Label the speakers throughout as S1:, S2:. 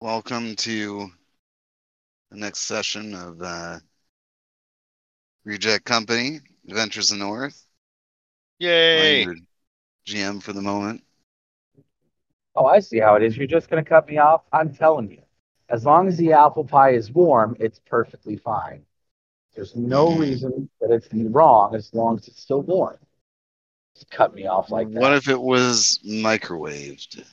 S1: Welcome to the next session of uh, Reject Company, Adventures in the North.
S2: Yay!
S1: I'm your GM for the moment.
S3: Oh, I see how it is. You're just going to cut me off? I'm telling you. As long as the apple pie is warm, it's perfectly fine. There's no reason that it's wrong as long as it's still warm. Just cut me off like that.
S1: What if it was microwaved?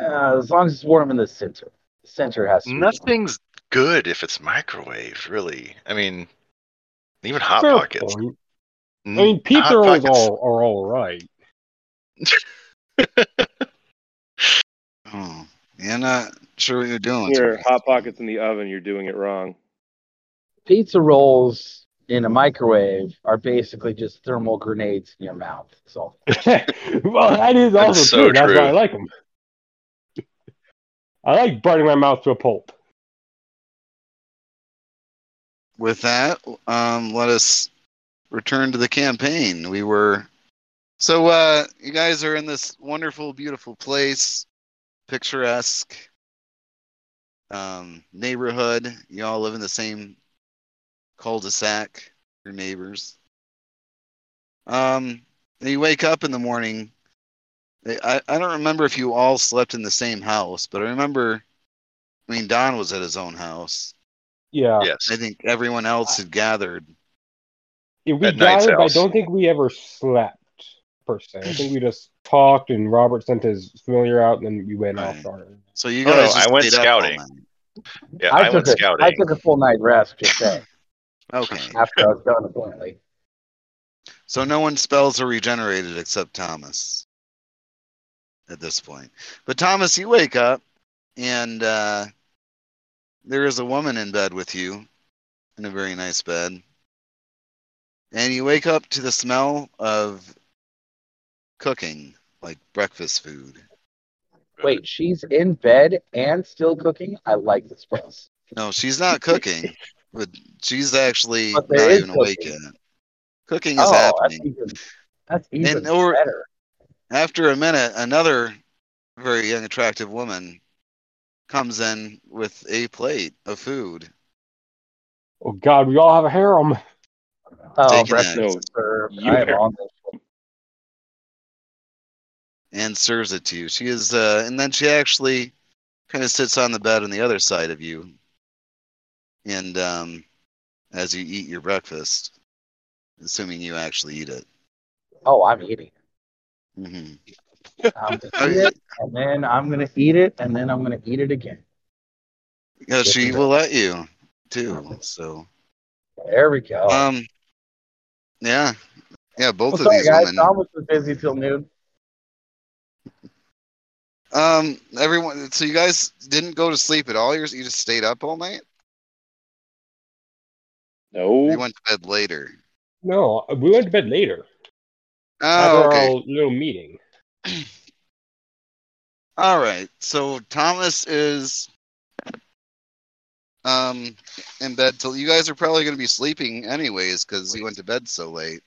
S3: Uh, as long as it's warm in the center. The center has to be warm.
S2: Nothing's good if it's microwaved, really. I mean, even Hot
S4: Fair
S2: Pockets.
S4: point.
S2: Mm,
S4: I mean, pizza
S2: Hot
S4: rolls
S2: Pockets-
S4: all, are all right.
S1: Oh, you're not sure what you're doing. with
S5: Here,
S1: it.
S5: hot pockets in the oven. You're doing it wrong.
S3: Pizza rolls in a microwave are basically just thermal grenades in your mouth. So
S4: well, that is
S2: That's
S4: also
S2: so
S4: true. That's
S2: true.
S4: why I like them. I like burning my mouth to a pulp.
S1: With that, um, let us return to the campaign. We were. So, uh, you guys are in this wonderful, beautiful place, picturesque um, neighborhood. You all live in the same cul de sac, your neighbors. Um, and you wake up in the morning. I, I don't remember if you all slept in the same house, but I remember, I mean, Don was at his own house.
S4: Yeah.
S2: yes.
S1: I think everyone else had gathered.
S4: If we
S2: At Knight's
S4: gathered, but I
S2: house.
S4: don't think we ever slept, per se. I think we just talked, and Robert sent his familiar out, and then we went
S1: Right.
S4: off our.
S1: So you
S2: Oh,
S1: guys,
S2: no,
S1: just
S2: I went
S1: stayed up all
S2: scouting.
S1: night.
S2: Yeah, I, went
S3: took a,
S2: scouting.
S3: I took a full night rest just then
S1: Okay,
S3: after I was done, apparently.
S1: so no one's spells are regenerated except Thomas at this point. But Thomas, you wake up and uh, there is a woman in bed with you, in a very nice bed, and you wake up to the smell of cooking, like breakfast food.
S3: Wait, she's in bed and still cooking? I like this process.
S1: No, she's not cooking, but she's actually
S3: But
S1: not
S3: there is
S1: even awake yet.
S3: cooking.
S1: Cooking is
S3: Oh,
S1: happening.
S3: that's even, that's even
S1: And or-
S3: better.
S1: after a minute, another very young, attractive woman comes in with a plate of food.
S4: Oh God, we all have a harem.
S3: Oh,
S1: Take it
S3: breakfast
S1: out.
S3: is served.
S5: You-
S3: I am on this.
S1: and serves it to you. She is, uh, and then she actually kind of sits on the bed on the other side of you, and um, as you eat your breakfast, assuming you actually eat it.
S3: Oh, I'm eating.
S1: hmm
S3: I'm gonna eat it, and then I'm gonna eat it, and then I'm gonna eat it again.
S1: Yeah,
S3: Yes, Uh-huh.
S1: she
S3: you
S1: will let you too. So,
S3: There we go.
S1: um, yeah, yeah, both
S3: Oh.
S1: of
S3: well, sorry,
S1: these
S3: guys.
S1: women.
S3: Thomas was busy till noon.
S1: Um, everyone. So you guys didn't go to sleep at all. You you just stayed up all night. You
S5: No.
S1: went to bed later.
S4: No, we went to bed later
S1: Oh,
S4: after
S1: okay.
S4: our little meeting.
S1: All right. So Thomas is um in bed till you guys are probably going to be sleeping anyways because you went to bed so late.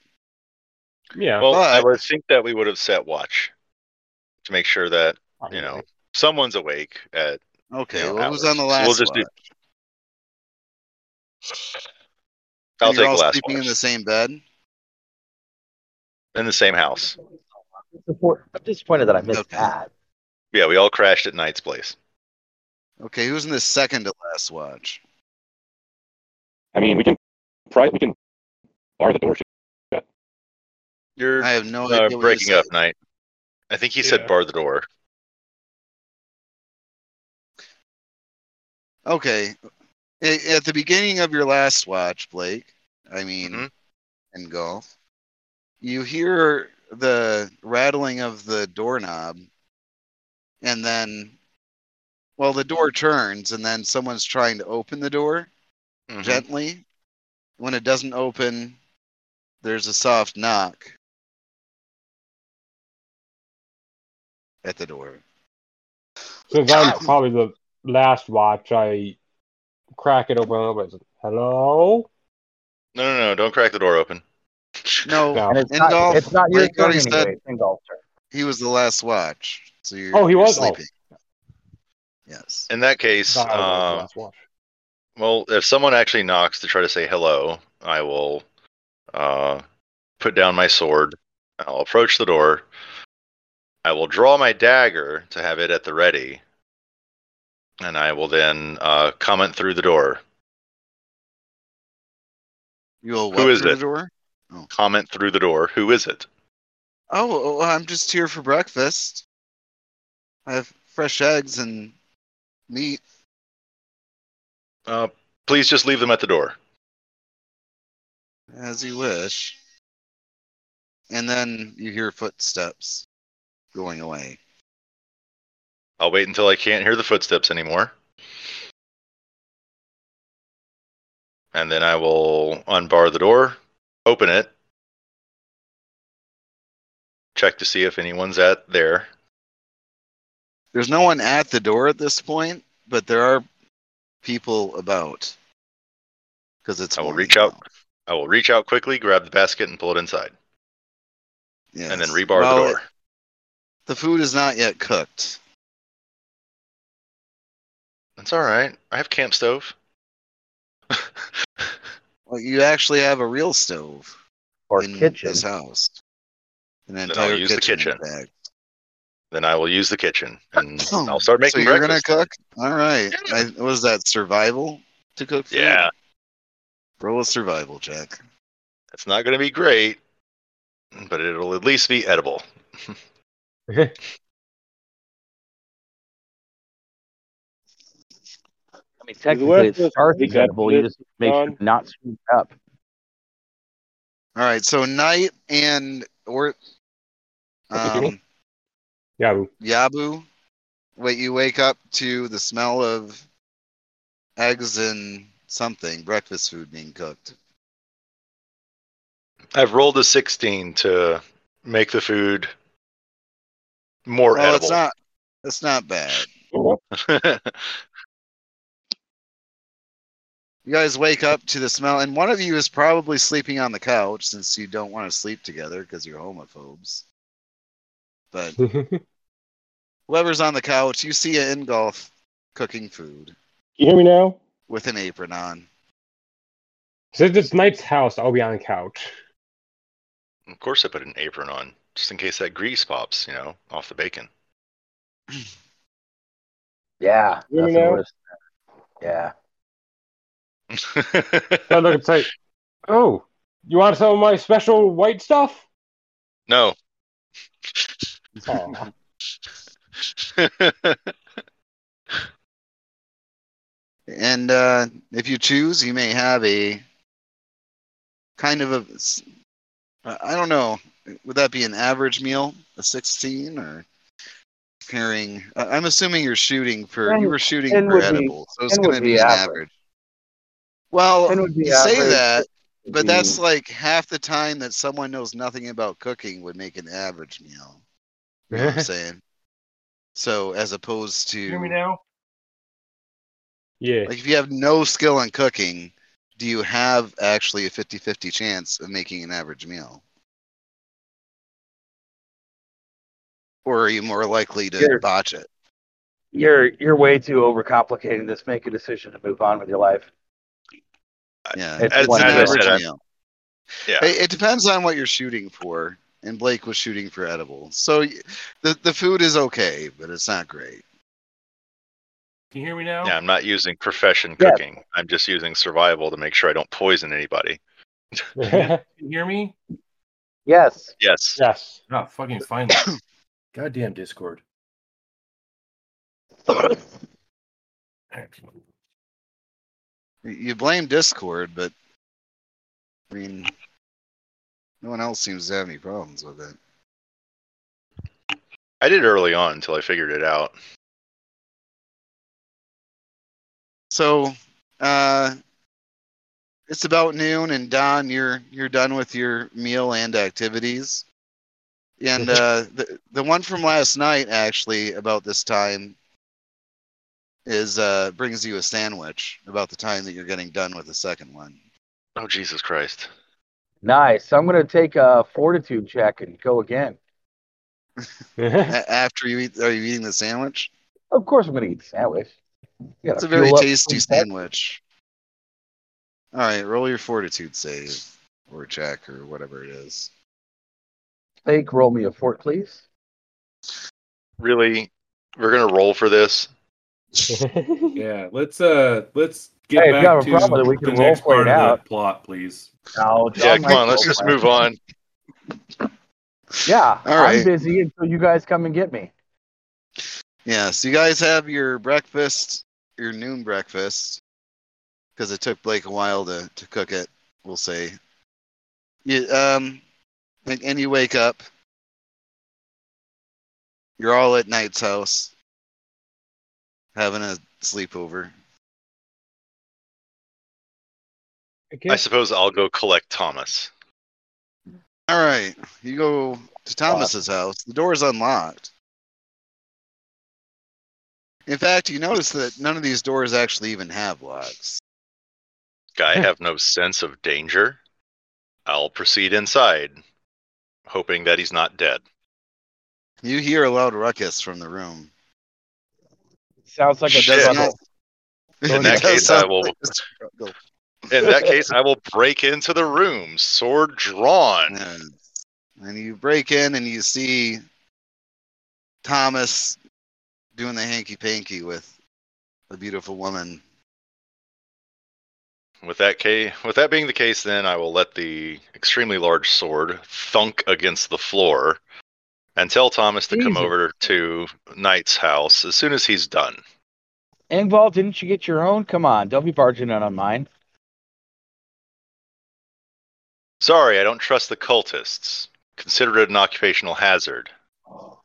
S4: Yeah.
S2: Well, I
S1: But-
S2: would think that we would have set watch to make sure that you know someone's awake. At
S1: Okay.
S2: Yeah,
S1: what was
S2: hours.
S1: on the
S2: So
S1: last
S2: we'll just do-
S1: watch?
S2: I'll
S1: And
S2: take
S1: you're all
S2: the last
S1: sleeping
S2: watch
S1: in the same bed.
S2: in the same house.
S3: Support- I'm disappointed that I missed
S1: Okay.
S3: that.
S2: Yeah, we all crashed at Knight's place.
S1: Okay. Who's in the second to last watch?
S6: I mean, we can try. We can bar the door. shut.
S2: You're
S1: I have no
S2: uh,
S1: idea. what you
S2: breaking
S1: said.
S2: up, Knight. I think he said
S6: Yeah.
S2: bar the door.
S1: Okay. A- At the beginning of your last watch, Blake, I mean,
S2: Mhm.
S1: in golf, you hear the rattling of the doorknob, and then, well, the door turns, and then someone's trying to open the door Mm-hmm.
S2: Mhm.
S1: gently. When it doesn't open, there's a soft knock at the door.
S4: Since I'm probably the last watch, I crack it open a little bit. Hello?
S2: No, no, no! Don't crack the door open.
S1: No,
S4: No.
S3: And it's
S1: In
S3: not,
S1: golf,
S3: it's not your
S1: like Cody
S3: turn
S1: said-
S3: anyway. It's in golf turn.
S1: he was the last watch, so you're
S4: Oh, he
S1: you're
S4: was? Oh.
S1: sleeping. Yes.
S2: In that case,
S4: Not always
S2: um,
S4: last watch.
S2: Well, if someone actually knocks to try to say hello, I will uh, put down my sword. I'll approach the door. I will draw my dagger to have it at the ready, and I will then uh, comment through the door.
S1: You will
S2: Who
S1: walk
S2: is
S1: through
S2: it?
S1: the door?
S2: Comment through the door. Who is it?
S1: Oh, oh, I'm just here for breakfast. I have fresh eggs and meat.
S2: Uh, please just leave them at the door.
S1: As you wish. And then you hear footsteps going away.
S2: I'll wait until I can't hear the footsteps anymore. And then I will unbar the door, open it, check to see if anyone's at there.
S1: There's no one at the door at this point, but there are people about. Because it's
S2: I will
S1: morning
S2: reach out,
S1: now.
S2: I will reach out quickly, grab the basket, and pull it inside, and then
S1: Yes.
S2: rebar
S1: Well,
S2: the door.
S1: The food is not yet cooked.
S2: That's all right. I have camp stove.
S1: Well, you actually have a real stove
S7: or
S1: in
S7: kitchen.
S1: this house. An
S2: I'll
S1: entire
S2: use the
S1: kitchen.
S2: then I will use the kitchen, and
S1: in
S2: I'll start making
S1: so you're
S2: breakfast.
S1: gonna cook? All right.
S2: Yeah.
S1: I, was that survival to cook? Food?
S2: Yeah,
S1: Roll a survival check.
S2: it's not going to be great, but it'll at least be edible.
S7: I mean,
S8: Where's
S7: technically, it's
S8: this
S7: starving
S8: weekend
S7: edible. You just make sure
S8: gone?
S7: to not scoop it up.
S1: All right. So Knight and or um,
S4: Yeah, we-
S1: Yabu, wait, you wake up to the smell of eggs and something breakfast food being cooked.
S2: I've rolled a 16 to make the food more
S1: well, it's
S2: edible.
S1: not. It's not bad. You guys wake up to the smell, and one of you is probably sleeping on the couch since you don't want to sleep together because you're homophobes. But whoever's on the couch, you see an engulf cooking food
S6: You hear me now?
S1: with an apron on.
S4: since it's Knight's house, I'll be on the couch.
S2: of course, I put an apron on just in case that grease pops, you know, off the bacon.
S7: Yeah.
S6: You
S7: nothing
S6: know?
S7: would've- Yeah.
S4: So I look and say, "Oh, you want some of my special white stuff?"
S2: no.
S4: Oh,
S1: And uh, if you choose, you may have a kind of a, s- uh, I don't know, would that be an average meal, a 16 or pairing? I- I'm assuming you're shooting for, you
S7: Ten-
S1: were shooting
S7: ten
S1: for
S7: would be-
S1: edible, so it's
S7: ten
S1: going to
S7: would be
S1: be an
S7: average.
S1: average. Well,
S7: Ten would be
S1: you say
S7: average.
S1: that, but that's
S7: Mm.
S1: like half the time that someone knows nothing about cooking would make an average meal. You know what I'm saying? So as opposed to
S4: now? Yeah.
S1: like if you have no skill in cooking, do you have actually a 50-50 chance of making an average meal? Or are you more likely to
S7: Sure.
S1: botch it?
S7: You're you're way too overcomplicating this. Make a decision to move on with your life.
S1: Yeah,
S7: It's
S1: it's,
S7: one
S1: an
S7: meal.
S1: average
S2: As I said,
S1: meal.
S2: Yeah.
S1: It, it depends on what you're shooting for, and Blake was shooting for edible, so y- the the food is okay, but it's not great.
S4: Can you hear me now?
S2: Yeah, I'm not using profession
S7: Yeah.
S2: cooking. I'm just using survival to make sure I don't poison anybody.
S5: Can you hear me?
S7: Yes.
S2: Yes.
S4: yes.
S5: Not fucking finally. Goddamn Discord.
S1: Y- You blame Discord, but I mean, no one else seems to have any problems with it.
S2: I did early on until I figured it out.
S1: So, uh, it's about noon, and Don, you're you're done with your meal and activities. And uh, the the one from last night, actually, about this time, is uh, brings you a sandwich about the time that you're getting done with the second one.
S2: Oh, Jesus Christ.
S7: Nice. I'm gonna take a fortitude check and go again.
S1: A- after you eat, are you eating the sandwich?
S3: Of course, I'm going to eat the sandwich. You gotta
S1: It's a very
S3: fuel up
S1: tasty
S3: some pep-
S1: sandwich. All right, roll your fortitude save or check or whatever it is.
S3: Steak, roll me a fort, please.
S2: Really, we're gonna roll for this.
S5: Yeah, let's uh let's get
S3: Hey, if you
S5: back
S3: have a
S5: to
S3: problem with it, we can
S5: the
S3: roll
S5: next
S3: for it
S5: part of
S3: out.
S5: the plot, please.
S3: No,
S2: yeah,
S3: John
S2: come on,
S3: Michael
S2: let's just
S3: went.
S2: move on.
S3: Yeah,
S1: All
S3: I'm
S1: right.
S3: busy until you guys come and get me.
S1: Yes, you guys have your breakfast, your noon breakfast, because it took Blake a while to, to cook it. We'll say. You um, and, and you wake up. You're all at Knight's house, having a sleepover.
S2: I suppose I'll go collect Thomas.
S1: All right, you go to Thomas's house. The door is unlocked. In fact, you notice that none of these doors actually even have locks.
S2: Guy have no sense of danger. I'll proceed inside, hoping that he's not dead.
S1: You hear a loud ruckus from the room.
S3: Sounds like a
S2: Shit.
S3: struggle.
S2: In that case, I will.
S1: Struggle.
S2: In that case, I will break into the room, sword drawn.
S1: Yes. And you break in and you see Thomas doing the hanky panky with a beautiful woman.
S2: With that ca- with that being the case, then I will let the extremely large sword thunk against the floor, and tell Thomas to come
S3: Jesus.
S2: over to Knight's house as soon as he's done.
S3: Engvall, didn't you get your own? Come on, don't be barging in on mine.
S2: Sorry, I don't trust the cultists. Consider it an occupational hazard.
S1: Oh,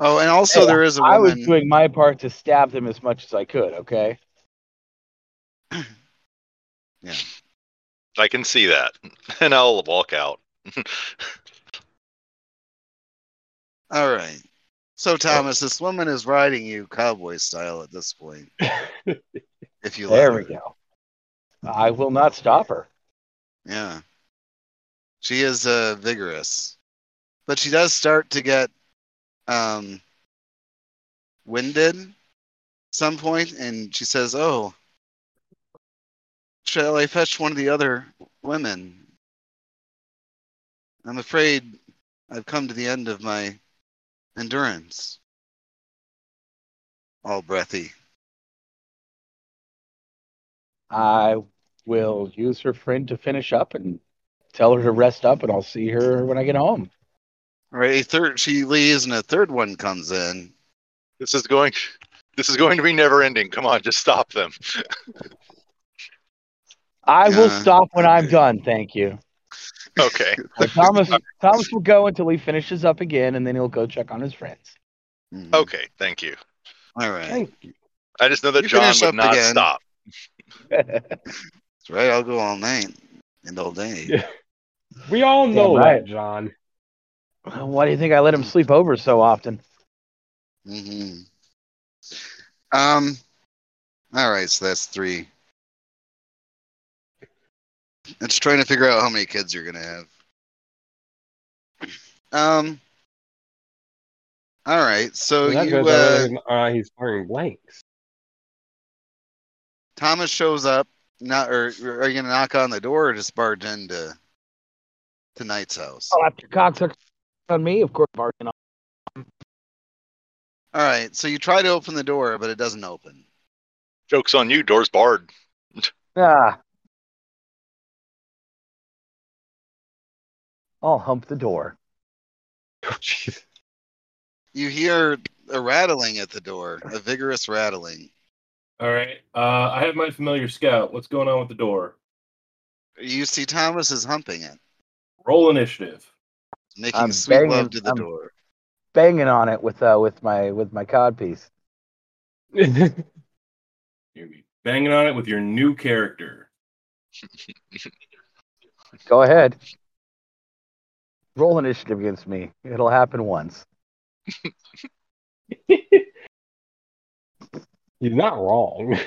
S1: and also
S3: Hey,
S1: there is a
S3: I was
S1: woman.
S3: doing my part to stab them as much as I could, okay?
S2: I can see that, and I'll walk out.
S1: All right. So Thomas, this woman is riding you cowboy style at this point. if you
S3: There
S1: let
S3: we
S1: her.
S3: go. I will not stop her.
S1: Yeah. She is uh, vigorous. But she does start to get um, winded some point, and she says, Oh, shall I fetch one of the other women? I'm afraid I've come to the end of my endurance. All breathy.
S3: I will use her friend to finish up and tell her to rest up, and I'll see her when I get home.
S1: All right, a third she leaves, and a third one comes in.
S2: This is going. This is going to be never ending. Come on, just stop them.
S3: I will
S1: Yeah.
S3: stop when I'm done, thank you.
S2: Okay.
S3: Well, Thomas, Thomas will go until he finishes up again, and then he'll go check on his friends.
S1: Mhm.
S2: Okay. Thank you.
S1: All right.
S4: Thank you.
S2: I just know that
S1: You
S2: John
S1: finish up
S2: would not
S1: again.
S2: stop.
S1: That's right. I'll go all night and all day.
S4: Yeah. We all know
S3: Damn right.
S4: that, John.
S3: Why do you think I let him sleep over so often?
S1: hmm Um. All right. So that's three. It's trying to figure out how many kids you're gonna have. Um. All right. So
S4: Well, that
S1: you,
S4: goes
S1: uh,
S4: on, uh, he's firing blanks.
S1: Thomas shows up. Not or, or are you gonna knock on the door or just barge into tonight's house?
S3: I'll have to cocksuck on me, of course, barking on.
S1: All right. So you try to open the door, but it doesn't open.
S2: Jokes on you. Doors barred.
S3: Ah. I'll hump the door.
S1: You hear a rattling at the door, a vigorous rattling.
S5: All right. Uh I have my familiar scout. What's going on with the door?
S1: You see, Thomas is humping it,
S5: Roll initiative.
S1: making
S3: I'm
S1: sweet
S3: banging-
S1: love to the
S3: I'm-
S1: door.
S3: Banging on it with uh, with my with my codpiece.
S5: You're banging on it with your new character.
S3: Go ahead. Roll initiative against me. It'll happen once.
S4: he's not wrong.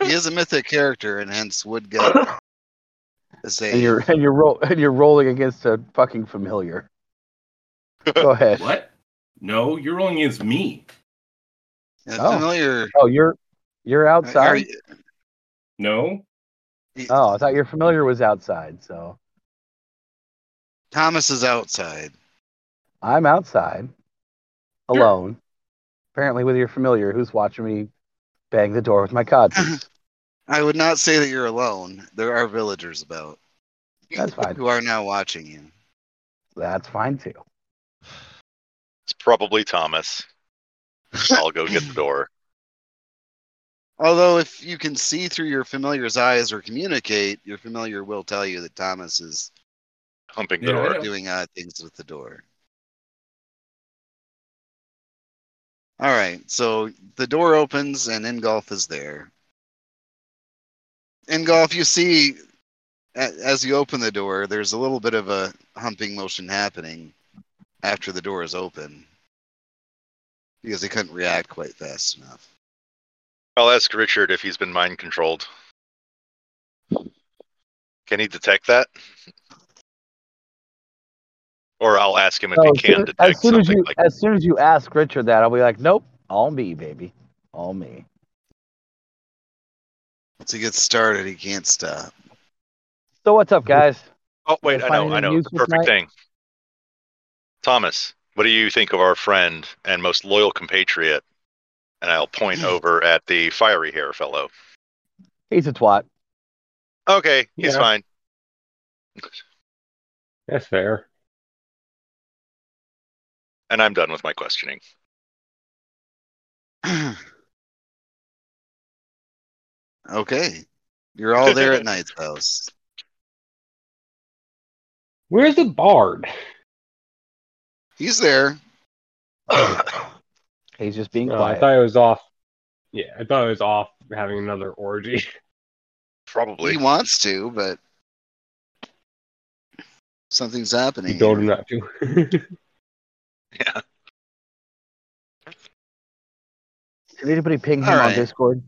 S1: He is a mythic character, and hence would get a
S3: And
S1: save.
S3: you're and you're roll and you're rolling against a fucking familiar. Go ahead.
S5: What? No, you're rolling against me.
S1: A
S3: Oh.
S1: Familiar.
S3: Oh, you're you're outside.
S1: Are you-
S5: No?
S3: Oh, I thought your familiar was outside. So
S1: Thomas is outside.
S3: I'm outside, alone, apparently with your familiar who's watching me bang the door with my codpiece.
S1: I would not say that you're alone. There are villagers about.
S3: That's fine.
S1: Who are now watching you.
S3: That's fine too.
S2: It's probably Thomas. I'll go get the door.
S1: Although, if you can see through your familiar's eyes or communicate, your familiar will tell you that Thomas is
S2: Humping the
S5: Yeah, I
S2: door.
S5: know.
S1: doing odd things with the door. All right, so the door opens and Ingolf is there. Ingolf, you see a- as you open the door, there's a little bit of a humping motion happening after the door is open because he couldn't react quite fast enough.
S2: I'll ask Richard if he's been mind controlled. Can he detect that? Or I'll ask him if
S3: So
S2: he
S3: as
S2: can
S3: soon-
S2: detect
S3: as soon as
S2: something
S3: you
S2: like
S3: as soon as you ask Richard that, I'll be like, nope, all me, baby, all me.
S1: Once he gets started, he can't stop.
S3: So what's up, guys?
S2: Oh wait, I know,
S3: finding
S2: I know.
S3: use
S2: The
S3: with
S2: perfect
S3: my-
S2: thing. Thomas, what do you think of our friend and most loyal compatriot? And I'll point over at the fiery hair fellow.
S3: He's a twat.
S2: Okay, he's
S4: Yeah.
S2: fine.
S4: That's fair.
S2: And I'm done with my questioning.
S1: okay, you're all there at Knight's house.
S4: Where's the bard?
S1: He's there.
S3: He's just being
S2: Uh,
S4: Oh, I
S3: quiet.
S4: thought it was off. Yeah, I thought it was off having another orgy.
S1: He
S2: Probably.
S1: wants to, but something's happening.
S4: You told him
S1: here.
S4: not to.
S3: Did anybody ping him
S1: All
S3: on
S1: right.
S3: Discord?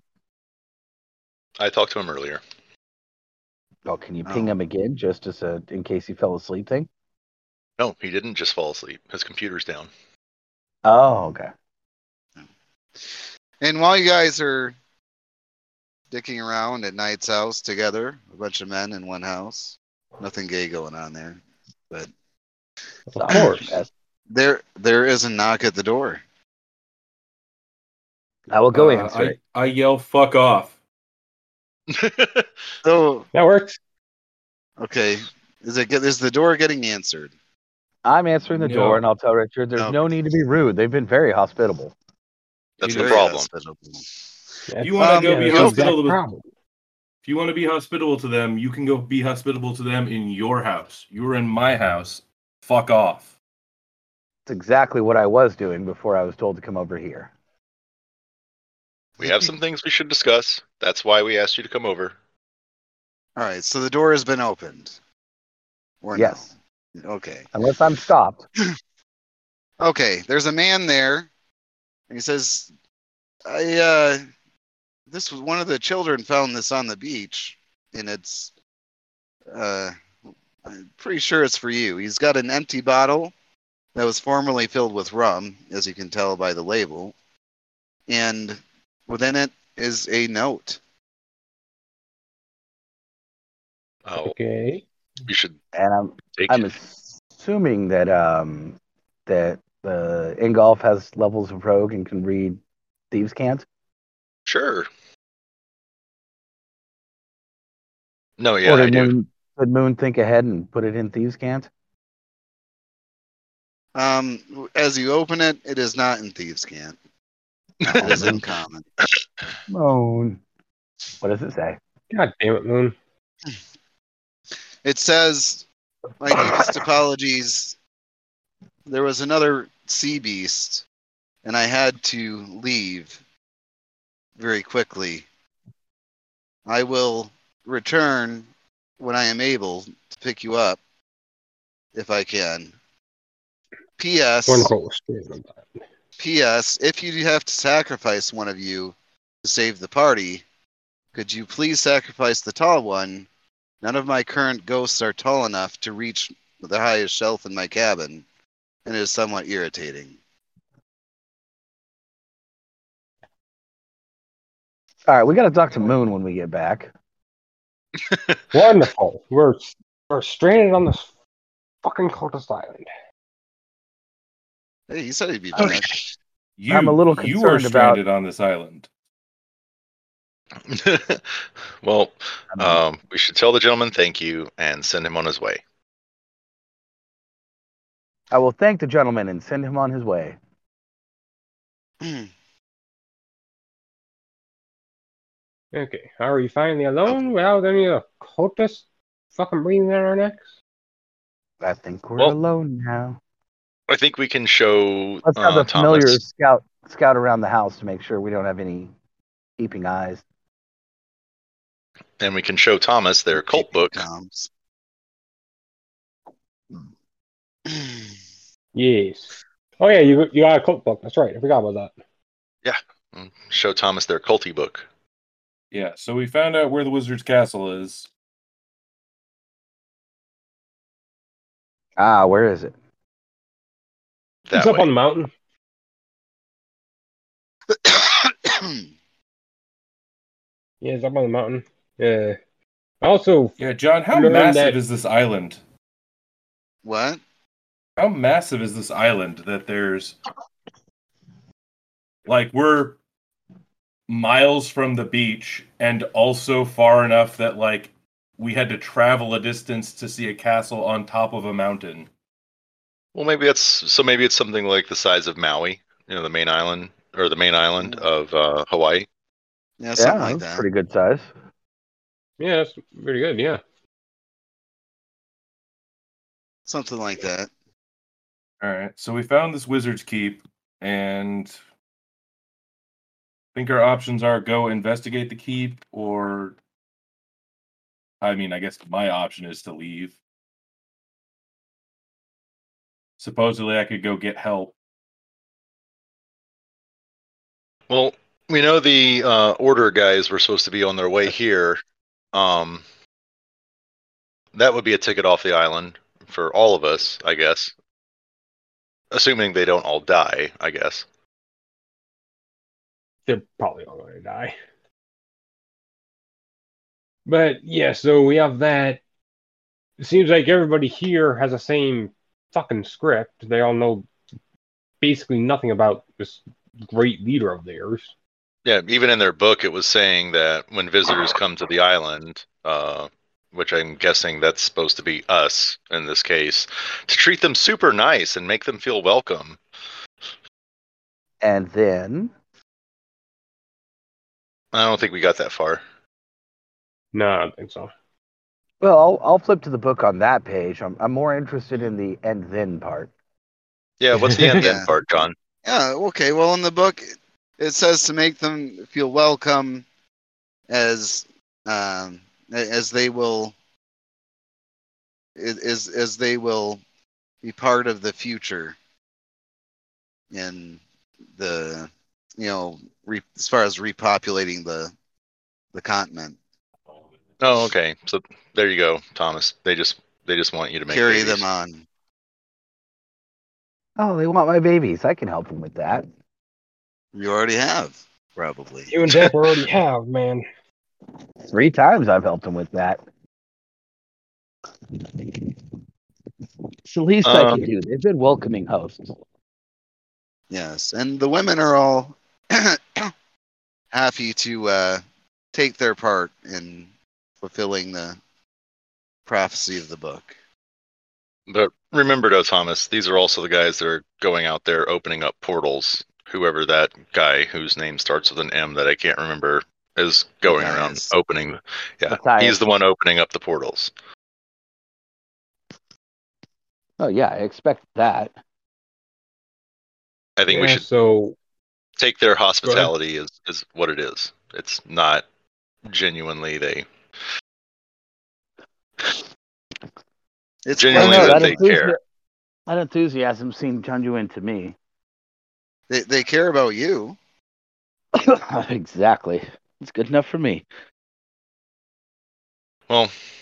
S2: I talked to him earlier.
S3: Oh, can you ping
S1: Oh.
S3: him again just as a in case he fell asleep thing?
S2: No, he didn't just fall asleep. His computer's down.
S3: Oh, okay.
S1: And while you guys are dicking around at Knight's house together, a bunch of men in one house, nothing gay going on there.
S3: Of
S4: course.
S1: There, there is a knock at the door.
S3: I will go
S5: Uh,
S3: answer it.
S5: I, I yell, fuck off.
S1: So,
S4: that works.
S1: okay, is it get- is the door getting answered?
S3: I'm answering the
S5: No.
S3: door and I'll tell Richard there's
S1: No.
S3: no need to be rude. They've been very hospitable.
S2: That's
S5: You
S2: the
S1: Very
S5: know,
S2: problem.
S1: hospitable.
S5: You wanna
S1: go
S3: um,
S1: be
S5: hospitable with-
S4: problem.
S5: If you want to be hospitable to them, you can go be hospitable to them in your house. You're in my house. Fuck off.
S3: That's exactly what I was doing before I was told to come over here.
S2: We have some things we should discuss. That's why we asked you to come over.
S1: All right, so the door has been opened. Or no?
S3: Yes.
S1: Okay.
S3: Unless I'm stopped.
S1: Okay, there's a man there, and he says, "I uh, this was one of the children found this on the beach, and it's uh, I'm pretty sure it's for you." He's got an empty bottle that was formerly filled with rum, as you can tell by the label, and within it is a note.
S2: Oh,
S4: Okay.
S2: you should
S3: And I'm
S2: take
S3: I'm
S2: it.
S3: assuming that um that uh, Ingolf has levels of rogue and can read thieves can't.
S2: Sure. No, yeah,
S3: or
S2: I
S3: did
S2: do.
S3: Moon, did Moon think ahead and put it in thieves can't?
S1: Um, as you open it, it is not in thieves' camp. It is in common.
S3: Moon. What does it say?
S4: God damn it, Moon.
S1: It says, my deepest apologies. There was another sea beast, and I had to leave very quickly. I will return when I am able to pick you up if I can. P.S.
S4: Wonderful. Excuse me.
S1: P.S. If you have to sacrifice one of you to save the party, could you please sacrifice the tall one? None of my current ghosts are tall enough to reach the highest shelf in my cabin, and it is somewhat irritating.
S3: All right, we got to talk to Moon when we get back.
S4: Wonderful. We're we're stranded on this fucking cultist island.
S1: Hey, he said he'd be back.
S5: You,
S3: I'm a little
S5: You are
S3: concerned about-
S5: stranded on this island.
S2: well,
S3: I mean,
S2: um, we should tell the gentleman thank you and send him on his way.
S3: I will thank the gentleman and send him on his way.
S4: Okay, are we finally alone without any of the cultists fucking breathing down our necks?
S3: I think we're
S2: Well-
S3: alone now.
S2: I think we can show
S3: Let's have
S2: uh,
S3: the familiar
S2: Thomas.
S3: scout scout around the house to make sure we don't have any peeping eyes.
S2: and we can show Thomas their cult book.
S1: Toms.
S4: Yes. Oh yeah, you you got a cult book. That's right. I forgot about that.
S2: Show Thomas their culty book.
S5: Yeah, so we found out where the wizard's castle is.
S3: Ah, where is it?
S2: That
S4: it's up
S2: way.
S4: on the mountain.
S2: Hmm.
S4: Yeah, it's up on the mountain. Yeah. Also,
S5: Yeah, John, how
S4: Learn
S5: massive
S4: that-
S5: is this island?
S1: what?
S5: How massive is this island that there's like we're miles from the beach and also far enough that like we had to travel a distance to see a castle on top of a mountain.
S2: Well, maybe that's so. Maybe it's something like the size of Maui, you know, the main island or the main island
S3: Mm.
S2: of uh, Hawaii.
S1: Yeah,
S3: Yeah,
S1: something like
S3: that's
S1: that.
S3: pretty good size.
S4: yeah, that's pretty good. Yeah.
S1: Something like that.
S5: All right. So we found this wizard's keep and I think our options are go investigate the keep or I mean, I guess my option is to leave. Supposedly I could go get help.
S2: Well, we know the uh, order guys were supposed to be on their way here. Um, that would be a ticket off the island for all of us, I guess. Assuming they don't all die, I guess.
S4: they're probably all going to die. But yeah, so we have that. It seems like everybody here has the same fucking script. They all know basically nothing about this great leader of theirs.
S2: Yeah, even in their book, it was saying that when visitors come to the island, uh, which I'm guessing that's supposed to be us in this case, to treat them super nice and make them feel welcome.
S3: And then
S2: I don't think we got that far.
S4: No, I don't think so.
S3: Well, I'll, I'll flip to the book on that page. I'm, I'm more interested in the and then part.
S2: Yeah, what's the end then
S1: Yeah.
S2: part, John?
S1: Yeah, okay. Well, in the book, it says to make them feel welcome as um, a- as they will as as they will be part of the future in the you know re, as far as repopulating the the continent
S2: Oh, okay. So there you go, Thomas. They just they just want you to make
S1: carry
S2: babies.
S1: them on
S3: Oh, they want my babies. I can help them with that.
S1: you already have probably
S4: You and Death already have, man.
S3: Three times I've helped them with that. It's the least I
S2: Um,
S3: can do. They've been welcoming hosts.
S1: Yes, and the women are all happy to uh, take their part in fulfilling the prophecy of the book.
S2: But remember though, Thomas, these are also the guys that are going out there opening up portals. Whoever that guy whose name starts with an M that I can't remember is going around
S1: Matthias.
S2: opening yeah.
S3: Matthias.
S2: He's the one opening up the portals.
S3: Oh, yeah, I expect that.
S2: I think we
S4: Yeah,
S2: should
S4: So
S2: take their hospitality is is what it is. It's not genuinely they
S1: It's
S3: I don't
S2: genuinely
S3: know,
S2: that
S3: that,
S2: they
S3: enthusi-
S2: care.
S3: that enthusiasm seemed genuine to me.
S1: they, they care about you.
S3: exactly. It's good enough for me.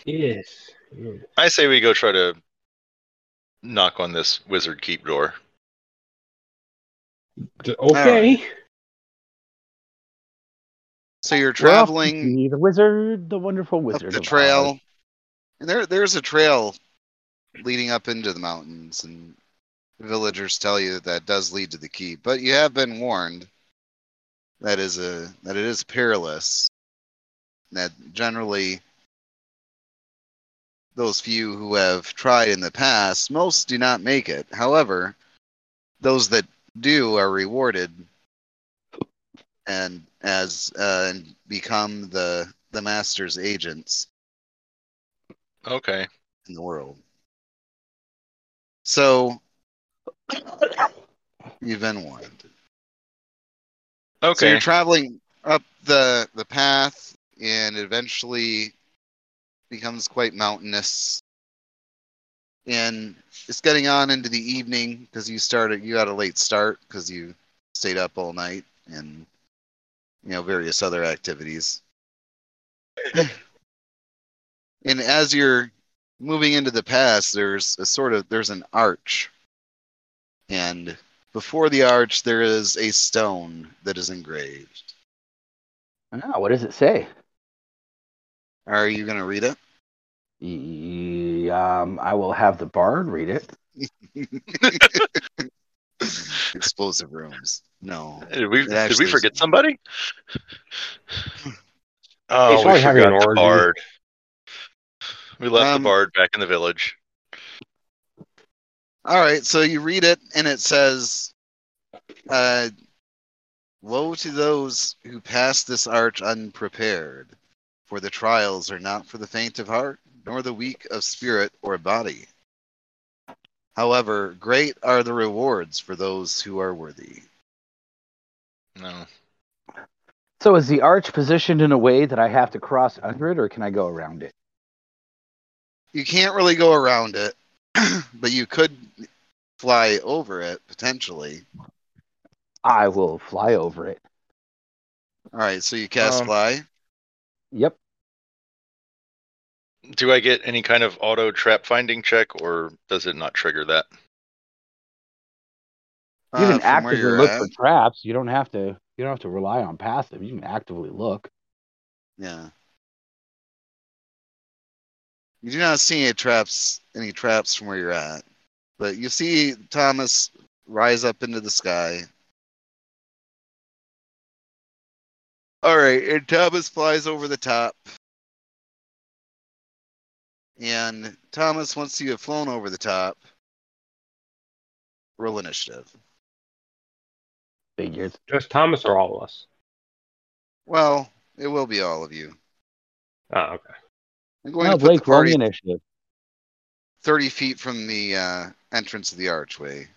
S4: yes,
S2: I say we go try to knock on this wizard keep door.
S4: D- okay.
S1: So you're
S3: We're off to
S1: traveling
S3: see the wizard, the wonderful
S1: up
S3: wizard.
S1: the
S3: of Oz.
S1: trail, and there there's a trail leading up into the mountains, and the villagers tell you that that does lead to the keep. But you have been warned that is a that it is perilous. That generally, those few who have tried in the past, most do not make it. However, those that do are rewarded and as uh, and become the the master's agents
S2: Okay.
S1: in the world. So you've been warned. So
S2: Okay.
S1: you're traveling up the the path and eventually becomes quite mountainous. And it's getting on into the evening because you started you had a late start because you stayed up all night and you know various other activities. and as you're moving into the pass, there's a sort of there's an arch. And before the arch, there is a stone that is engraved.
S3: Ah, what does it say?
S1: Are you going to read it?
S3: E- um, I will have the bard read it.
S1: Explosive rooms. No.
S2: did we,
S1: It
S2: did
S1: actually
S2: we
S1: is-
S2: forget somebody? Oh, we
S4: probably having an
S2: forgot the
S4: orgy.
S2: bard. We left
S1: Um,
S2: the bard back in the village.
S1: All right. So you read it, and it says, uh, Woe to those who pass this arch unprepared, for the trials are not for the faint of heart, nor the weak of spirit or body. However, great are the rewards for those who are worthy.
S2: No.
S3: So is the arch positioned in a way that I have to cross under it, or can I go around it?
S1: you can't really go around it, but you could fly over it potentially.
S3: I will fly over it.
S1: All right, so you cast
S2: Um,
S1: fly.
S3: Yep.
S2: Do I get any kind of auto trap finding check, or does it not trigger that?
S3: You
S1: uh,
S3: can
S1: from where
S3: actively
S1: you're
S3: look
S1: at.
S3: for traps. You don't have to. You don't have to rely on passive. You can actively look.
S1: Yeah. You do not see any traps, any traps from where you're at, but you see Thomas rise up into the sky. All right, and Thomas flies over the top. And Thomas, once you have flown over the top, roll initiative.
S3: Figures.
S4: Just Thomas or all of us?
S1: Well, it will be all of you.
S4: Ah, okay.
S1: I'm going
S3: Oh,
S1: to put the
S3: Blake, roll
S1: party
S3: me initiative.
S1: 30 feet from the uh, entrance of the archway,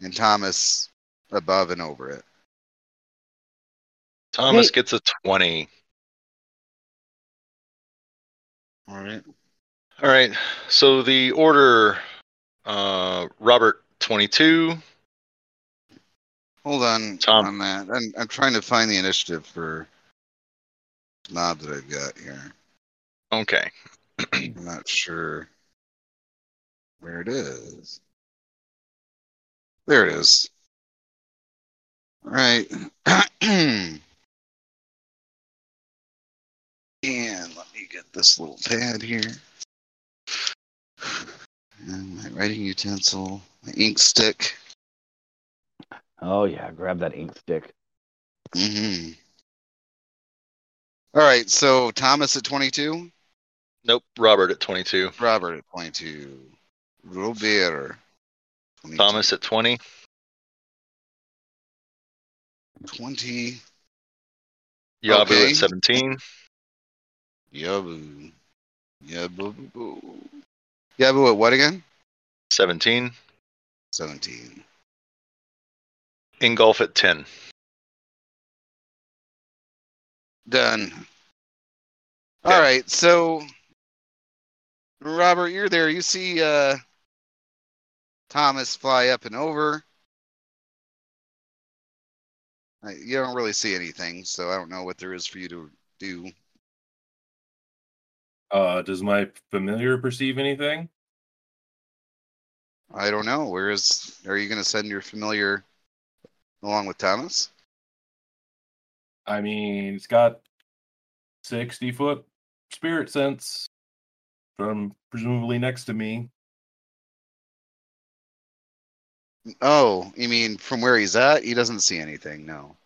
S1: and Thomas above and over it.
S2: Thomas
S4: Hey.
S2: gets a 20.
S1: All right.
S2: All right. So the order uh Robert 22.
S1: Hold on
S2: Tom.
S1: on that. I'm, I'm trying to find the initiative for knob that I've got here.
S2: Okay.
S1: I'm not sure where it is. There it is. All right. and let me get this little pad here. And my writing utensil, my ink stick.
S3: Oh yeah, grab that ink stick.
S1: hmm All right, so Thomas at 22,
S2: Nope, Robert at 22.
S1: Robert at 22, Robert 22.
S2: Thomas at 20.
S1: 20.
S2: Yabu
S1: Okay.
S2: at 17.
S1: Yabu. Yabu. Yabu at what again?
S2: 17.
S1: 17.
S2: Ingolf at 10.
S1: Done.
S2: Okay.
S1: All right, so Robert, you're there. You see uh, Thomas fly up and over. Uh, You don't really see anything, so I don't know what there is for you to do.
S5: Uh, does my familiar perceive anything?
S1: I don't know. Where is? Are you going to send your familiar along with Thomas?
S5: I mean, it's got 60 foot spirit sense from presumably next to me.
S1: Oh, you mean from where he's at? He doesn't see anything. No.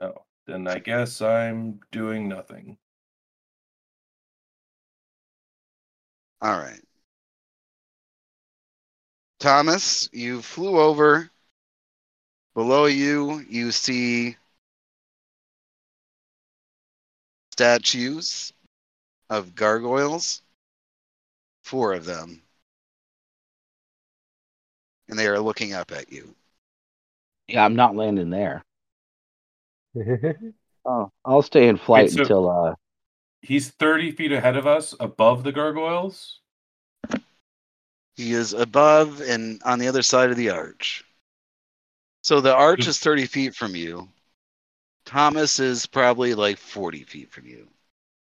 S5: Oh, then I guess I'm doing nothing.
S1: All right. Thomas, you flew over. Below you, you see statues of gargoyles, four of them. And they are looking up at you.
S3: Yeah, I'm not landing there. Oh, I'll stay in flight
S5: so-
S3: until uh
S5: He's 30 feet ahead of us above the gargoyles.
S1: He is above and on the other side of the arch. So the arch
S5: Hmm.
S1: is 30 feet from you. Thomas is probably like 40 feet from you.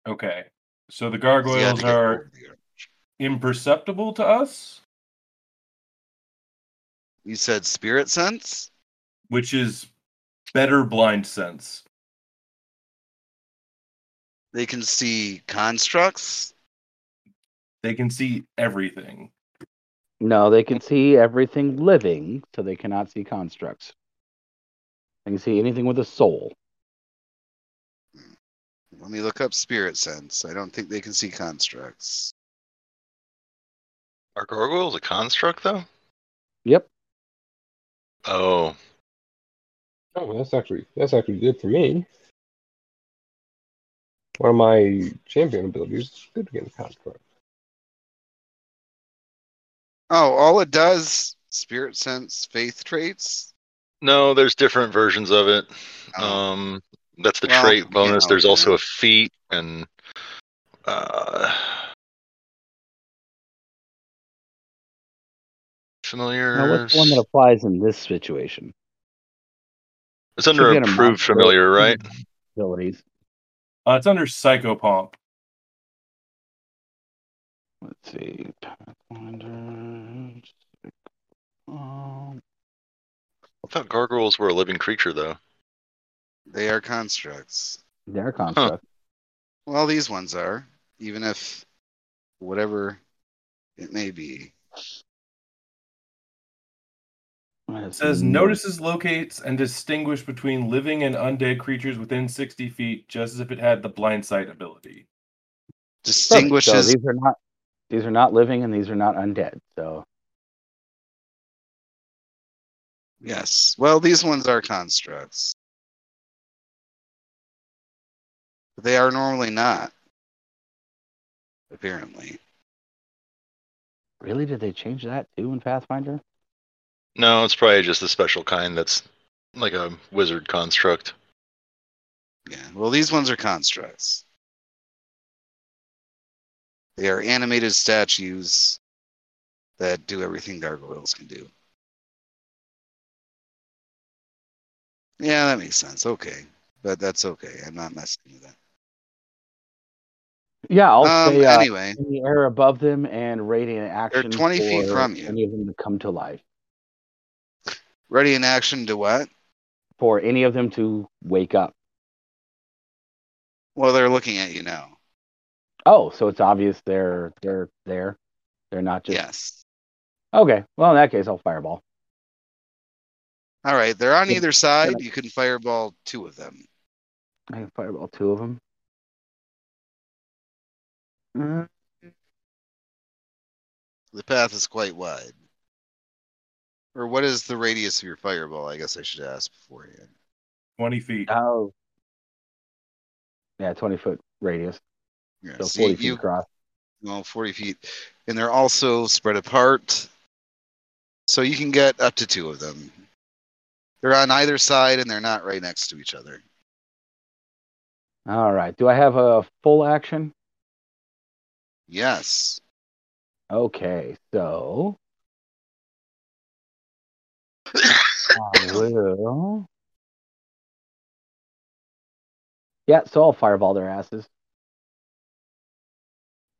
S5: Okay. So
S1: So you
S5: the
S1: have
S5: gargoyles
S1: to get
S5: are
S1: over the arch.
S5: imperceptible to us,
S1: You said spirit sense?
S5: which is better blind sense.
S1: They can see constructs.
S5: They can see everything.
S3: no, they can see everything living, so they cannot see constructs. They can see anything with a soul.
S1: Let me look up spirit sense. I don't think they can see constructs.
S2: Are gargoyles a construct though?
S3: Yep.
S2: Oh,
S4: Oh, well, that's actually that's actually good for me. One of my champion abilities is good against construct.
S1: Oh, all it does spirit sense, faith traits.
S2: no, there's different versions of it.
S1: Oh.
S5: Uh.
S2: Um, that's the
S1: Well,
S2: trait bonus.
S1: yeah,
S2: there's
S1: yeah.
S2: also a feat and uh, familiar.
S3: Now what's the one that applies in this situation?
S2: it's under
S3: Should be an
S2: improved
S3: monster
S2: familiar, right?
S3: Hmm. Abilities.
S5: Uh, it's under psychopomp.
S3: Let's see. Pathfinder. Um,
S2: I thought gargoyles were a living creature though.
S1: They are constructs.
S3: their construct.
S1: Well, these ones are, even if whatever it may be.
S5: It says notices, locates, and distinguish between living and undead creatures within 60 feet, just as if it had the blind sight ability.
S3: Perfect. So
S1: Distinguishes.
S3: these are not these are not living and these are not undead. So
S1: Yes. Well, these ones are constructs. They are normally not, apparently.
S3: really, did they change that too in Pathfinder?
S2: No, it's probably just a special kind that's like a wizard construct.
S1: Yeah. Well, these ones are constructs. They are animated statues that do everything gargoyles can do. Yeah, that makes sense. Okay. But that's okay. I'm not messing with that.
S3: Yeah, I'll
S1: Um,
S3: stay uh,
S1: anyway,
S3: in the air above them and radiant action.
S1: 20 feet
S3: for
S1: from you.
S3: Any of them to come to life.
S1: ready in action to what?
S3: For any of them to wake up.
S1: Well, they're looking at you now.
S3: Oh, so it's obvious they're they're there. They're not just
S1: Yes.
S3: okay. Well, in that case, I'll fireball.
S1: All right. They're on
S3: Yeah.
S1: either side. You can fireball two of them.
S3: I can fireball two of them. Mm,
S1: The path is quite wide. Or what is the radius of your fireball? I guess I should ask beforehand.
S5: 20 feet.
S3: Oh, yeah, twenty foot radius,
S1: Yeah,
S3: so
S1: so
S3: forty feet
S1: you,
S3: across.
S1: well, 40 feet. And they're also spread apart. So you can get up to two of them. They're on either side and they're not right next to each other.
S3: All right. Do I have a full action?
S1: Yes.
S3: Okay, so I will. Yeah, so I'll fireball their asses.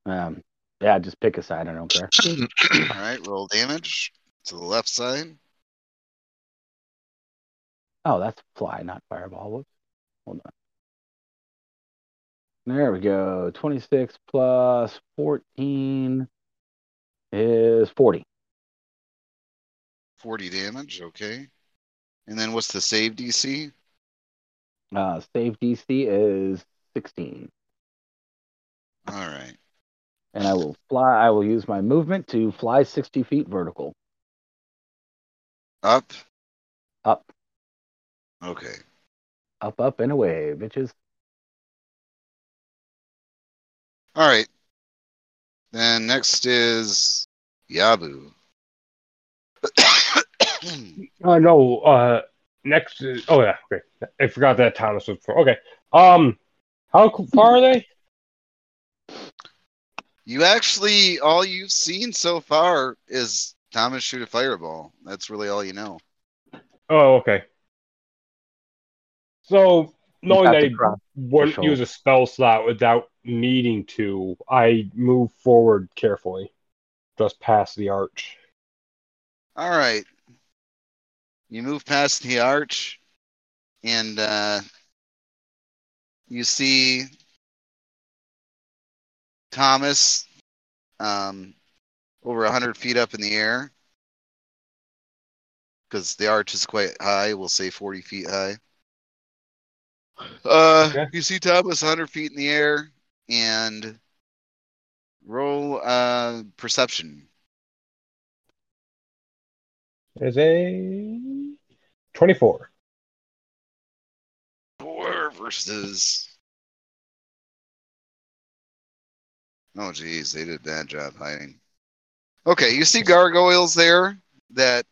S3: Um, yeah, just pick a side. I don't care.
S1: All right, roll damage to the left side.
S3: Oh, that's fly, not fireball. Whoops. Hold on. There we go. 26 plus 14 is 40.
S1: 40 damage, okay. And then what's the save DC?
S3: Uh, save DC is 16.
S1: All right.
S3: And I will fly. I will use my movement to fly 60 feet vertical.
S1: Up?
S3: Up.
S1: Okay.
S3: Up, up, and away, bitches.
S1: All right. Then next is Yabu.
S4: Uh, no, uh, next is, oh yeah, great. I forgot that Thomas was before. Okay. Um, how c- far are they?
S1: you actually, all you've seen so far is Thomas shoot a fireball. That's really all you know.
S4: Oh, okay. So, knowing
S3: have
S4: that
S3: to
S4: he
S3: cross
S4: wouldn't
S3: threshold.
S4: use a spell slot without needing to, I move forward carefully, just past the arch.
S1: All right. You move past the arch, and uh, you see Thomas um, over 100 feet up in the air. Because the arch is quite high, we'll say 40 feet high. Uh,
S4: Okay.
S1: You see Thomas 100 feet in the air, and roll uh, perception.
S4: Is a 24.
S1: four versus. Oh, geez, they did a bad job hiding. Okay, you see gargoyles there that,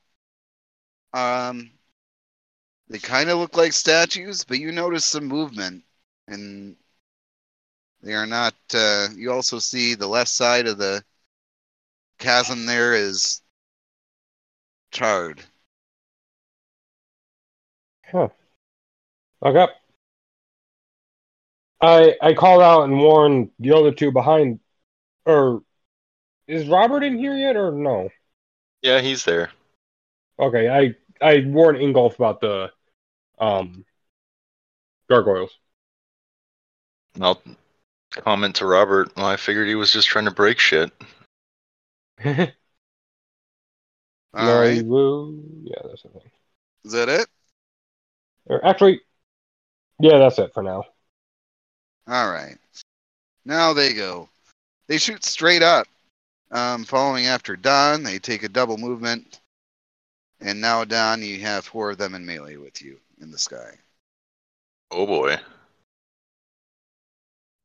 S1: um, they kind of look like statues, but you notice some movement, and they are not. Uh, you also see the left side of the chasm there is charred.
S4: Okay. I I called out and warned the other two behind. Or is Robert in here yet, or no?
S2: Yeah, he's there.
S4: Okay, I I warned Ingolf about the um gargoyles.
S2: And I'll comment to Robert. Well, I figured he was just trying to break shit.
S1: All right,
S4: Larry Wu. Yeah, that's the thing.
S1: is that it?
S4: Or actually, yeah, that's it for now.
S1: All right. Now they go. They shoot straight up. Um, following after Don, they take a double movement. And now, Don, you have four of them in melee with you in the sky.
S2: Oh boy.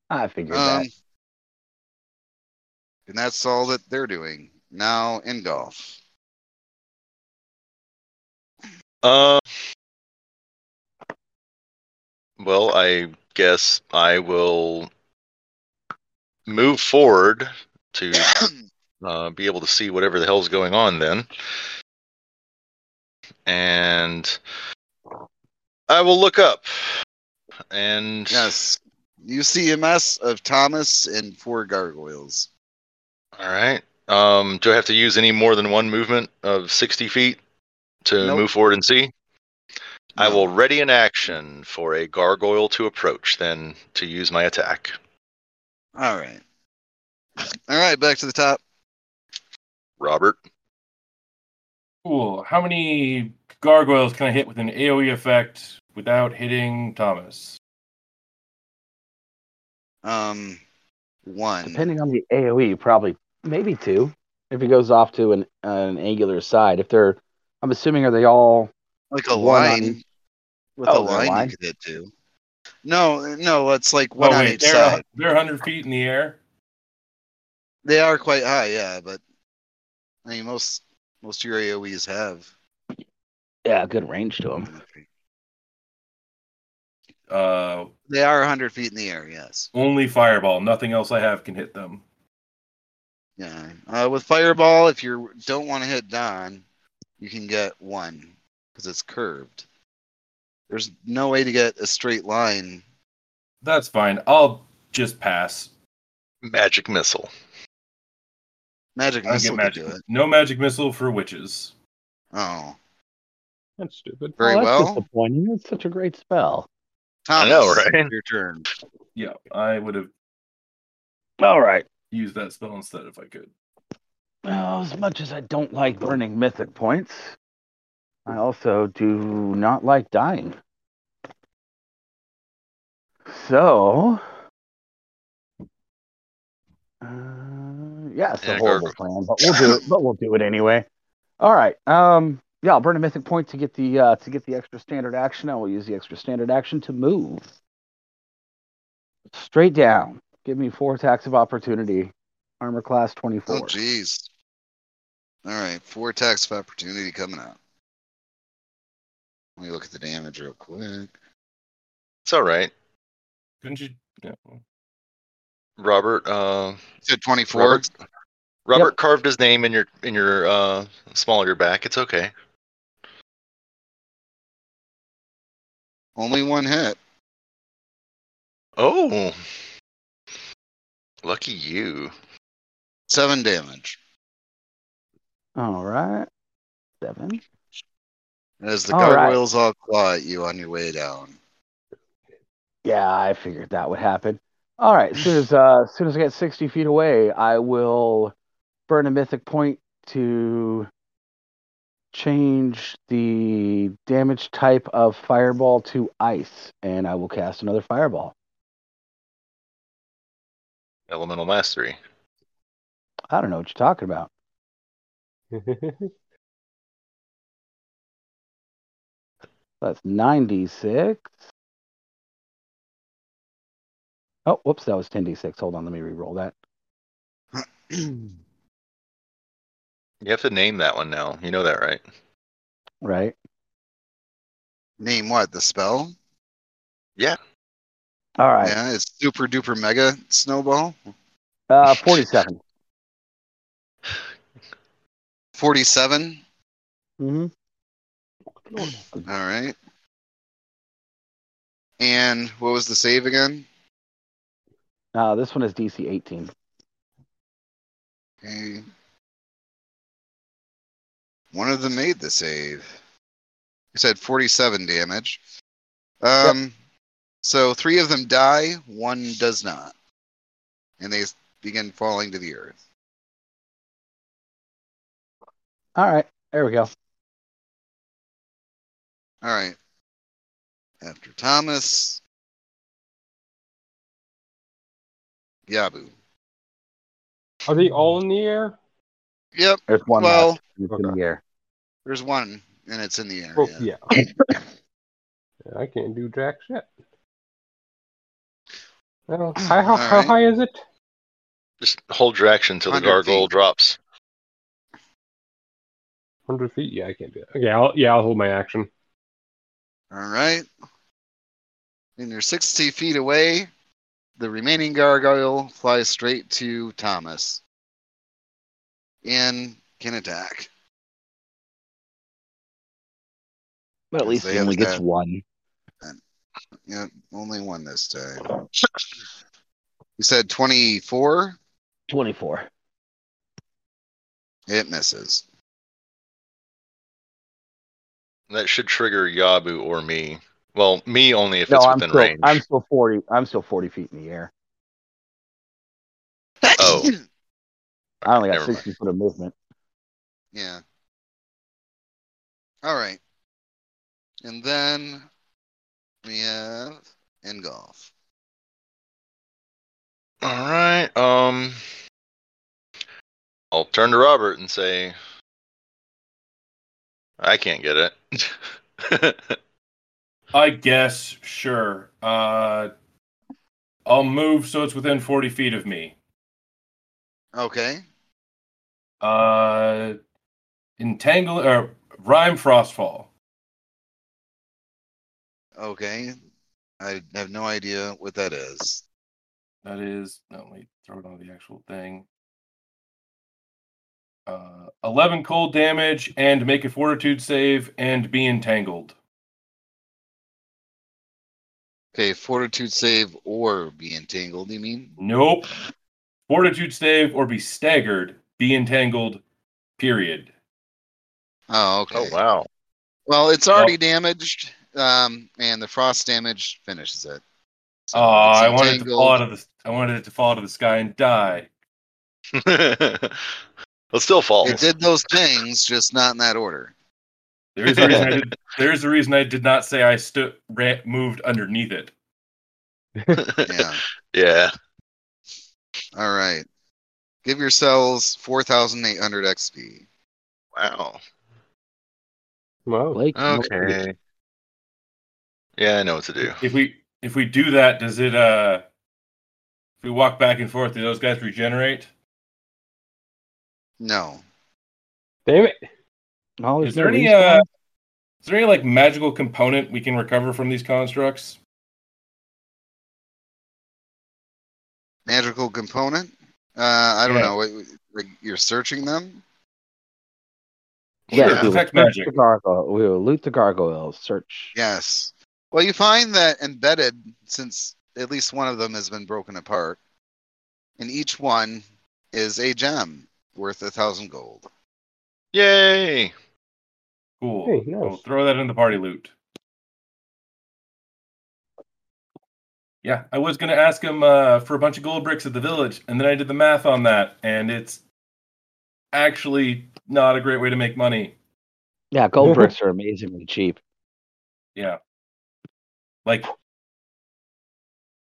S3: I figured
S1: Um,
S3: that.
S1: and that's all that they're doing. Now, in golf.
S2: Uh, well, I guess I will move forward to uh, be able to see whatever the hell's going on then. And I will look up. And
S1: yes. You see a mess of Thomas and four gargoyles.
S2: all right. Um, do I have to use any more than one movement of 60 feet to
S1: Nope.
S2: move forward and see? I
S1: No.
S2: will ready an action for a gargoyle to approach, then to use my attack.
S1: All right. All right, back to the top.
S2: Robert.
S5: Cool. How many gargoyles can I hit with an AoE effect without hitting Thomas?
S1: Um, one.
S3: Depending on the AoE, probably maybe two. If it goes off to an an angular side, if they're, I'm assuming are they all?
S1: like a
S3: One on
S1: line
S3: each-
S1: with
S3: Oh,
S1: a
S3: they're
S1: line,
S3: aligned?
S1: you could hit too. No, no, it's like one
S5: oh,
S1: on
S5: wait,
S1: each
S5: they're,
S1: side.
S5: they're 100 feet in the air.
S1: They are quite high, yeah, but I mean most most of your AoEs have.
S3: Yeah, good range to them.
S5: Uh,
S1: They are hundred feet in the air, yes.
S5: only fireball. Nothing else I have can hit them.
S1: Yeah. Uh, with fireball, if you don't want to hit Don, you can get one because it's curved. There's no way to get a straight line.
S5: That's fine. I'll just pass.
S2: Magic missile.
S1: Magic
S5: I don't
S1: missile
S5: get
S1: could
S5: magic.
S1: do it.
S5: No magic missile for witches.
S1: Oh,
S4: That's stupid.
S1: very
S3: oh, that's
S1: well.
S3: Disappointing. That's such a great spell.
S1: Thomas,
S2: I know, right?
S1: Your turn.
S5: Yeah, I would have
S3: All right.
S5: used that spell instead if I could.
S3: Well, as much as I don't like burning mythic points, I also do not like dying. So, uh, yeah, it's
S1: Yeah,
S3: a horrible plan, but we'll do it. But we'll do it anyway. All right. Um, yeah, I'll burn a mythic point to get the uh, to get the extra standard action. I will use the extra standard action to move straight down. Give me four attacks of opportunity. Armor class twenty four.
S1: Oh, jeez. All right, four attacks of opportunity coming out. Let me look at the damage real quick.
S2: It's all right,
S5: Couldn't you? Yeah. well,
S2: Robert. Uh,
S1: Did 24.
S2: Robert, Robert carved his name in your in your uh, small of your back. It's okay.
S1: Only one hit.
S2: Oh, lucky you.
S1: Seven damage.
S3: All right. Seven.
S1: As the
S3: All right.
S1: gargoyles all claw at you on your way down.
S3: Yeah, I figured that would happen. All right. As soon as, uh, as soon as I get 60 feet away, I will burn a mythic point to change the damage type of fireball to ice, and I will cast another fireball.
S2: Elemental mastery.
S3: I don't know what you're talking about. That's 96. Oh, whoops, that was 10d6. Hold on, let me re-roll that.
S2: You have to name that one now. You know that, right?
S3: Right.
S1: Name what? The spell?
S3: All right.
S1: Yeah, it's super duper mega snowball.
S3: Uh, 47.
S1: 47.
S3: hmm
S1: All right. And what was the save again?
S3: Uh, this one is DC 18.
S1: Okay. One of them made the save. You said 47 damage. Um, So three of them die, one does not. And they s- begin falling to the earth.
S3: All right. There we go.
S1: All right. After Thomas. Yabu.
S4: Are they all in the air?
S1: Yep,
S3: There's one
S1: Well,
S3: left. It's in the air.
S1: there's one, and it's in the air.
S4: Oh,
S1: yeah.
S4: yeah. I can't do jack shit. I don't, how, how, how
S1: Alright.
S4: high is it?
S2: Just hold your action till the
S1: 100 feet.
S2: gargoyle drops.
S4: 100 feet? Yeah, I can't do that. Okay, I'll, yeah, I'll hold my action.
S1: All right. And you're 60 feet away. The remaining gargoyle flies straight to Thomas and can attack.
S3: But at
S1: Yes,
S3: least
S1: they
S3: he
S1: have
S3: only gets
S1: that.
S3: one.
S1: Yep, only one this time. You said 24.
S3: 24.
S1: It misses.
S2: That should trigger Yabu or me. Well, me only if
S3: No,
S2: it's
S3: I'm
S2: within
S3: still,
S2: range.
S3: I'm still 40. I'm still 40 feet in the air.
S2: Oh.
S3: I only got
S2: Never mind.
S3: 60 foot of movement.
S1: Yeah. All right. And then we have Engulf.
S2: All right. Um, I'll turn to Robert and say, I can't get it.
S5: I guess sure. Uh, I'll move so it's within forty feet of me.
S1: Okay.
S5: Uh, entangle or rhyme frostfall.
S1: Okay. I have no idea what that is.
S5: That is no wait, throw it on the actual thing. Uh, eleven cold damage and make a fortitude save and be entangled.
S1: Okay, fortitude save or be entangled, you mean?
S5: Nope. Fortitude save or be staggered. Be entangled. Period.
S1: Oh, okay.
S2: oh, wow.
S1: Well, it's already damaged, um, and the frost damage finishes it. So
S5: Oh, I
S1: it's
S5: wanted to fall
S1: entangled.
S5: out of the I wanted it to fall out of the sky and die.
S2: It still falls.
S1: It did those things, just not in that order.
S5: There is a reason I did, there is a reason I did not say I stood ra- moved underneath it.
S1: Yeah.
S2: yeah.
S1: All right. Give yourselves 4,800 XP.
S2: Wow.
S4: Well,
S3: Blake, you want-
S2: Okay. Yeah, I know what to do.
S5: If we if we do that, does it uh if we walk back and forth, do those guys regenerate?
S1: No.
S4: damn it.
S3: No,
S5: Is
S3: there's no
S5: there any
S3: respawn?
S5: uh is there any like magical component we can recover from these constructs?
S1: Magical component? Uh, I don't
S5: Yeah.
S1: know. Wait, wait, Like you're searching them?
S3: Yes,
S2: Yeah.
S3: we will
S5: Detect
S3: search
S5: magic.
S3: the gargoyle. We will loot the gargoyles. Search.
S1: Yes. Well, you find that embedded, since at least one of them has been broken apart, and each one is a gem worth a thousand gold.
S2: Yay!
S5: Cool.
S4: Hey, nice.
S5: We'll throw that in the party loot. Yeah, I was gonna ask him uh, for a bunch of gold bricks at the village, and then I did the math on that, and it's actually not a great way to make money.
S3: Yeah, gold bricks are amazingly cheap.
S5: Yeah, like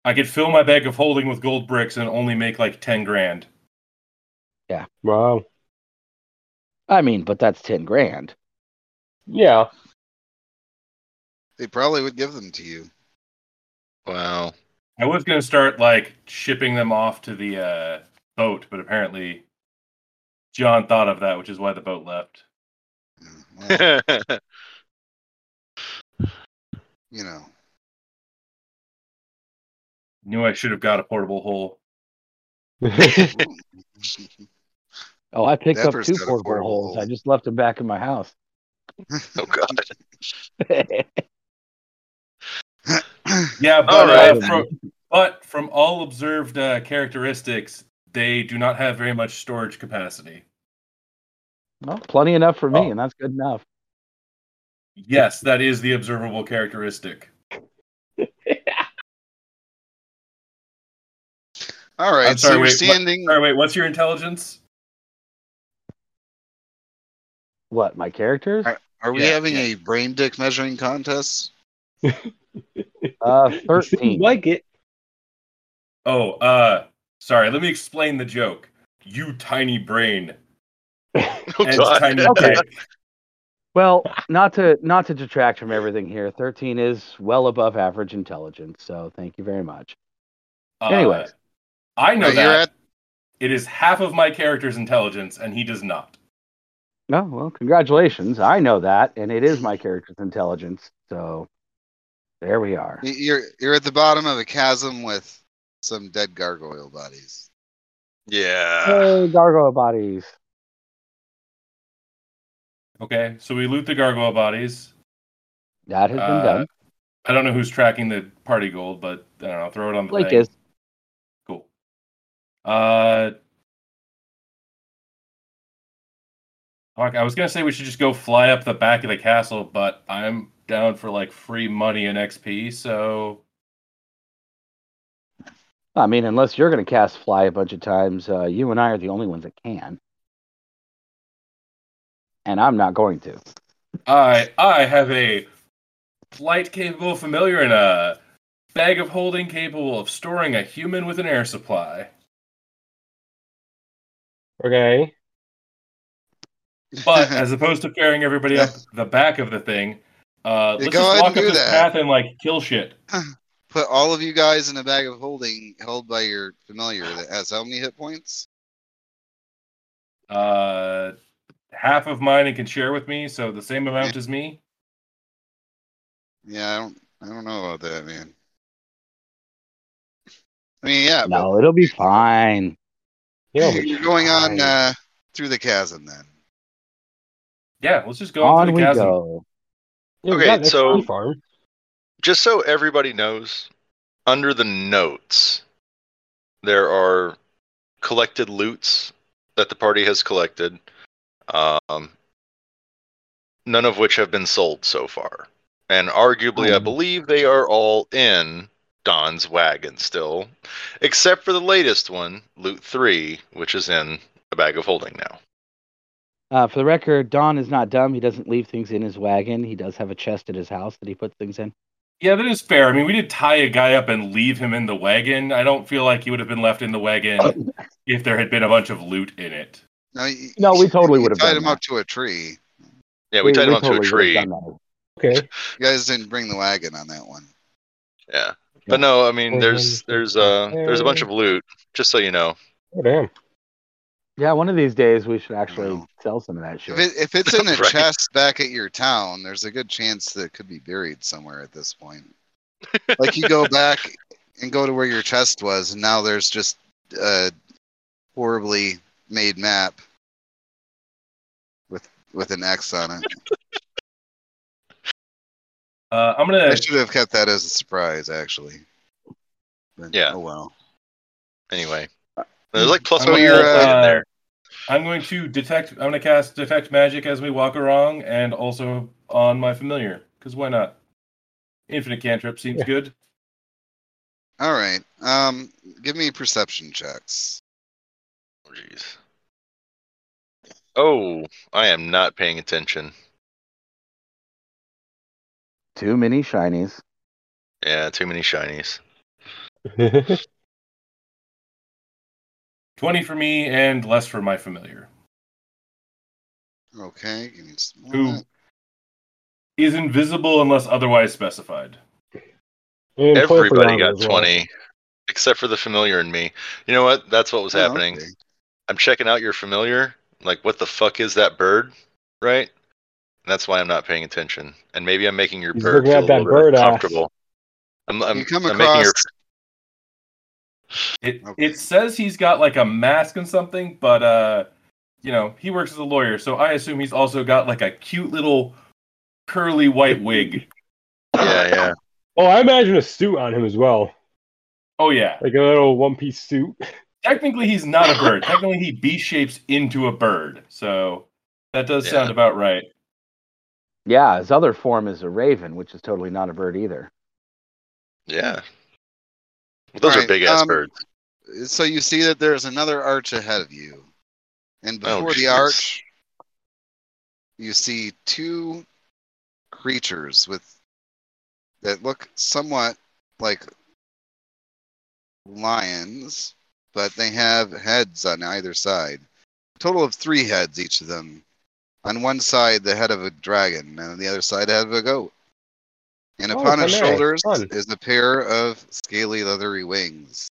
S5: I could fill my bag of holding with gold bricks and only make like ten grand.
S4: Wow.
S3: I mean, but that's ten grand.
S4: Yeah.
S1: They probably would give them to you.
S2: Wow.
S5: I was gonna start like shipping them off to the uh, boat, but apparently John thought of that, which is why the boat left.
S1: Yeah, well,
S2: Oh, yeah,
S1: you know.
S5: Knew I should have got a portable hole.
S3: Oh, I picked up
S1: Dapper's
S3: two
S1: got a
S3: portable
S1: portable
S3: holes.
S1: hole.
S3: I just left them back in my house.
S2: Oh, God.
S5: Yeah,
S2: All
S5: but,
S2: right.
S5: uh, fro- but from all observed uh, characteristics, they do not have very much storage capacity.
S3: well, plenty enough for me,
S5: Oh.
S3: and that's good enough.
S5: Yes, that is the observable characteristic.
S1: All right,
S5: I'm sorry,
S1: so you're
S5: wait, what-
S1: standing.
S5: All right, wait, what's your intelligence?
S3: What my characters?
S1: Alright. Are we
S5: Yeah,
S1: having
S5: yeah.
S1: a brain dick measuring contest?
S3: Uh,
S4: You
S3: thirteen.
S4: like it.
S5: Oh, uh, sorry, let me explain the joke. You tiny brain.
S2: Oh,
S5: and
S2: God.
S5: tiny
S3: Okay.
S5: dick.
S3: Well, not to not to detract from everything here. Thirteen is well above average intelligence, so thank you very much.
S5: Uh,
S3: Anyways.
S5: I
S1: No,
S5: know
S1: you're
S5: that.
S1: at
S5: It is half of my character's intelligence, and he does not.
S3: Oh well, congratulations. I know that, and it is my character's intelligence. So there we are.
S1: you're you're at the bottom of a chasm with some dead gargoyle bodies.
S2: Yeah.
S3: Hey, gargoyle bodies.
S5: Okay, so we loot the gargoyle bodies.
S3: That has been
S5: Uh,
S3: done.
S5: I don't know who's tracking the party gold, but I don't know. Throw it on the
S3: Blake
S5: thing.
S3: is.
S5: Cool. Uh, fuck, I was gonna say we should just go fly up the back of the castle, but I'm down for like free money and XP. So
S3: I mean, unless you're going to cast fly a bunch of times, uh, you and I are the only ones that can. And I'm not going to.
S5: I I have a flight capable familiar and a bag of holding capable of storing a human with an air supply.
S4: Okay.
S5: But as opposed to ferrying everybody up the back of the thing, uh,
S1: Yeah,
S5: let's
S1: go
S5: just
S1: ahead
S5: walk
S1: and
S5: up
S1: do
S5: this
S1: that.
S5: path and like kill shit.
S1: Put all of you guys in a bag of holding held by your familiar that has how many hit points?
S5: uh half of mine and can share with me so the same amount as me
S1: Yeah, I don't I don't know about that, man. I mean, yeah,
S3: No, it'll be fine.
S4: Yeah.
S1: but you're going on
S3: fine.
S1: uh, through the chasm then.
S5: yeah let's just go
S3: On
S5: on the
S3: we
S5: chasm
S3: go.
S4: yeah we
S2: Okay,
S4: got an
S2: so-
S4: XP farm.
S2: Just so everybody knows, under the notes, there are collected loots that the party has collected, um, none of which have been sold so far. And arguably, I
S3: Mhm.
S2: believe they are all in Don's wagon still, except for the latest one, Loot 3, which is in a bag of holding now.
S3: Uh, for the record, Don is not dumb. He doesn't leave things in his wagon. He does have a chest at his house that he puts things in.
S5: Yeah, that is fair. I mean, we did tie a guy up and leave him in the wagon. I don't feel like he would have been left in the wagon
S1: Oh.
S5: if there had been a bunch of loot in it.
S1: No, y-
S3: No, we totally
S1: you
S3: would have
S1: tied
S3: done
S1: him
S3: that.
S1: up to a tree.
S2: Yeah, we, tied him up to a
S3: totally
S2: tree.
S3: would've done that.
S4: Okay.
S1: You guys didn't bring the wagon on that one.
S2: Yeah. But no, I mean,
S4: Well,
S2: there's
S4: then-
S2: there's uh there's a bunch of loot. Just so you know,
S4: Oh, damn.
S3: Yeah, one of these days we should actually
S1: No.
S3: sell some of that shit.
S1: If, it, if it's in a
S2: Right.
S1: chest back at your town, there's a good chance that it could be buried somewhere at this point. Like you go back and go to where your chest was, and now there's just a horribly made map with with an X on it.
S5: Uh, I'm
S1: I
S5: gonna.
S1: should have kept that as a surprise, actually. But,
S2: Yeah.
S1: Oh well.
S2: anyway, there's like plus
S5: I'm
S1: So
S2: one
S5: gonna,
S1: you're,
S2: more thing
S5: uh,
S2: in there.
S5: I'm going to detect. I'm going to cast detect magic as we walk along, and also on my familiar, because why not? Infinite cantrip seems
S4: Yeah.
S5: good.
S1: All right. Um, give me perception checks.
S2: Oh, Jeez. Oh, I am not paying attention.
S3: Too many shinies.
S2: Yeah, too many shinies.
S5: Twenty for me, and less for my familiar,
S1: Okay. Give me just a
S5: who
S1: moment.
S5: is invisible unless otherwise specified.
S4: And play for
S2: Everybody
S4: Yonder
S2: got
S4: as well.
S2: twenty, except for the familiar and me. You know what? That's what was
S1: Oh,
S2: happening.
S1: okay.
S2: I'm checking out your familiar. Like, what the fuck is that bird? Right? And that's why I'm not paying attention. And maybe I'm making your
S4: He's
S2: bird
S4: looking
S2: feel
S4: at
S2: a little
S4: that
S2: bit
S4: bird ass.
S2: uncomfortable. I'm, I'm,
S1: You come
S2: I'm making your
S1: across-
S5: It
S1: Okay.
S5: it says he's got like a mask and something, but uh, you know, he works as a lawyer, so I assume he's also got like a cute little curly white wig.
S2: yeah, yeah.
S4: Oh, I imagine a suit on him as well,
S5: Oh yeah.
S4: like a little one-piece suit.
S5: Technically, he's not a bird. Technically, he B shapes into a bird. So that does
S2: Yeah.
S5: sound about right.
S3: Yeah, his other form is a raven, which is totally not a bird either.
S2: Yeah. Well, those
S1: Alright,
S2: are big ass
S1: um,
S2: birds.
S1: so you see that there's another arch ahead of you. And
S2: Oh,
S1: before the
S2: jeez.
S1: arch, you see two creatures with that look somewhat like lions, but they have heads on either side. Total of three heads each of them. On one side, the head of a dragon, and on the other side, the head of a goat. And
S4: Oh,
S1: upon his
S4: hello.
S1: shoulders
S4: Fun.
S1: is a pair of scaly, leathery wings.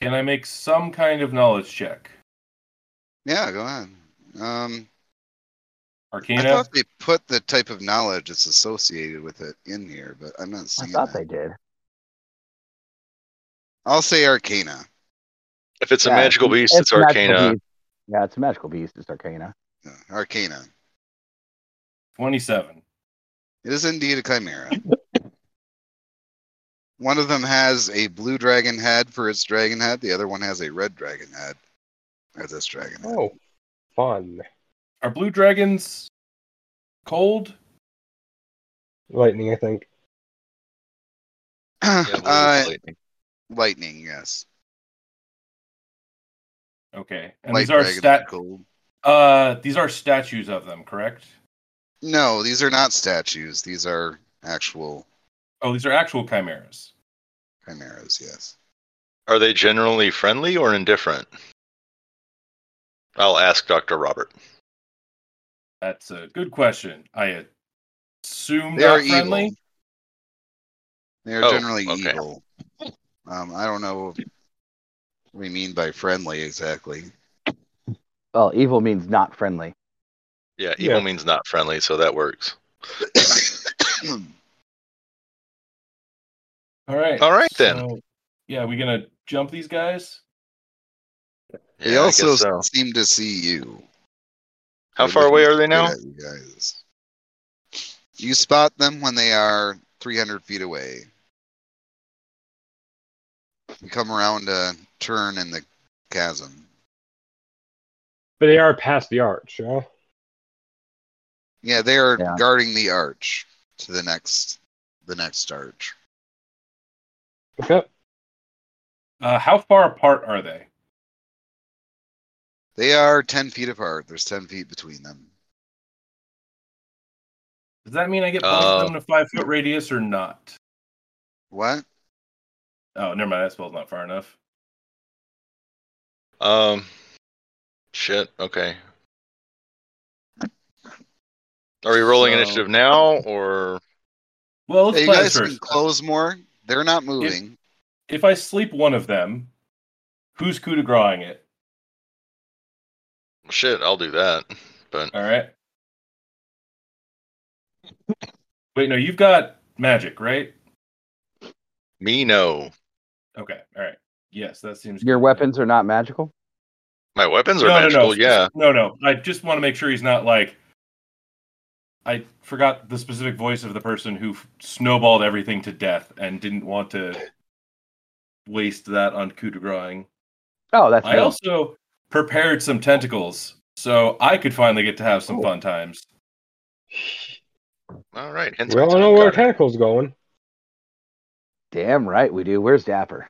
S5: Can I make some kind of knowledge check?
S1: Yeah, go on. Um, I
S5: Arcana?
S1: thought they put the type of knowledge that's associated with it in here, but I'm not
S3: I
S1: seeing
S3: thought
S1: that.
S3: they did.
S1: I'll say Arcana.
S2: If it's
S3: Yeah,
S2: a magical beast, it's,
S3: a magical
S2: arcana.
S3: beast. Yeah, it's a magical beast. It's arcana.
S1: Yeah, Arcana.
S5: 27.
S1: It is indeed a chimera. one of them has a blue dragon head for its dragon head. The other one has a red dragon head as its dragon head.
S4: Oh, fun!
S5: Are blue dragons cold?
S4: Lightning, I think.
S2: Yeah, blue
S1: uh,
S2: lightning.
S1: lightning, yes.
S5: Okay. And
S1: Light
S5: these are
S1: dragons
S5: stat
S1: are cool.
S5: uh these are statues of them, correct?
S1: No, these are not statues. These are actual
S5: Oh, these are actual chimeras.
S1: chimeras, yes.
S2: Are they generally friendly or indifferent? I'll ask Dr. Robert.
S5: That's a good question. I assume
S1: They are
S5: not friendly.
S1: evil. They are
S2: Oh,
S1: generally
S2: okay.
S1: evil. Um, I don't know what we mean by friendly exactly.
S3: Well, evil means not friendly.
S2: Yeah, evil
S4: Yeah.
S2: means not friendly, so that works.
S5: All right.
S2: All right, then.
S5: So, yeah, we gonna jump these guys?
S1: they
S2: Yeah, I
S1: also
S2: guess so.
S1: seem to see you.
S2: How
S1: They're
S2: far away
S1: looking
S2: are they now?
S1: straight at You, guys. You spot them when they are 300 feet away. You come around a turn in the chasm.
S4: But they are past the arch. Huh?
S1: Yeah, they are
S3: Yeah.
S1: guarding the arch to the next the next arch.
S4: Okay.
S5: Uh, how far apart are they?
S1: They are 10 feet apart. There's 10 feet between them.
S5: Does that mean I get points
S2: Uh,
S5: them to five foot radius or not?
S1: What?
S5: Oh, never mind. That spell's not far enough.
S2: Um, shit. Okay. Are we rolling
S1: So-
S2: initiative now, or
S5: Well, let's
S1: Hey, you
S5: plan
S1: guys can
S5: first.
S1: close more. They're not moving.
S5: If I sleep one of them, who's coup de graceing it?
S2: shit? I'll do that. But
S5: All right. Wait, no, you've got magic, right?
S2: me, no.
S5: Okay. All right. Yes, that seems
S3: Your weapons are not magical.
S2: My weapons are
S5: No, no, no.
S2: magical. Yeah.
S5: No, no. I just want to make sure he's not like. I forgot the specific voice of the person who f- snowballed everything to death and didn't want to waste that on coup de graceing.
S3: Oh, that's
S5: I
S3: me.
S5: also prepared some tentacles, so I could finally get to have
S3: Oh.
S5: some fun times.
S2: All right. hence
S4: We
S2: my
S4: all
S2: time
S4: know where our
S2: card.
S4: tentacles going.
S3: damn right we do. Where's Dapper?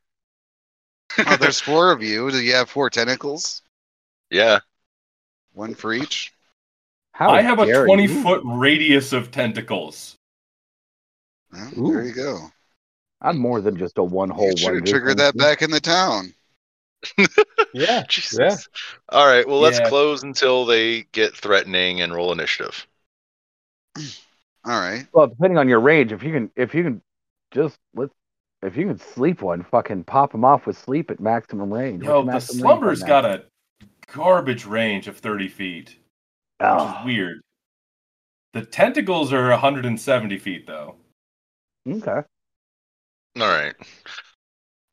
S1: oh, there's four of you. Do you have four tentacles?
S2: Yeah.
S1: One for each?
S3: How
S5: I have a
S3: dare
S5: 20
S3: you?
S5: foot radius of tentacles.
S1: Well,
S3: Ooh.
S1: there you go.
S3: I'm more than just a one hole
S1: You should
S3: one.
S1: have triggered that back in the town.
S4: Yeah.
S2: Jesus. All right. Well, let's
S5: Yeah.
S2: close until they get threatening and roll initiative.
S1: All right.
S3: Well, depending on your range, if you can, if you can, just let. If you can sleep one, fucking pop them off with sleep at maximum range.
S5: No,
S3: What's
S5: the
S3: maximum range
S5: slumber's
S3: on
S5: got
S3: that?
S5: a garbage range of 30 feet, which
S3: Oh,
S5: is weird. The tentacles are 170 feet, though.
S3: Okay.
S2: All right.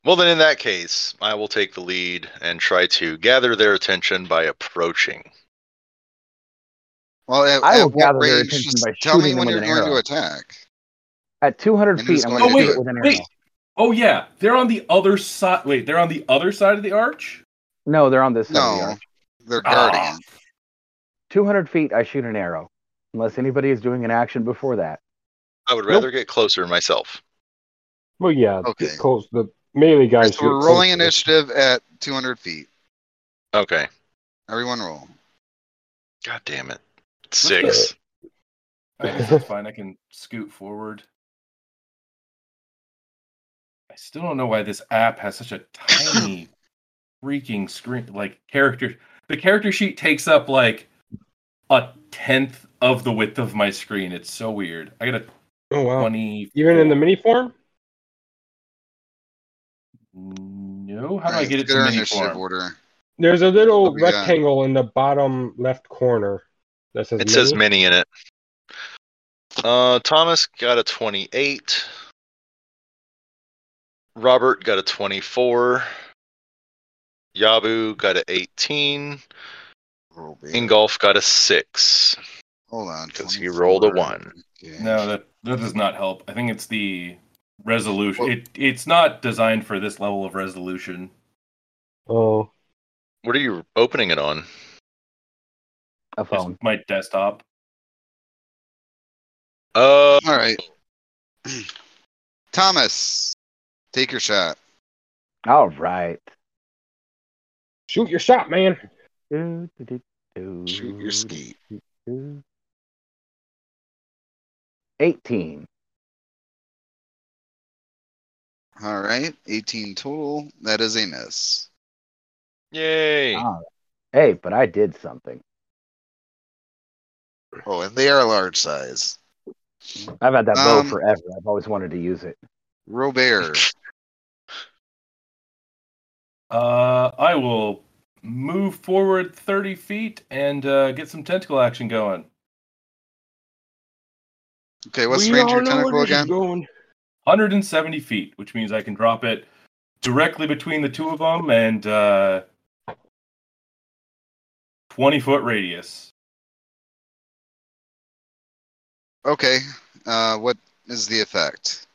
S2: Well, then, in that case, I will take the lead and try to gather their attention by approaching.
S1: Well, at,
S3: I
S1: at
S3: will
S1: what
S3: gather their
S1: range?
S3: attention
S1: Just
S3: by
S1: tell me
S3: shooting them
S1: when
S3: with
S1: you're
S3: an
S1: going
S3: arrow.
S1: to attack.
S3: At 200
S1: And who's
S3: feet, I'm
S1: going
S3: going to
S5: to do
S3: shoot
S5: it?
S3: it with an
S5: Wait.
S3: arrow.
S5: Oh, yeah. They're on the other side. Wait, they're on the other side of the arch?
S3: No, they're on this side of the
S1: No.
S3: arch.
S1: They're
S5: Ah.
S1: guarding. it.
S3: 200 feet, I shoot an arrow. Unless anybody is doing an action before that.
S2: I would rather get closer myself.
S4: Well, yeah.
S1: Okay.
S4: Get close. The melee guys.
S1: So we're
S4: shoot
S1: rolling
S4: closer.
S1: initiative at 200 feet.
S2: Okay.
S1: Everyone roll.
S2: God damn it. Six.
S5: I guess that's fine. I can scoot forward. I still don't know why this app has such a tiny freaking screen. Like, character. The character sheet takes up like a tenth of the width of my screen. It's so weird. I got a
S4: Oh wow.
S5: 20.
S4: Even in the mini form.
S5: No, how do I
S1: Alright,
S5: get it
S1: let's
S5: to
S1: our
S5: mini
S1: initiative
S5: form?
S1: order.
S4: There's a little
S1: What we got?
S4: rectangle in the bottom left corner that says
S2: It
S4: mini.
S2: says many in it. Uh, Thomas got a 28. Robert got a 24. Yabu got a 18.
S1: Roll beta.
S2: Ingolf got a 6.
S1: Hold on.
S2: 'Cause he rolled a
S1: 24.
S2: one.
S1: Okay.
S5: No, that that does not help. I think it's the resolution.
S1: Well-
S5: it it's not designed for this level of resolution.
S4: Oh.
S2: What are you opening it on?
S3: A
S5: It's
S3: phone.
S5: my desktop.
S2: Uh,
S1: All right. Thomas, take your shot.
S3: All right.
S4: Shoot your shot, man.
S3: Do, do, do, do,
S1: Shoot
S5: Mm-hmm.
S1: your skeet.
S3: do. 18.
S1: All right. 18 total. That is a miss.
S2: yay.
S3: Ah, hey, but I did something.
S1: Oh, and they are large size.
S3: I've had that bow
S1: Um,
S3: forever. I've always wanted to use it.
S1: Robert.
S5: Uh, I will move forward thirty feet and uh, get some tentacle action going.
S1: Okay, what's the
S4: We
S1: range of
S4: all
S1: your
S4: know
S1: tentacle
S4: where this is
S1: again?
S4: going.
S5: Hundred and seventy feet, which means I can drop it directly between the two of them and uh, twenty foot radius.
S1: Okay. Uh, what is the effect?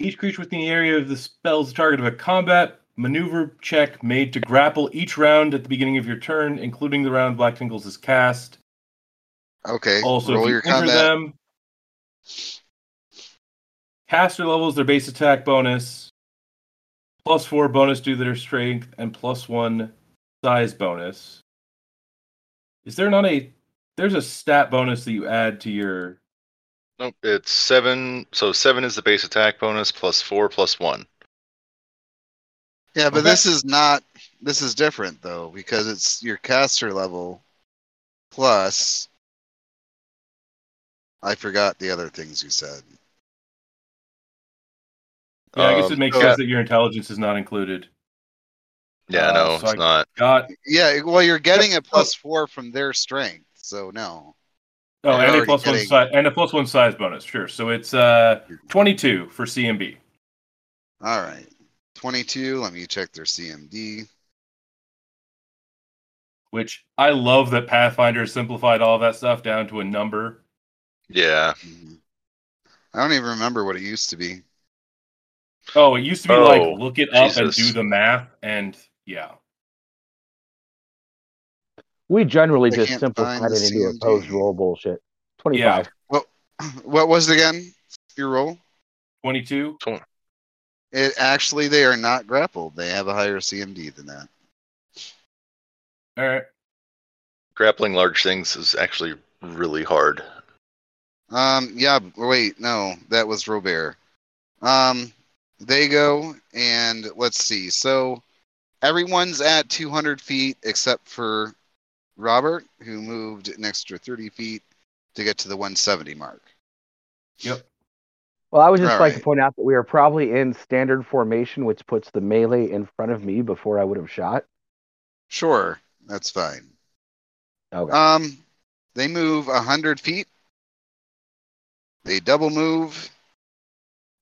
S5: Each creature within the area of the spell's target of a combat maneuver check made to grapple each round at the beginning of your turn, including the round Black Tingles is cast.
S1: Okay.
S5: Also,
S1: roll
S5: if you
S1: your
S5: enter
S1: combat.
S5: them, Caster levels their base attack bonus, plus four bonus due to their strength, and plus one size bonus. Is there not a there's a stat bonus that you add to your
S2: Nope, it's seven. So seven is the base attack bonus plus four plus one.
S1: Yeah, but
S5: Okay.
S1: this is not. This is different though because it's your caster level plus. I forgot the other things you said.
S5: Yeah, I guess
S2: Um,
S5: it makes
S2: so-
S5: sense that your intelligence is not included.
S2: Yeah,
S5: Uh,
S2: no,
S5: so
S2: it's
S5: I-
S2: not.
S5: Got
S1: Yeah, well, you're getting a
S5: Yep.
S1: plus four from their strength, so no.
S5: oh,
S1: You're
S5: and a
S1: already
S5: plus one
S1: getting-
S5: size and a plus one size bonus. Sure. So it's uh twenty two for CMB.
S1: All right, twenty-two. Let me check their CMD.
S5: Which I love that Pathfinder has simplified all that stuff down to a number.
S2: Yeah,
S1: Mhm. I don't even remember what it used to be.
S5: Oh, it used to be
S2: Oh,
S5: like look it up and
S2: Jesus.
S5: do the math, and yeah,
S3: We generally
S1: I
S3: just
S1: can't
S3: simplified
S1: find the
S3: it into
S1: CMD.
S3: opposed roll bullshit. 25.
S1: What was it again? Your roll?
S5: twenty two.
S1: It actually they are not grappled. They have a higher CMD than that.
S5: All right.
S2: grappling large things is actually really hard.
S1: Um, yeah, b- wait, no, that was Robert. Um, they go and let's see. So everyone's at 200 feet except for Robert, who moved an extra 30 feet to get to the 170 mark.
S3: Well, I would just
S1: All
S3: like to
S1: right.
S3: point out that we are probably in standard formation, which puts the melee in front of me before I would have shot.
S1: Sure, that's fine.
S3: Okay.
S1: Um, they move 100 feet. They double move.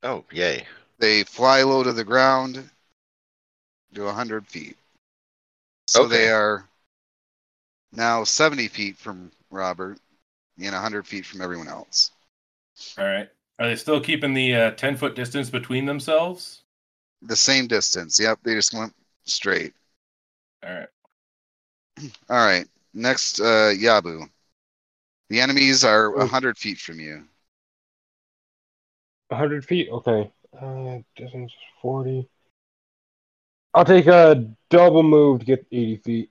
S2: Oh, yay!
S1: They fly low to the ground to 100 feet. So
S2: Okay.
S1: they are now 70 feet from Robert and 100 feet from everyone else.
S5: All right. Are they still keeping the uh, ten foot distance between themselves?
S1: The same distance. Yep, they just went straight.
S5: All right.
S1: All right, next, uh, Yabu. The enemies are
S4: Oh.
S1: 100 feet from you.
S4: 100 feet? Okay. Uh, distance is 40. I'll take a double move to get 80 feet.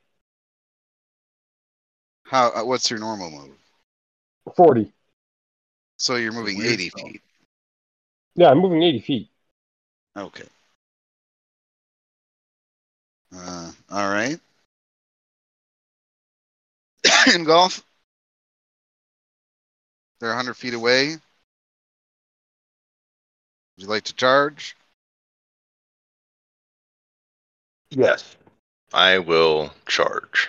S1: How? Uh, what's your normal move?
S4: 40.
S1: So you're moving
S5: Weird
S1: 80
S5: spell.
S1: feet.
S4: Yeah, I'm moving 80 feet.
S1: Okay. Uh, all right. In golf, they're 100 feet away. Would you like to charge?
S2: Yes, I will charge.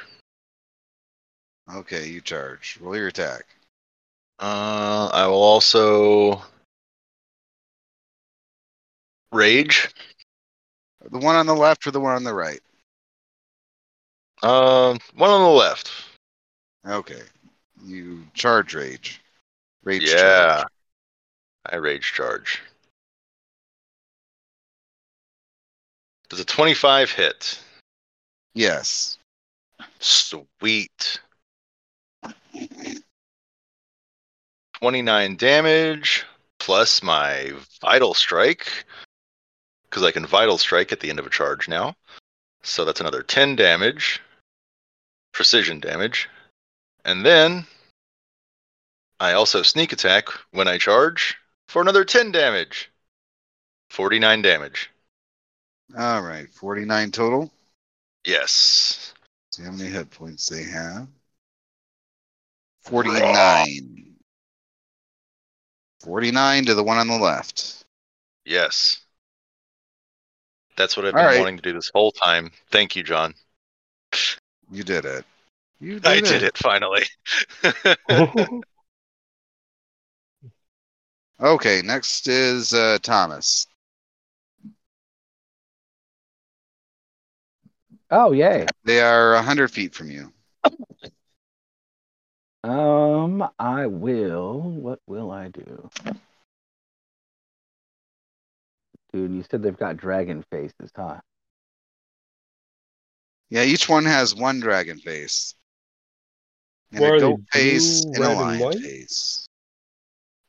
S1: Okay, you charge. Roll your attack.
S2: Uh, I will also rage.
S1: The one on the left or the one on the right?
S2: Um, one on the left.
S1: Okay. You charge rage. Rage
S2: yeah,
S1: charge.
S2: I rage charge. Does a twenty-five hit?
S1: Yes.
S2: Sweet. 29 damage plus my vital strike because I can vital strike at the end of a charge now. So that's another 10 damage, precision damage. And then I also sneak attack when I charge for another 10 damage. 49 damage.
S1: All right. 49 total.
S2: Yes.
S1: See how many hit points they have. 49. 49 to the one on the left.
S2: Yes. That's what I've
S1: All
S2: been
S1: right.
S2: wanting to do this whole time. Thank you, John.
S1: You did it. You
S2: I did it finally.
S1: Okay, next is uh, Thomas.
S3: Oh, yay.
S1: They are 100 feet from you.
S3: Um, I will. What will I do? Dude, you said they've got dragon faces, huh?
S1: Yeah, each one has one dragon face. And
S4: What
S1: a
S4: are they,
S1: goat face
S4: blue,
S1: and a
S4: red, and
S1: lion
S4: white?
S1: face.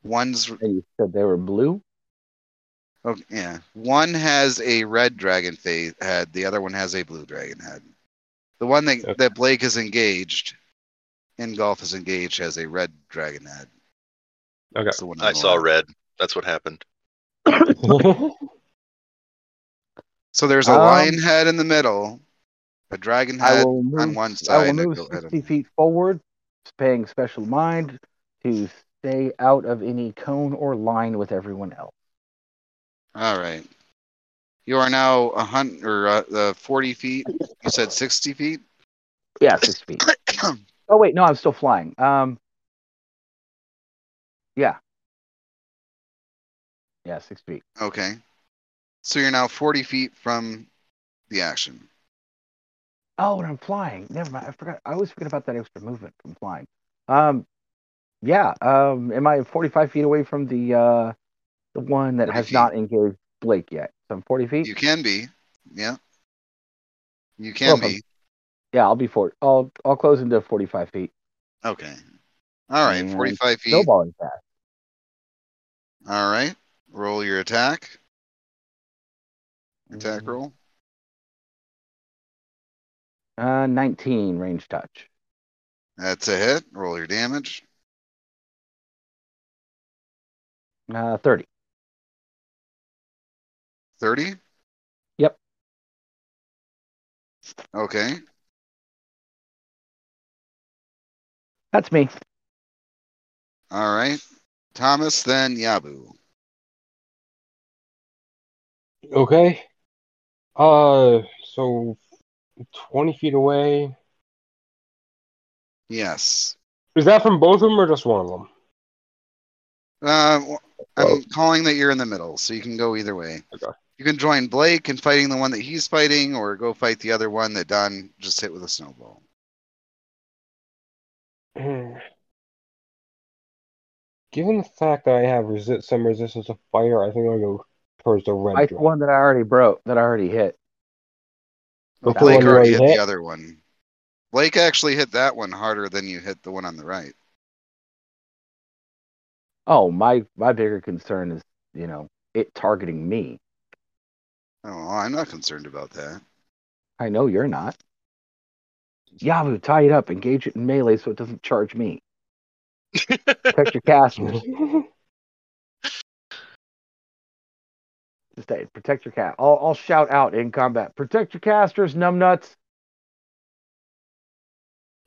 S1: One's
S3: And you said they were blue?
S1: Okay, yeah. One has a red dragon fa- head. The other one has a blue dragon head. The one that,
S4: Okay.
S1: that Blake is engaged, in golf is engaged, has a red dragon head.
S4: Okay.
S1: That's the one on
S2: I
S1: the
S2: saw
S1: left.
S2: red. That's what happened.
S1: So there's a
S3: Um,
S1: lion head in the middle, a dragon
S3: I
S1: head
S3: will move.
S1: on one
S3: I
S1: side,
S3: will
S1: and a
S3: move
S1: goat head on
S3: sixty feet forward, paying special mind to stay out of any cone or line with everyone else.
S1: All right. You are now a hundred or uh, uh, forty feet. You said sixty feet.
S3: Yeah, six feet. Oh wait, no, I'm still flying. Um, yeah, yeah, six feet.
S1: okay. So you're now forty feet from the action.
S3: Oh, and I'm flying. Never mind. I forgot. I always forget about that extra movement from flying. Um, yeah. Um, am I 45 feet away from the uh the one that
S1: 40
S3: has
S1: feet.
S3: not engaged Blake yet? So I'm 40 feet.
S1: You can be. Yeah. You
S3: Well,
S1: can
S3: if I'm-
S1: be.
S3: Yeah, I'll be 40. I'll I'll close into 45 feet.
S1: Okay. All right.
S3: And
S1: Forty-five feet.
S3: Snowballing fast.
S1: All right. Roll your attack. Attack
S3: Mhm.
S1: roll.
S3: Uh, 19 range touch.
S1: That's a hit. Roll your damage.
S3: Uh, 30.
S1: 30?
S3: Yep.
S1: Okay.
S3: That's me.
S1: All right. Thomas, then Yabu.
S4: Okay. Uh, so 20 feet away.
S1: Yes.
S4: Is that from both of them or just one of them?
S1: Uh, w- I'm
S4: Well-
S1: calling that you're in the middle, so you can go either way.
S4: Okay.
S1: You can join Blake in fighting the one that he's fighting, or go fight the other one that Don just hit with a snowball.
S4: Given the fact that I have resi- some resistance to fire, I think I'll go towards the red
S3: I the
S4: dragon.
S3: one that I already broke, that I already hit.
S1: Well,
S3: That
S1: Blake
S3: one you
S1: already hit
S4: already hit?
S1: the other one. Blake actually hit that one harder than you hit the one on the right.
S3: Oh, my my bigger concern is, you know, it targeting me.
S1: Oh, I'm not concerned about that.
S3: I know you're not. Yabu, tie it up, engage it in melee so it doesn't charge me. Protect your casters. Just say, protect your cat. I'll, I'll shout out in combat. Protect your casters, numbnuts,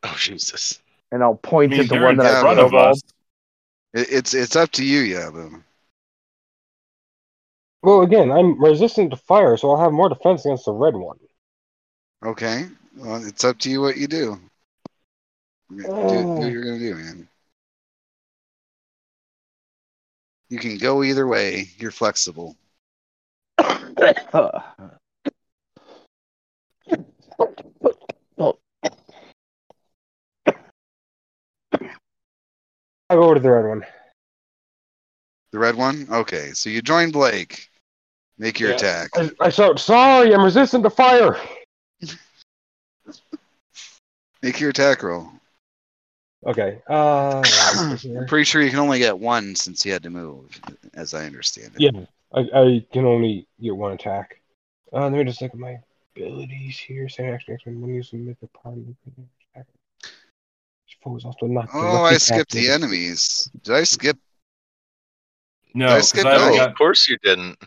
S2: Oh Jesus!
S3: and I'll
S5: I
S3: point
S5: mean,
S3: at the
S5: they're
S3: one
S5: in
S3: that I
S5: front
S1: Yeah,
S5: of
S3: snowballed.
S5: us.
S1: It, it's it's up to you, Yabu.
S4: well, again, I'm resistant to fire, so I'll have more defense against the red one.
S1: Okay. Well, it's up to you what you do. Do, do
S4: Uh.
S1: what you're gonna do, man. You can go either way. You're flexible.
S3: Uh,
S4: I go to the red one.
S1: The red one. Okay. So you join Blake. Make your
S4: Yeah.
S1: attack.
S4: I, I shout, sorry, I'm resistant to fire.
S1: Make your attack roll.
S4: Okay. Uh,
S1: I'm pretty sure you can only get one since you had to move, as I understand it.
S4: yeah, I, I can only get one attack. Uh, let me just look at my abilities here. Same action, action, one use to make the party. attack. Foes also not
S1: Oh,
S4: directly
S1: I skipped
S4: attacked.
S1: the enemies. Did I skip?
S5: No,
S1: I
S5: 'cause
S1: skipped
S5: I haven't
S1: those.
S5: got
S2: Of course you didn't.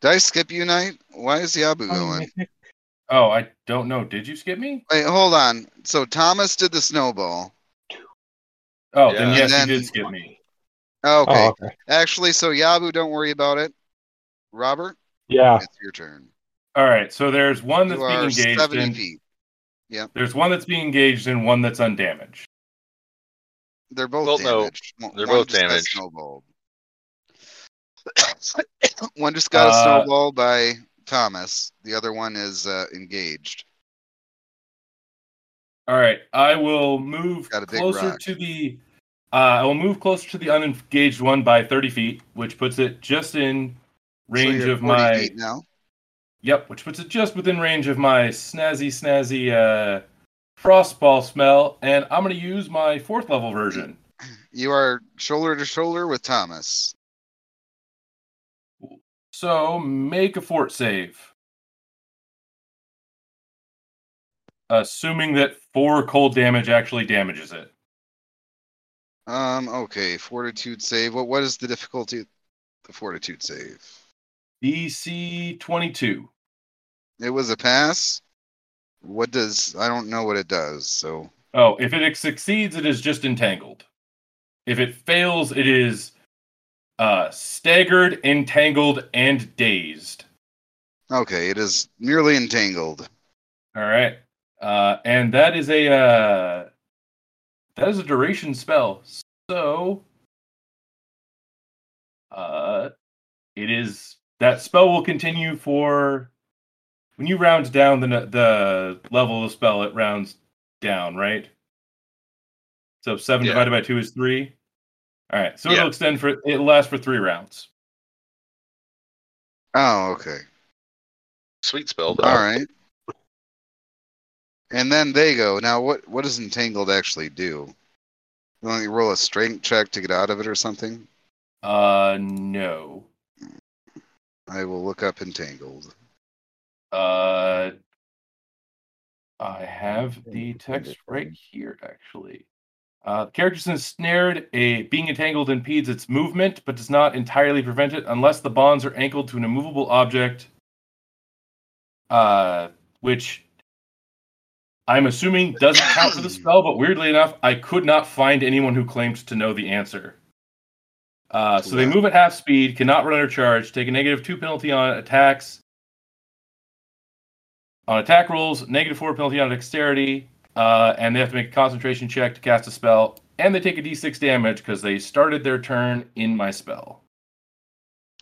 S1: Did I skip you, Knight? Why is Yabu
S4: Um,
S1: going?
S5: Oh, I don't know. Did you skip me?
S1: Wait, hold on. So Thomas did the snowball.
S2: Yeah.
S5: Oh, then
S1: And
S5: yes, you
S1: then-
S5: did skip me.
S1: Okay.
S4: Oh, okay.
S1: Actually, so Yabu, don't worry about it. Robert,
S4: Yeah.
S1: it's your turn.
S5: All right, so there's one that's
S1: You
S5: being
S1: are
S5: engaged
S1: 70
S5: in.
S1: feet.
S5: There's one that's being engaged in, one that's undamaged.
S1: They're both
S2: Well, no.
S1: damaged. No,
S2: They're
S1: one
S2: both
S1: just got
S2: damaged.
S1: Snowballed. one just got a
S5: Uh,
S1: snowball by Thomas. The other one is uh, engaged.
S5: All right, I will move
S1: Got a big
S5: closer
S1: rock.
S5: to the. Uh, I will move closer to the unengaged one by 30 feet, which puts it just in range
S1: so you're
S5: of
S1: 40
S5: my.
S1: feet now.
S5: Yep, which puts it just within range of my snazzy, snazzy uh, frostball smell, and I'm going to use my fourth level version.
S1: You are shoulder to shoulder with Thomas.
S5: So make a fort save. Assuming that four cold damage actually damages it.
S1: Um. Okay. Fortitude save. What? What is the difficulty? of The fortitude save.
S5: DC 22.
S1: It was a pass. What does? I don't know what it does. So.
S5: Oh, if it succeeds, it is just entangled. If it fails, it is uh, staggered, entangled, and dazed.
S1: Okay. It is merely entangled.
S5: All right, uh, and that is a uh, that is a duration spell. So, uh, it is that spell will continue for when you round down the n- the level of the spell. It rounds down, right? So seven
S2: Yeah.
S5: divided by two is three. All right, so
S2: Yeah.
S5: it'll extend for it lasts for three rounds.
S1: Oh. Okay.
S2: Sweet spell. Though.
S1: All right. And then they go. Now, what? What does entangled actually do? You want me to roll a strength check to get out of it or something?
S5: Uh, no.
S1: I will look up entangled.
S5: Uh, I have the text right here, actually. Uh, the character is ensnared. A being entangled impedes its movement, but does not entirely prevent it unless the bonds are anchored to an immovable object. Uh, which I'm assuming doesn't count for the spell. But weirdly enough, I could not find anyone who claimed to know the answer. Uh, so they
S1: Wow.
S5: move at half speed, cannot run or charge, take a negative two penalty on attacks, on attack rolls, negative four penalty on dexterity, uh, and they have to make a concentration check to cast a spell, and they take a d6 damage because they started their turn in my spell.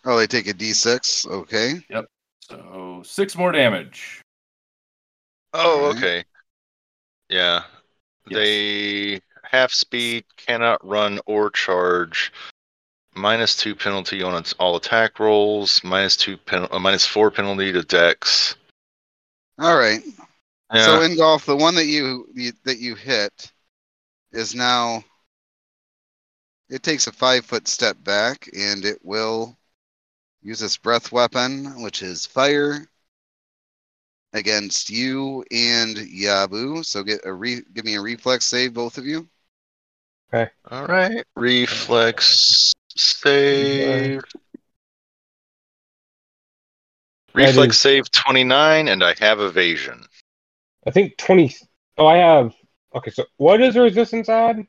S1: Oh, they take a D6. Okay.
S5: So six more damage.
S2: Oh,
S1: Alright.
S2: okay. Yeah.
S5: Yes.
S2: They half speed, cannot run or charge. Minus two penalty on its all attack rolls. Minus two pen, uh, minus four penalty to dex.
S1: All right.
S2: Yeah.
S1: So in golf, the one that you, you that you hit is now. It takes a five foot step back, and it will use its breath weapon, which is fire, against you and Yabu. So get a re- give me a reflex save, both of you.
S2: all right. Reflex save. Reflex
S4: is-
S2: save 29, and I have evasion.
S4: I think 20. Oh, I have. Okay, so what is the resistance on?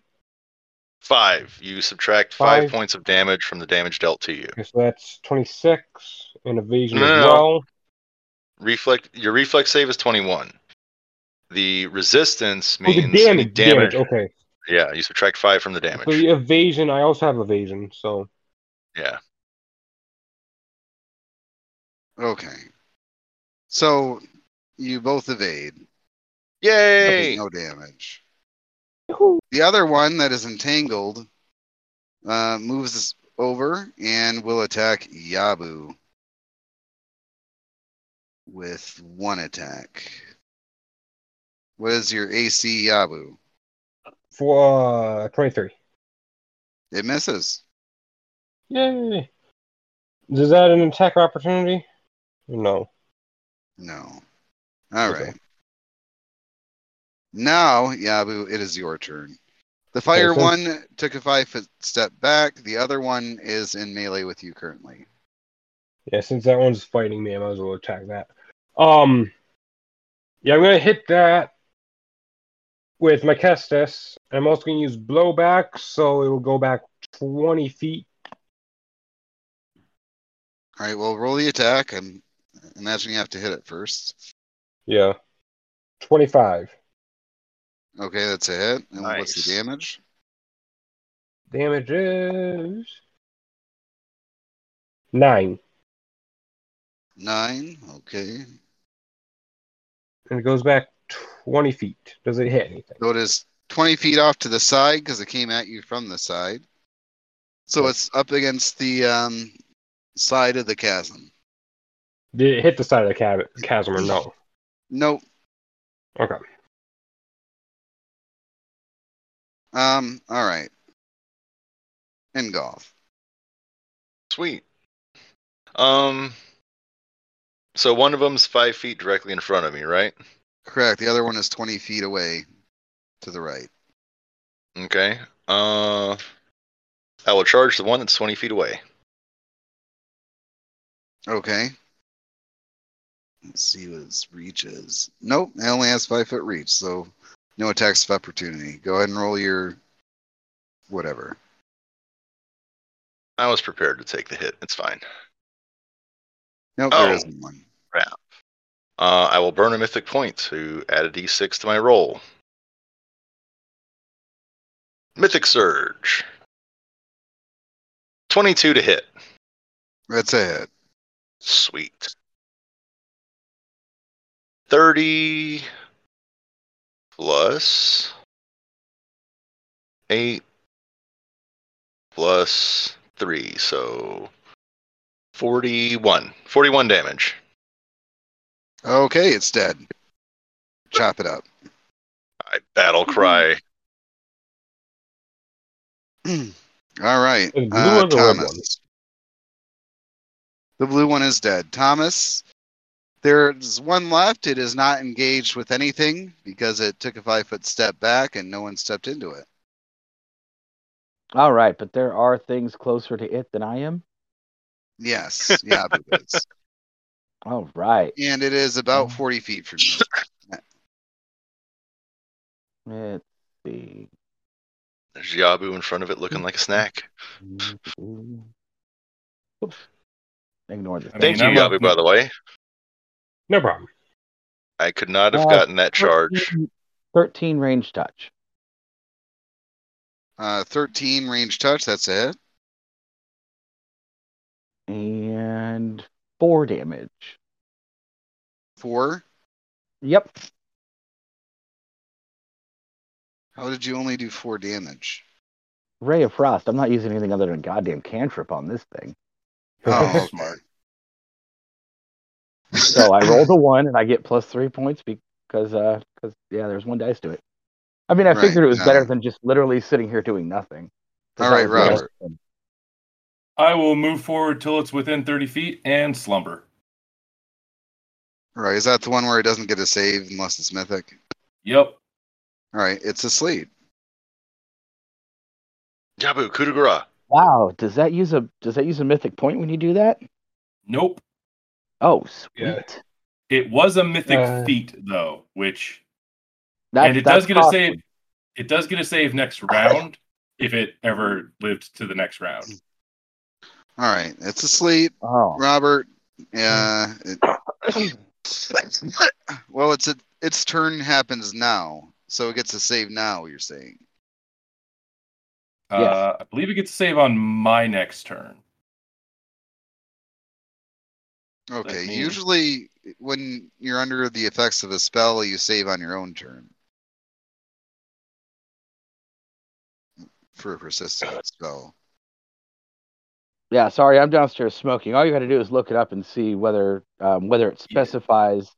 S2: Five. You subtract five,
S4: Five.
S2: points of damage from the damage dealt to you.
S4: Okay, so that's 26 and evasion
S2: No,
S4: as
S2: no, no.
S4: well.
S2: Reflect. Your reflex save is 21. The resistance
S4: Oh, the
S2: means any
S4: damage, damage. Okay.
S2: Yeah, you subtract five from the damage.
S4: So the evasion, I also have evasion, so
S2: Yeah.
S1: Okay. So you both evade.
S2: Yay!
S1: Does No damage. The other one that is entangled uh, moves over and will attack Yabu with one attack. What is your AC, Yabu?
S4: for uh, 23.
S1: It misses.
S4: Yay! Is that an attack opportunity? No.
S1: No. All right.
S4: Okay.
S1: Now, Yabu, it is your turn. The fire
S4: so-
S1: one took a five foot step back. The other one is in melee with you currently.
S4: Yeah, since that one's fighting me, I might as well attack that. Um, yeah, I'm gonna hit that with my Kestis. I'm also gonna use blowback, so it will go back 20 feet.
S1: All right, well, roll the attack. I'm imagining you have to hit it first.
S4: Yeah, 25
S1: Okay, that's a hit. And what's the
S2: Nice.
S1: damage?
S4: damage is nine,
S1: Nine. Okay.
S4: and it goes back 20 feet. Does it hit anything?
S1: So it is 20 feet off to the side because it came at you from the side. So it's up against the um, side of the chasm.
S4: Did it hit the side of the cab- chasm or no?
S1: Nope.
S4: Okay.
S1: Um, all right. In golf.
S2: Sweet. Um. So one of them's five feet directly in front of me, right?
S1: Correct. The other one is 20 feet away to the right.
S2: Okay. Uh, I will charge the one that's 20 feet away.
S1: Okay. Let's see what his reach is. Nope, it only has five foot reach, so no attacks of opportunity. Go ahead and roll your whatever.
S2: I was prepared to take the hit. It's fine.
S1: Nope,
S2: Oh.
S1: there isn't one.
S2: Uh, I will burn a mythic point to add a d6 to my roll. Mythic Surge. 22 to hit.
S1: That's a hit.
S2: Sweet. 30 plus 8 plus 3, so 41. 41 damage.
S1: Okay, it's dead. Chop it up.
S2: I battle cry.
S1: All right.
S4: The blue
S1: uh,
S4: or the red
S1: Thomas. The
S4: one?
S1: blue one is dead. Thomas, there's one left. It is not engaged with anything because it took a five foot step back and no one stepped into it.
S3: All right, but there are things closer to it than I am.
S1: Yes. Yeah, it is.
S3: All right.
S1: And it is about
S3: Mm.
S1: 40 feet from you.
S3: Let's see.
S2: There's Yabu in front of it looking like a snack.
S3: Oops. Ignore this.
S5: I mean,
S2: Thank you, uh,
S5: I'm up-
S2: Yabu, by the way.
S4: No problem.
S2: I could not have
S3: Uh,
S2: gotten that charge.
S3: 13 13 range touch.
S1: Uh, 13 range touch. That's it.
S3: And four damage.
S1: Four.
S3: Yep.
S1: How did you only do four damage?
S3: Ray of Frost. I'm not using anything other than goddamn cantrip on this thing.
S1: Oh,
S5: Smart.
S3: So I rolled a one and I get plus three points because, uh, cause, yeah, there's one dice to it. I mean, I
S1: Right,
S3: figured it was
S1: got
S3: better
S1: it.
S3: than just literally sitting here doing nothing. 'Cause
S1: All
S3: that
S1: right,
S3: was the best
S1: Robert.
S3: thing.
S5: I will move forward till it's within 30 feet and slumber.
S1: All right. Is that the one where it doesn't get a save unless it's mythic?
S5: Yep.
S1: All right. It's asleep.
S2: Yabu, coup de grace.
S3: Wow, does that use a does that use a mythic point when you do that?
S5: Nope.
S3: Oh, sweet.
S4: Yeah.
S5: It was a mythic
S4: Uh.
S5: feat though, which
S3: That's,
S5: and it
S3: that's
S5: does get a
S3: costly.
S5: save. It does get a save next round if it ever lived to the next round.
S1: All right. It's asleep.
S3: Oh,
S1: Robert. Yeah. it- well, it's a, its turn happens now, so it gets a save now. You're saying.
S5: Uh, I believe it gets a save on my next turn.
S1: Okay.
S5: mean-
S1: Usually, when you're under the effects of a spell, you save on your own turn for a persistent spell.
S3: yeah. Sorry, I'm downstairs smoking. All you got to do is look it up and see whether um, whether it
S5: Yeah.
S3: specifies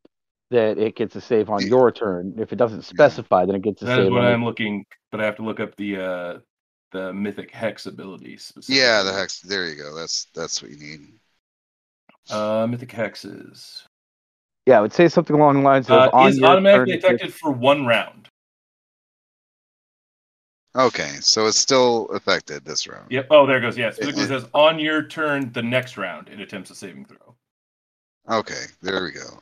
S3: that it gets a save on
S1: Yeah.
S3: your turn. If it doesn't specify, then it gets a
S5: That is
S3: save.
S5: what
S3: On
S5: I'm
S3: your-
S5: looking, but I have to look up the uh, the mythic hex ability specifically.
S1: Yeah, the hex. There you go. That's that's what you need.
S5: Uh, mythic hexes
S3: yeah, it would say something along the lines of
S5: uh,
S3: on
S5: is
S3: your turn.
S5: automatically
S3: it
S5: affected for one round.
S1: Okay, so it's still affected this round.
S5: Yep. Oh, there it goes. Yeah, it specifically
S1: It-
S5: says on your turn the next round it attempts a saving throw.
S1: Okay, there we go.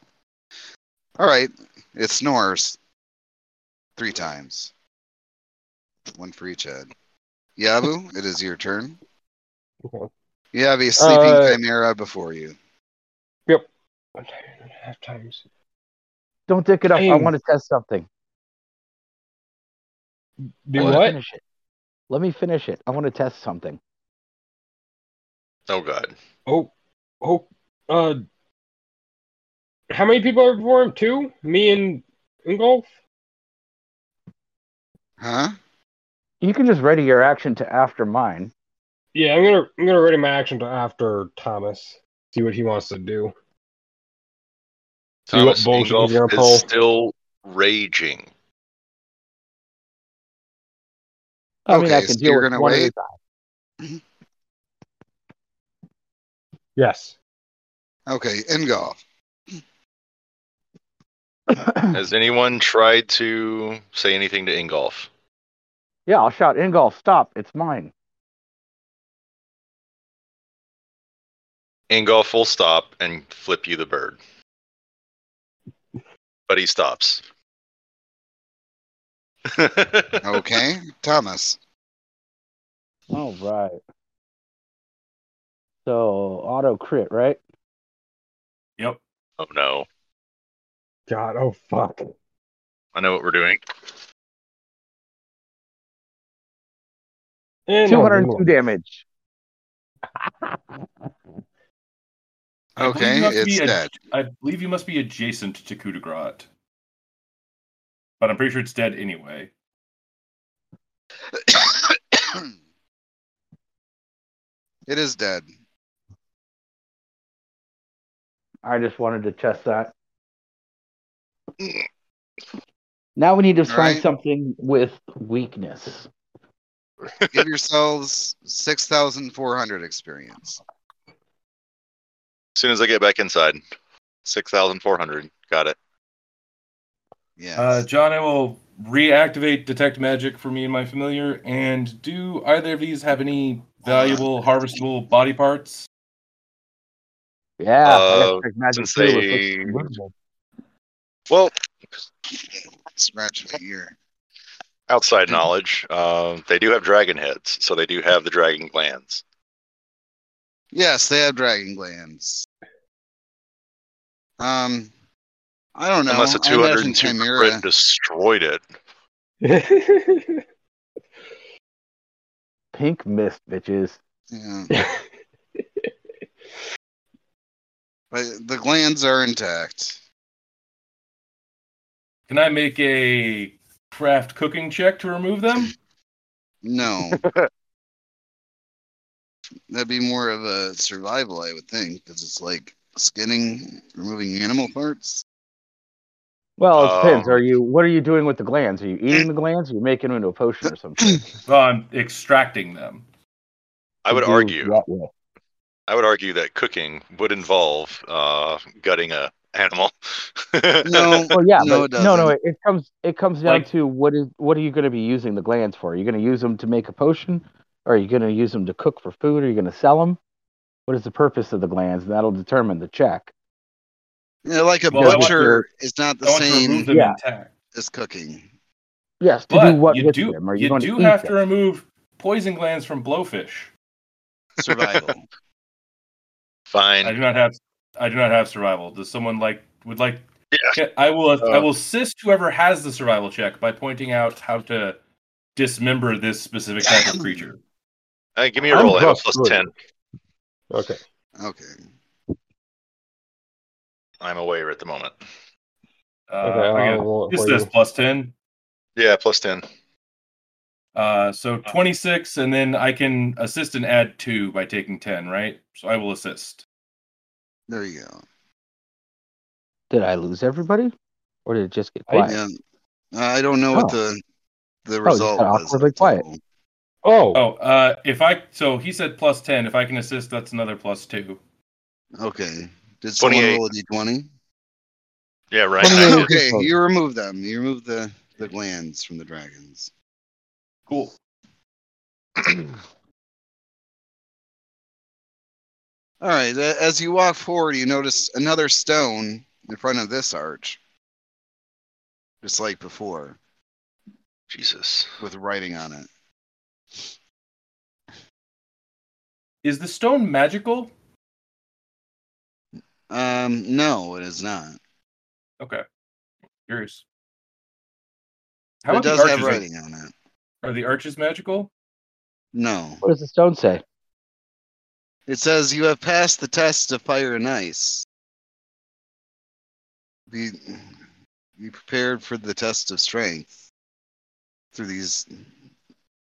S1: All right, it snores three times. One for each head. Yabu, it is your turn.
S4: Okay.
S1: You have a sleeping
S4: Uh,
S1: chimera before you.
S4: One time and a half times.
S3: Don't dick it up. I
S4: Dang.
S3: want to test something.
S4: Do
S3: I wanna
S4: what?
S3: Finish it. Let me finish it. I want to test something.
S2: Oh, God.
S4: Oh, oh, uh, how many people are before him? Two? Me and Ingolf?
S1: Huh?
S3: You can just ready your action to after mine.
S4: Yeah, I'm gonna I'm gonna ready my action to after Thomas. See what he wants to do. See what
S2: Thomas
S4: bullshit he's gonna
S2: Ingolf is
S4: pull.
S2: still raging.
S3: I mean, I
S1: Okay,
S3: can
S1: so
S3: deal
S1: you're
S3: with
S1: gonna
S3: one at a
S1: wait?
S3: time.
S4: Yes.
S1: Okay, Ingolf.
S2: Has anyone tried to say anything to Ingolf?
S3: Yeah, I'll shout, Ingolf, stop. It's mine.
S2: Ingolf will stop and flip you the bird. But he stops.
S1: Okay, Thomas.
S3: All right. So auto crit, right?
S5: Yep.
S2: Oh no.
S4: God, oh fuck.
S2: I know what we're doing.
S4: And
S3: Two
S4: I'll
S3: hundred
S4: roll.
S3: two damage.
S5: I believe
S1: Okay,
S5: you must
S1: it's
S5: be ad-
S1: dead.
S5: I believe you must be adjacent to coup de grace. But I'm pretty sure it's dead anyway.
S1: it is dead.
S3: I just wanted to test that. Now we need to find
S1: right.
S3: something with weakness.
S1: Give yourselves 6,400 experience.
S2: As soon as I get back inside. Six thousand four hundred. Got it.
S1: Yes.
S5: Uh, John, I will reactivate detect magic for me and my familiar. And do either of these have any valuable harvestable body parts?
S3: Yeah, I got
S2: Uh,
S3: trick magic
S2: since
S3: too. It
S2: they-
S3: looks unbelievable.
S2: Well,
S1: Scratch my ear.
S2: outside knowledge. Um, they do have dragon heads, so they do have the dragon glands.
S1: Yes, they have dragon glands. Um, I don't know.
S2: Unless a
S1: I imagine
S2: 202
S1: Chimera-
S2: crit destroyed it.
S3: Pink mist, bitches.
S1: Yeah. But the glands are intact.
S5: Can I make a craft cooking check to remove them?
S1: No. That'd be more of a survival, I would think, because it's like skinning, removing animal parts.
S3: Well, it depends.
S2: Um,
S3: Are you? What are you doing with the glands? Are you eating the glands? Are you making them into a potion or something?
S5: Well, I'm extracting them.
S2: I would
S3: Do
S2: argue.
S3: that way.
S2: I would argue that cooking would involve uh, gutting a animal.
S1: No.
S3: Well, yeah,
S1: No,
S3: no,
S1: it
S3: but no, no,
S1: doesn't.
S3: it, it comes it comes down
S5: Like-
S3: to what is what are you going to be using the glands for? Are you going to use them to make a potion? Or are you going to use them to cook for food? Are you going to sell them? What is the purpose of the glands? And that'll determine the check.
S1: You know, like a
S5: Well,
S3: I want
S1: butcher is not the
S5: I want to remove
S1: same
S5: them
S3: Yeah.
S5: intact.
S1: as cooking.
S3: Yes, to
S5: But
S3: do what
S5: you
S3: with
S5: do
S3: them? Are you,
S5: you,
S3: going
S5: do
S3: to eat
S5: have
S3: them?
S5: to remove poison glands from blowfish.
S1: Survival.
S2: Fine.
S5: I do not have I do not have survival. Does someone like would like
S2: Yeah.
S5: Okay, I will I
S2: Uh,
S5: will assist whoever has the survival check by pointing out how to dismember this specific type of creature.
S2: Uh, give me a
S4: I'm
S2: roll. I have a
S4: plus
S2: plus
S4: three.
S2: ten.
S4: okay.
S1: okay.
S2: I'm away at the moment.
S5: Uh,
S4: Okay,
S5: I
S4: I'll
S5: got-
S4: roll it
S5: this
S4: for you.
S5: says plus ten.
S2: Yeah, plus ten.
S5: Uh, so twenty six, and then I can assist and add two by taking ten, right? So I will assist.
S1: There you go.
S3: Did I lose everybody, or did it just get
S4: I-
S3: quiet?
S1: Yeah. Uh, I don't know what
S3: Oh.
S1: the the
S3: got
S1: result was.
S3: awkwardly quiet.
S4: Oh,
S5: Oh, uh, if I so he said plus ten. If I can assist, that's another plus two.
S1: Okay. Did someone
S2: 28.
S1: roll a d20?
S2: Yeah, right.
S3: Twenty-eight.
S2: I did.
S1: okay, you remove them. You remove the, the glands from the dragons.
S5: Cool.
S1: All right. tha- As you walk forward, you notice another stone in front of this arch, just like before,
S2: Jesus.
S1: with writing on it.
S5: Is the stone magical?
S1: Um, no, it is not.
S5: Okay, curious. How
S1: It
S5: about
S1: does
S5: the
S1: have
S5: arches? Are-
S1: writing on it.
S5: Are the arches magical?
S1: No,
S3: What does the stone say?
S1: it says you have passed the test of fire and ice. Be be prepared for the test of strength through these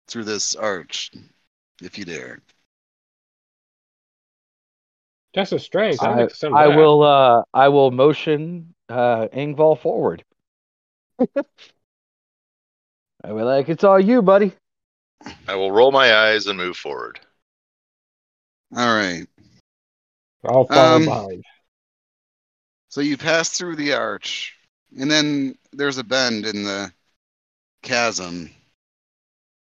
S1: through this arch, if you dare.
S4: that's a strength. I, like the sound of
S3: I
S4: that.
S3: will uh I will motion uh Ingval forward. I will be like, it's all you, buddy.
S2: I will roll my eyes and move forward.
S1: All right.
S4: I'll follow
S1: Um,
S4: behind.
S1: So you pass through the arch, and then there's a bend in the chasm.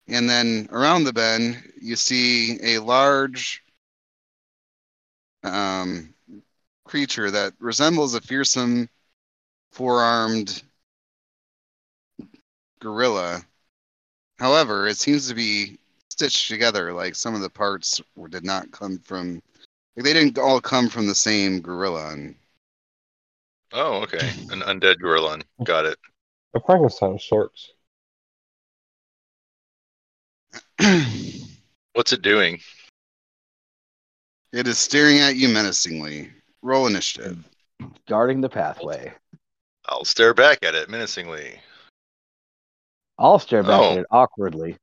S1: And then around the bend, you see a large um, creature that resembles a fearsome four armed gorilla. However, it seems to be stitched together, like some of the parts were- did not come from, like they didn't all come from the same gorilla. And
S2: Oh, okay. An undead gorilla. Got it.
S4: A Frankenstein of sorts.
S1: it
S2: What's it doing?
S1: is staring at you menacingly. Roll initiative.
S3: guarding the pathway.
S2: I'll stare back at it menacingly.
S3: I'll stare back
S2: Oh.
S3: at it awkwardly.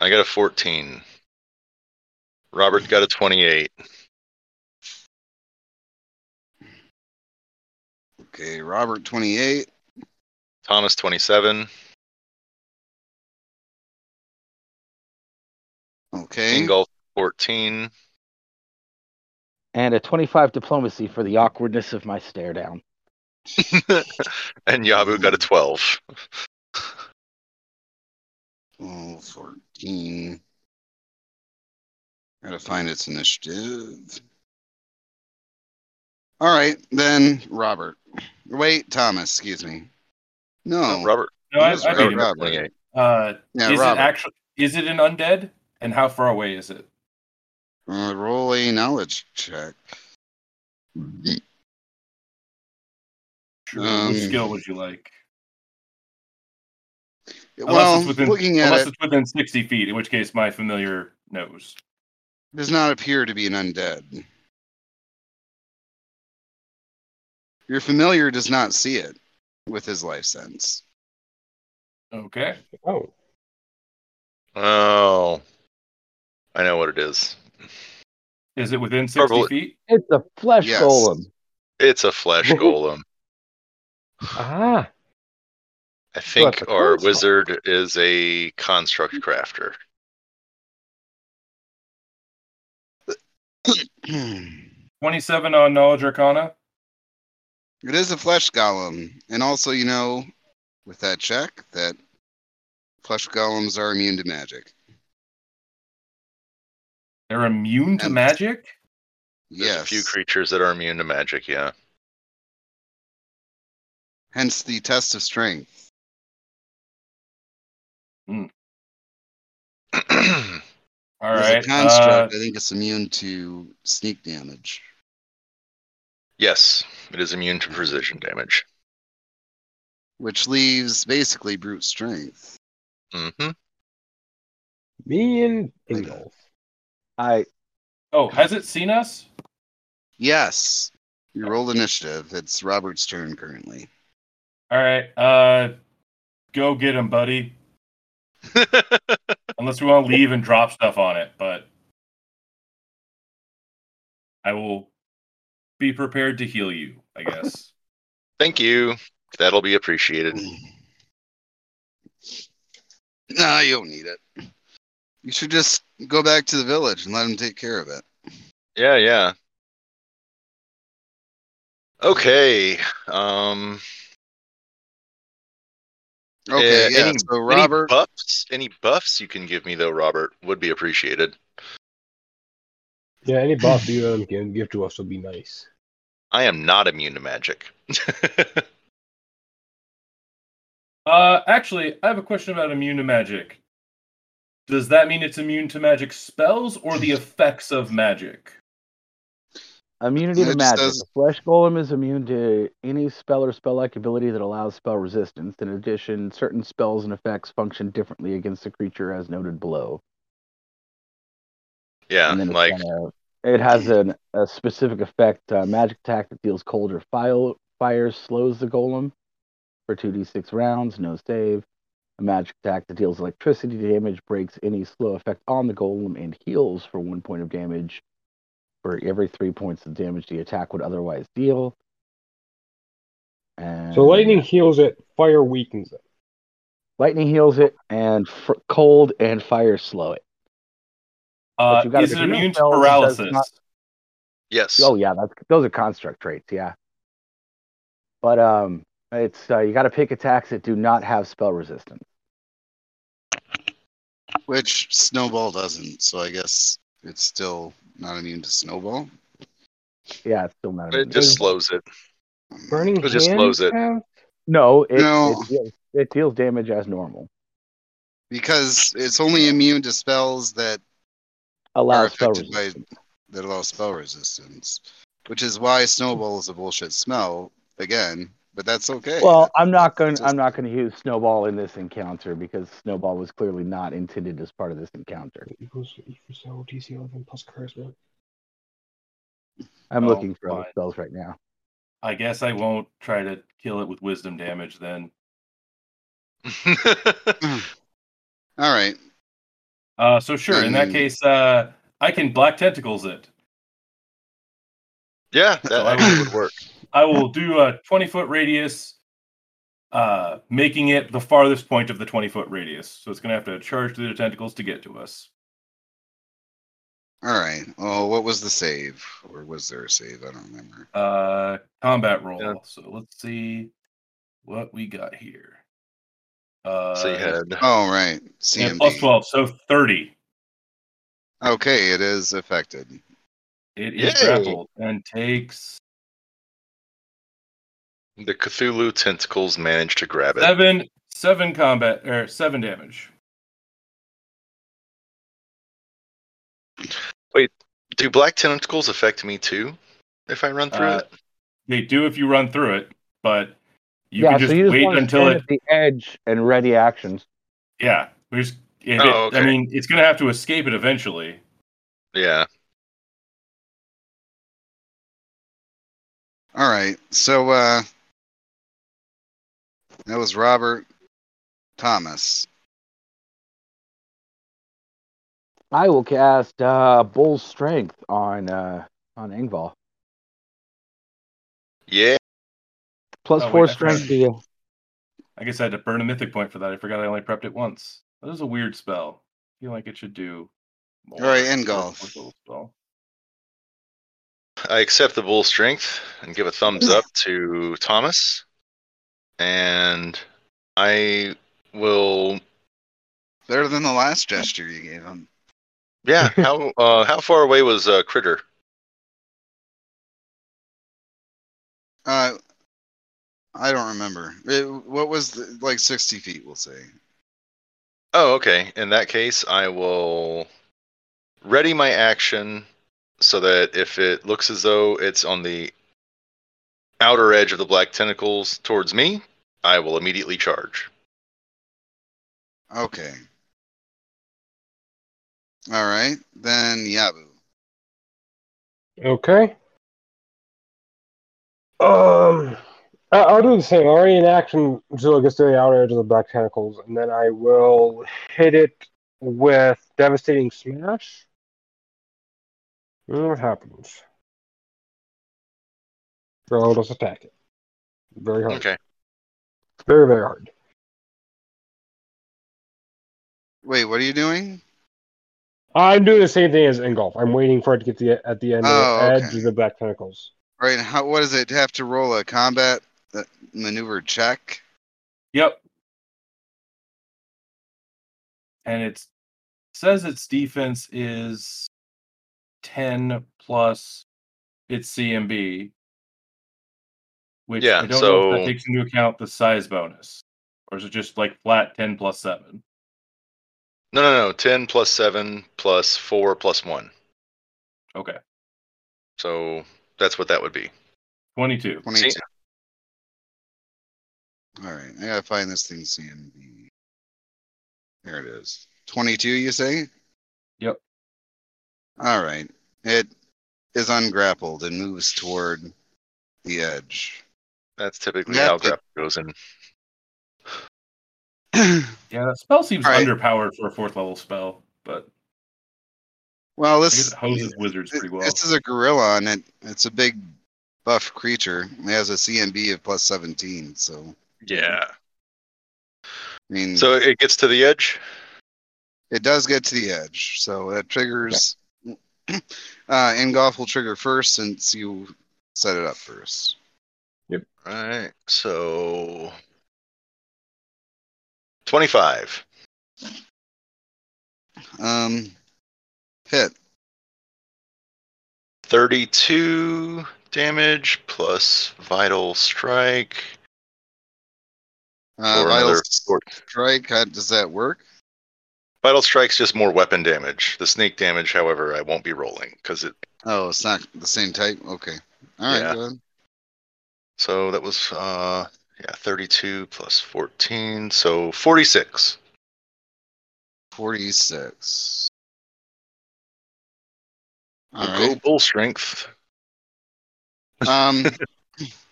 S2: I got a 14. Robert got a 28.
S1: Okay, Robert 28.
S2: Thomas 27.
S1: Okay.
S2: Ingolf 14.
S3: And a 25 diplomacy for the awkwardness of my stare down.
S2: and Yabu got a 12.
S1: Oh, 14. Gotta find its initiative. All right, then Robert. Wait, Thomas, excuse me. No, Oh.
S2: No, Robert.
S5: No, I, I
S1: Robert,
S5: beat him.
S1: Robert.
S5: Uh,
S1: Yeah,
S5: is
S1: Robert.
S5: it actually is it an undead? And how far away is it?
S1: Uh, roll a knowledge check. Um,
S5: Which skill would you like?
S1: Well, looking at
S5: unless
S1: it,
S5: it's within sixty feet, in which case my familiar knows.
S1: does not appear to be an undead. Your familiar does not see it with his life sense.
S5: Okay.
S4: Oh,
S2: Oh. I know what it is.
S5: Is it within sixty
S2: Purple-
S5: feet?
S3: It's a flesh
S1: Yes.
S3: golem.
S2: It's a flesh golem.
S4: ah,
S2: I think
S3: it's a
S2: our
S3: construct.
S2: wizard is a construct crafter.
S1: it
S5: Twenty-seven on knowledge arcana.
S1: is a flesh golem, and also you know, with that check, that flesh golems are immune to magic.
S5: They're immune to
S1: And-
S5: magic.
S2: There's
S1: yes,
S2: a few creatures that are immune to magic, yeah.
S1: hence the test of strength.
S5: All
S1: As
S5: right.
S1: a construct,
S5: uh,
S1: I think it's immune to sneak damage.
S2: yes, it is immune to precision damage.
S1: which leaves basically brute strength.
S2: hmm
S4: me and Ingolf.
S3: I
S5: oh, has it seen us?
S1: Yes. You rolled initiative. It's Robert's turn currently.
S5: All right. Uh, go get him, buddy.
S2: Mm-hmm.
S5: Unless we want to leave and drop stuff on it, but I will be prepared to heal you. I guess.
S2: Thank you. That'll be appreciated.
S1: No, you don't need it. You should just go back to the village and let him take care of it.
S2: Yeah, yeah. Okay. Um
S1: Okay,
S2: uh,
S1: yeah.
S2: any,
S1: so
S2: any
S1: Robert,
S2: buffs any buffs you can give me though, Robert, would be appreciated.
S4: Yeah, any buff you um, can give to us would be nice.
S2: I am not immune to magic.
S5: Uh, actually, I have a question about immune to magic. Does that mean it's immune to magic spells or the effects of magic?
S3: immunity
S1: It
S3: to
S1: just
S3: magic.
S1: does-
S3: The flesh golem is immune to any spell or spell-like ability that allows spell resistance. In addition, certain spells and effects function differently against the creature, as noted below.
S2: yeah,
S3: and then it's
S2: like
S3: gonna- it has an, a specific effect uh, magic attack that deals cold or fire, fire slows the golem for 2d6 rounds no save a magic attack that deals electricity damage breaks any slow effect on the golem and heals for one point of damage for every three points of damage the attack would otherwise deal and
S4: So lightning heals it, fire weakens it.
S3: lightning heals it and fr- cold and fire slow it
S5: Uh,
S3: you gotta
S5: is it
S3: be-
S5: immune to
S3: spells does
S5: paralysis?
S3: not-
S2: yes.
S3: oh yeah that's those are construct traits yeah But um, it's uh, you got to pick attacks that do not have spell resistance.
S1: Which snowball doesn't, so I guess it's still not immune to snowball.
S3: Yeah, it's still not.
S2: It just slows it.
S4: Burning
S2: It just
S4: Hand
S2: slows it.
S4: have-
S3: no, it,
S1: No.
S3: It, deals, it deals damage as normal.
S1: Because it's only immune to spells that are
S3: Allows spell
S1: affected by
S3: resistance.
S1: that allow spell resistance. Which is why snowball is a bullshit smell, again, but that's okay.
S3: Well, I'm not going.
S1: Just-
S3: I'm not going to use snowball in this encounter because snowball was clearly not intended as part of this encounter.
S4: Equals equals so DC eleven plus charisma.
S3: I'm
S5: Oh,
S3: looking for other
S5: fine.
S3: spells right now.
S5: I guess I won't try to kill it with wisdom damage then.
S1: All right.
S5: Uh, so sure, in that
S1: Mm.
S5: case, uh, I can black tentacles it.
S2: yeah, that actually would work.
S5: I will do a 20 foot radius, uh, making it the farthest point of the 20 foot radius. So it's going to have to charge through the tentacles to get to us.
S1: All right. Well, what was the save? Or was there a save? I don't remember.
S5: Uh, combat roll.
S2: Yeah.
S5: So let's see what we got here. Uh,
S2: so you had
S1: Oh, right.
S5: yeah,
S1: CMD.
S5: plus 12, so 30.
S1: Okay, it is affected.
S5: It is
S2: Yay!
S5: grappled and takes
S2: the Cthulhu tentacles managed to grab it.
S5: seven seven combat or seven damage.
S2: Do black tentacles affect me too? If I run through
S5: Uh,
S2: it,
S5: They do if you run through it, but you
S3: yeah,
S5: can just,
S3: so you just
S5: wait
S3: want to
S5: until
S3: stand
S5: it.
S3: at the edge and ready actions.
S5: Yeah, there's. If
S2: Oh,
S5: it, I
S2: okay.
S5: mean, it's gonna have to escape it eventually.
S2: yeah.
S1: All right. So uh that was Robert Thomas.
S3: I will cast uh, Bull Strength on uh, on Engval.
S2: Yeah.
S3: Plus
S5: Oh, wait,
S3: four
S5: I
S3: strength
S5: forgot.
S3: to you.
S5: I guess I had to burn a mythic point for that. I forgot I only prepped it once. That is a weird spell. I feel like it should do. More.
S1: All right,
S5: It's a
S1: Engulf.
S5: physical spell.
S2: I accept the bull strength and give a thumbs up to Thomas. And I will
S1: Better than the last gesture you gave him.
S2: yeah, how uh how far away was uh critter?
S1: Uh I don't remember. It, what was the, like 60 feet, we'll say.
S2: Oh, okay. In that case, I will ready my action so that if it looks as though it's on the outer edge of the black tentacles towards me, I will immediately charge.
S1: Okay. All right. Then Yabu.
S4: Okay. Um, I- I'll do the same. I'll ready in action until it gets to the outer edge of the black tentacles, and then I will hit it with devastating smash. And what happens? Throw just attack it. Very hard.
S2: Okay.
S4: Very very hard.
S1: Wait, what are you doing?
S4: I'm doing the same thing as Engulf. I'm waiting for it to get to the, at the end
S1: Oh,
S4: of the
S1: okay.
S4: edge of the black tentacles.
S1: All right. How what does it have to roll a combat uh, maneuver check?
S5: Yep. And it says its defense is ten plus its CMB, which
S2: Yeah,
S5: I don't know if
S2: so-
S5: that takes into account the size bonus, or is it just like flat ten plus seven?
S2: No, no, no. 10 plus 7 plus 4 plus 1.
S5: Okay,
S2: So that's what that would be.
S5: twenty-two.
S1: 22.
S2: See-
S1: All right. I gotta find this thing CMB. There it is. 22, you say?
S5: Yep.
S1: All right. It is ungrappled and moves toward the edge.
S2: That's typically
S1: Yeah,
S2: how
S1: it-
S2: grapple goes in.
S5: Yeah, that spell seems
S1: All right.
S5: underpowered for a fourth level spell, but
S1: well,
S5: I guess
S1: this
S5: it hoses wizards
S1: Th-
S5: pretty well.
S1: This is a gorilla, and it, it's a big, buff creature. It has a CMB of plus 17, so
S2: Yeah.
S1: I mean,
S2: So it gets to the edge.
S1: it does get to the edge. So that triggers. Uh, Ingolf will trigger first since you set it up first.
S2: All right. So 25.
S1: Um, hit.
S2: 32 damage plus vital strike.
S1: Uh,
S2: for
S1: vital
S2: another
S1: strike. How does that work?
S2: Vital strike's just more weapon damage. The sneak damage, however, I won't be rolling because it.
S1: Oh, it's not the same type. Okay. All right.
S2: Yeah.
S1: Go ahead.
S2: So that was uh yeah, 32 plus 14, so 46.
S1: Forty-six. All
S2: Go
S1: right.
S2: bull strength.
S1: Um,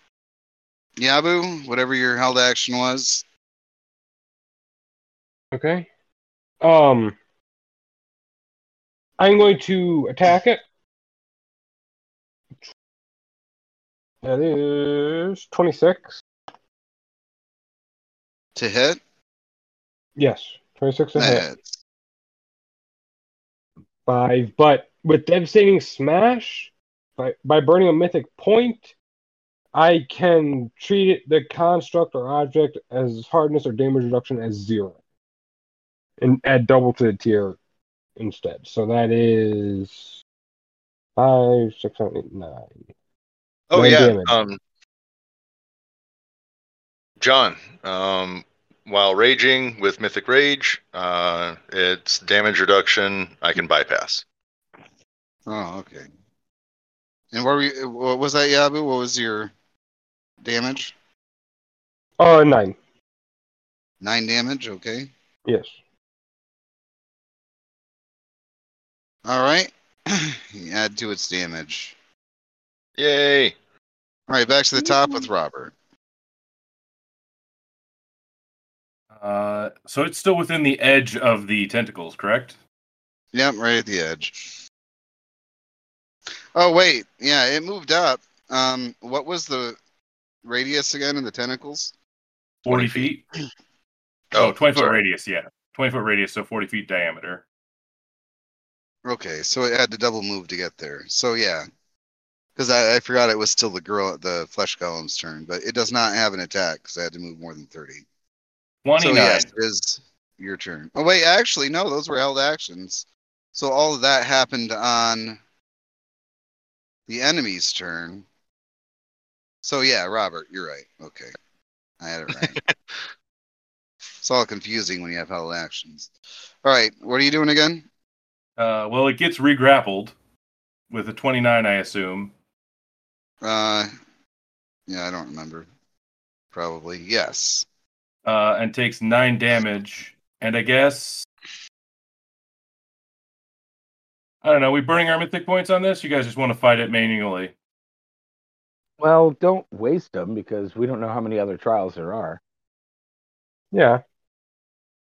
S1: Yabu, whatever your held action was.
S4: Okay. Um, I'm going to attack it. That is 26.
S1: To hit?
S4: Yes, 26 to hit.
S1: That's-
S4: Five, but with Devastating Smash, by, by burning a mythic point, I can treat it, the construct or object as hardness or damage reduction as zero. And add double to the tier instead. So that is five, six, seven, eight, nine.
S2: Oh
S4: Nine
S2: yeah.
S4: damage.
S2: Um John, um while raging with mythic rage, uh it's damage reduction I can bypass.
S1: Oh, okay. And what, were you, what was that, Yabu? What was your damage?
S4: Oh, nine.
S1: Nine damage, okay.
S4: Yes.
S1: All right. Add to its damage.
S2: Yay.
S1: All right, back to the top with Robert.
S5: Uh, so it's still within the edge of the tentacles, correct?
S1: Yep, right at the edge. Oh, wait. Yeah, it moved up. Um, what was the radius again in the tentacles?
S2: 20
S5: 40 feet?
S2: Oh,
S5: Oh, 20 foot
S2: sorry.
S5: radius, yeah. 20 foot radius, so 40 feet diameter.
S1: Okay, so it had to double move to get there. So yeah, because I, I forgot it was still the girl, the flesh golem's turn, but it does not have an attack because I had to move more than thirty.
S5: 29.
S1: So yes, it is your turn. Oh wait, actually no, those were held actions. So all of that happened on the enemy's turn. So yeah, Robert, you're right. Okay, I had it right. it's all confusing when you have held actions. All right, what are you doing again?
S5: Uh, well, it gets re-grappled with a 29, I assume.
S1: Uh, yeah, I don't remember. Probably yes.
S5: uh, and takes nine damage. And I guess I don't know. We burning our mythic points on this? You guys just want to fight it manually?
S3: Well, don't waste them because we don't know how many other trials there are.
S4: Yeah.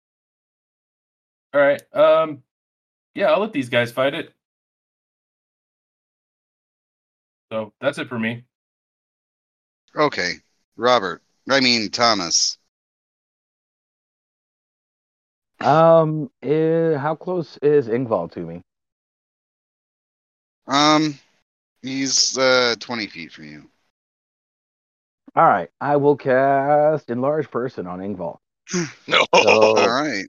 S5: All right. Um, yeah, I'll let these guys fight it. So that's it for me.
S1: Okay, Robert. I mean Thomas.
S3: Um, eh, how close is Ingval to me?
S1: Um, he's uh twenty feet from you.
S3: All right, I will cast Enlarge Person on Ingval.
S2: No.
S1: All
S3: So
S1: right.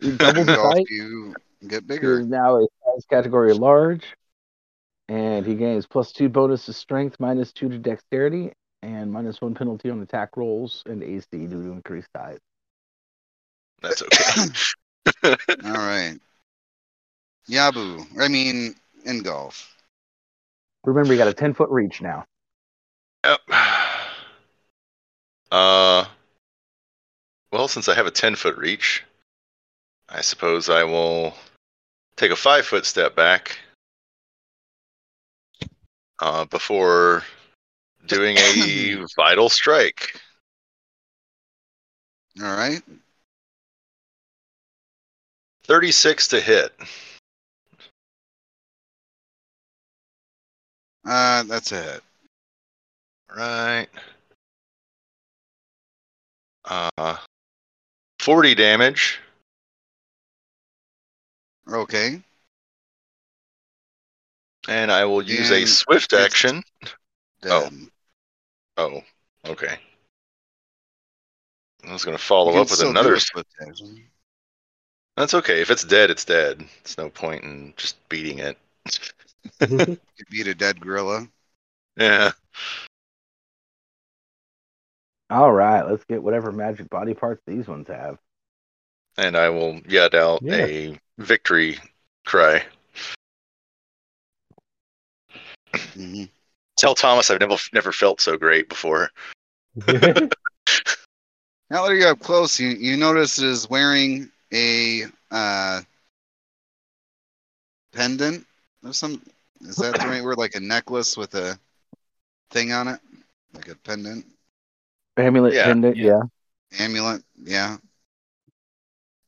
S3: you double the
S1: Golf,
S3: fight.
S1: you get
S3: He
S1: bigger.
S3: is now a size category large, and he gains plus two bonus to strength, minus two to dexterity, and minus one penalty on attack rolls and AC due to increased size.
S2: That's okay.
S1: All right. Yabu. I mean in golf.
S3: Remember, you got a ten foot reach now.
S2: Yep. Uh, well, since I have a 10 foot reach, I suppose I will take a 5 foot step back uh, before doing a vital strike.
S1: All right.
S2: 36 to hit.
S1: Uh, that's a hit.
S2: Right. Uh, 40 damage.
S1: Okay.
S2: And I will use a
S1: And
S2: swift
S1: it's-
S2: action Oh.
S1: Um,
S2: Oh, okay. I was going to
S1: you
S2: follow
S1: can
S2: up with
S1: still do
S2: another.
S1: a swift action.
S2: That's okay. If it's dead, it's dead. It's no point in just beating it.
S1: You could beat a dead gorilla.
S2: Yeah.
S3: All right, let's get whatever magic body parts these ones have.
S2: And I will yet out
S4: Yeah.
S2: a victory cry.
S1: hmm
S2: Tell Thomas I've never, never felt so great before.
S1: Now that you're up close, you, you notice it is wearing a uh, pendant or some. Is that the right word? Like a necklace with a thing on it, like a pendant,
S3: Amulet
S2: Yeah,
S3: pendant,
S5: yeah.
S3: yeah.
S1: amulet. Yeah,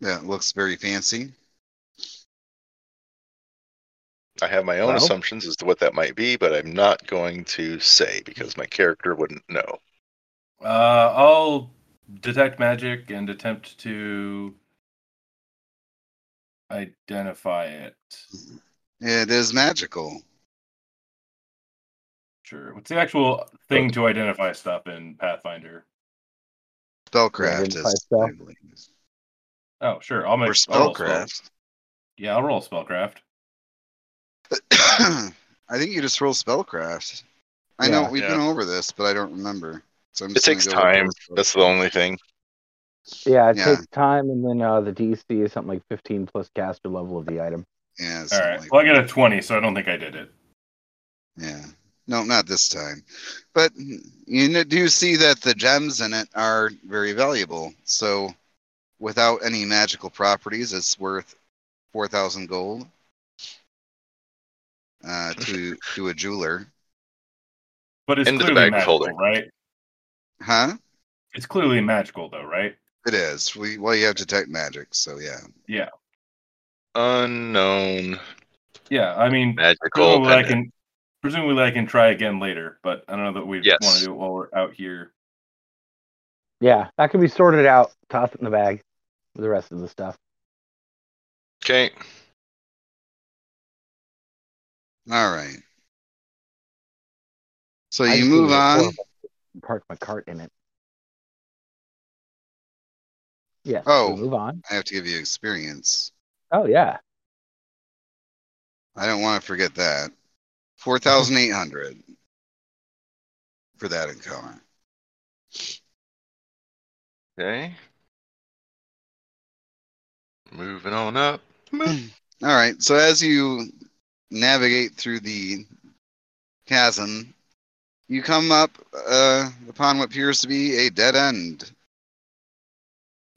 S1: that looks very fancy.
S2: I have my own
S3: Well.
S2: assumptions as to what that might be, but I'm not going to say because my character wouldn't know.
S5: Uh, I'll detect magic and attempt to identify it.
S1: It is magical.
S5: Sure. What's the actual thing to identify stuff in Pathfinder?
S1: Spellcraft
S3: Yeah,
S1: is.
S3: identify
S1: I believe.
S5: Oh, sure. I'll make
S1: Or
S5: I'll roll spell-
S1: spellcraft.
S5: Yeah, I'll roll spellcraft.
S1: I think you just roll spellcraft. I know
S3: Yeah.
S1: we've
S2: Yeah.
S1: been over this, but I don't remember. So I'm
S2: It
S1: just gonna
S2: takes
S1: go with
S2: time.
S1: roll
S2: That's the only thing.
S3: Yeah, it
S1: Yeah.
S3: takes time, and then uh, the DC is something like 15 plus caster level of the item.
S1: Yeah, it's
S5: All
S1: not
S5: right.
S1: like-
S5: Well, I got a 20, so I don't think I did it.
S1: yeah. No, not this time. But you kn- do see that the gems in it are very valuable. So, without any magical properties, it's worth four thousand gold uh, to to a jeweler,
S5: But it's
S2: Into the
S5: clearly
S2: bag of
S5: magical,
S2: holding.
S5: right?
S1: huh?
S5: It's clearly magical, though, right?
S1: It is. We, well, you have detect magic, so yeah.
S2: Unknown
S5: Yeah. I mean,
S2: magical.
S5: presumably I
S2: pendant.
S5: can, presumably I can try again later, but I don't know that we
S2: Yes.
S5: want to do it while we're out here.
S3: Yeah, that can be sorted out, toss it in the bag with the rest of the stuff.
S2: Okay.
S1: All right. So
S3: I
S1: you
S3: just
S1: move
S3: needed a
S1: on.
S3: portable and Park my cart in it. Yes.
S1: Oh.
S3: we move on.
S1: I have to give you experience.
S3: Oh yeah.
S1: I don't want to forget that. 4,800 for that encounter.
S2: Okay. Moving on up. Move-
S1: All right. So as you navigate through the chasm, you come up uh, upon what appears to be a dead end.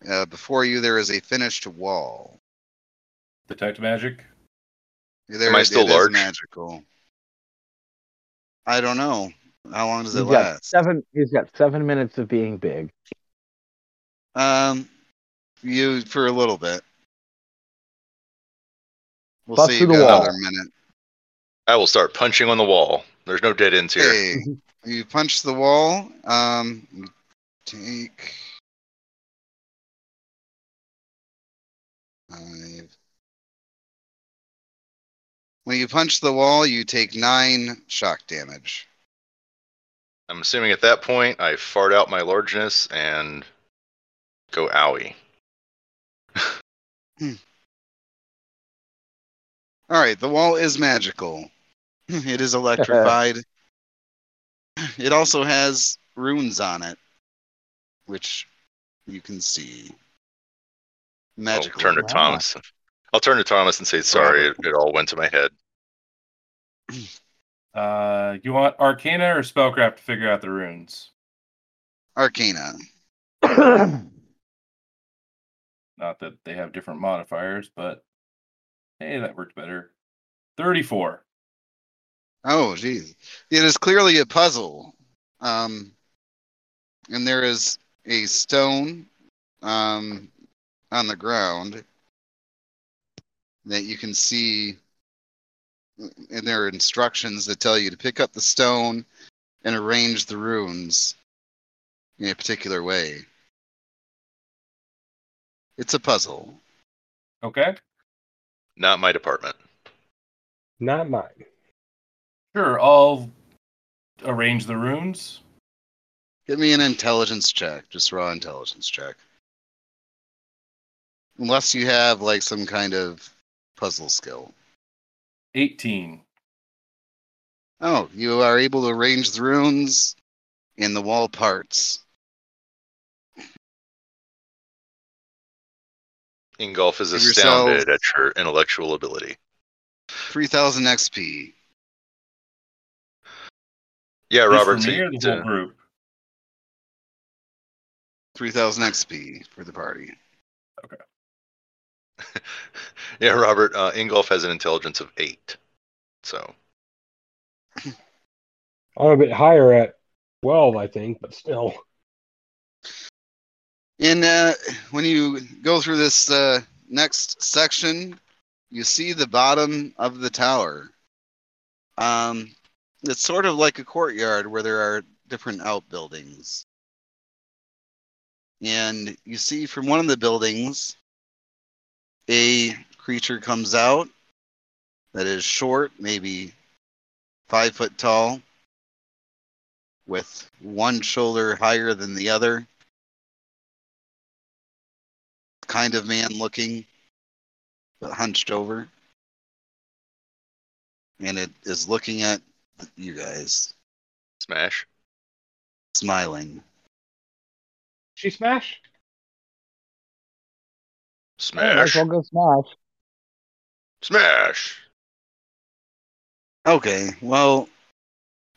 S1: Uh, before you, there is a finished wall.
S5: Detect magic.
S1: There,
S2: Am I still
S1: it is
S2: large?
S1: magical. I don't know. How long does it
S3: He's got
S1: last?
S3: seven he's got seven minutes of being big.
S1: Um, you for a little bit. We'll
S3: Bust
S1: see.
S3: through
S1: You've
S3: the
S1: got
S3: wall.
S1: another minute.
S2: I will start punching on the wall. There's no dead ends here.
S1: Hey, you punch the wall. Um, you take five. When you punch the wall, you take nine shock damage.
S2: I'm assuming at that point I fart out my largeness and go owie.
S1: All right, the wall is magical. It is electrified. it also has runes on it, which you can see.
S2: I'll
S1: Magical.
S2: turn to
S3: Wow.
S2: Thomas. I'll turn to Thomas and say, "Sorry, it, it all went to my head."
S5: Uh, you want Arcana or Spellcraft to figure out the runes?
S1: Arcana.
S5: Not that they have different modifiers, but hey, that worked better. 34.
S1: Oh, geez. It is clearly a puzzle. Um, and there is a stone um, on the ground that you can see. And there are instructions that tell you to pick up the stone and arrange the runes in a particular way. It's a puzzle.
S5: Okay.
S2: Not my department.
S4: Not mine.
S5: Sure. I'll arrange the runes.
S1: Give me an intelligence check, just raw intelligence check. Unless you have like some kind of puzzle skill.
S5: 18.
S1: Oh, you are able to arrange the runes and the wall parts.
S2: Ingolf is
S1: Give yourself-
S2: astounded at your intellectual ability.
S1: 3000 XP.
S2: Yeah,
S5: This
S2: Robert.
S5: for
S2: so
S5: me
S2: you
S5: or the
S2: get
S5: whole
S2: to-
S5: group?
S1: 3000 XP for the party.
S2: yeah, Robert. Uh, Ingolf has an intelligence of eight. So
S4: I'm a bit higher at 12, I think, but still.
S1: And uh, when you go through this uh, next section, you see the bottom of the tower. Um, it's sort of like a courtyard where there are different outbuildings. And you see from one of the buildings, a creature comes out that is short, maybe five foot tall, with one shoulder higher than the other kind of man looking, but hunched over. And it is looking at you guys,
S2: smash.
S1: smiling.
S4: She smash?
S5: Oh,
S3: Might as
S2: Smash.
S3: well go smash.
S2: Smash.
S1: Okay, well,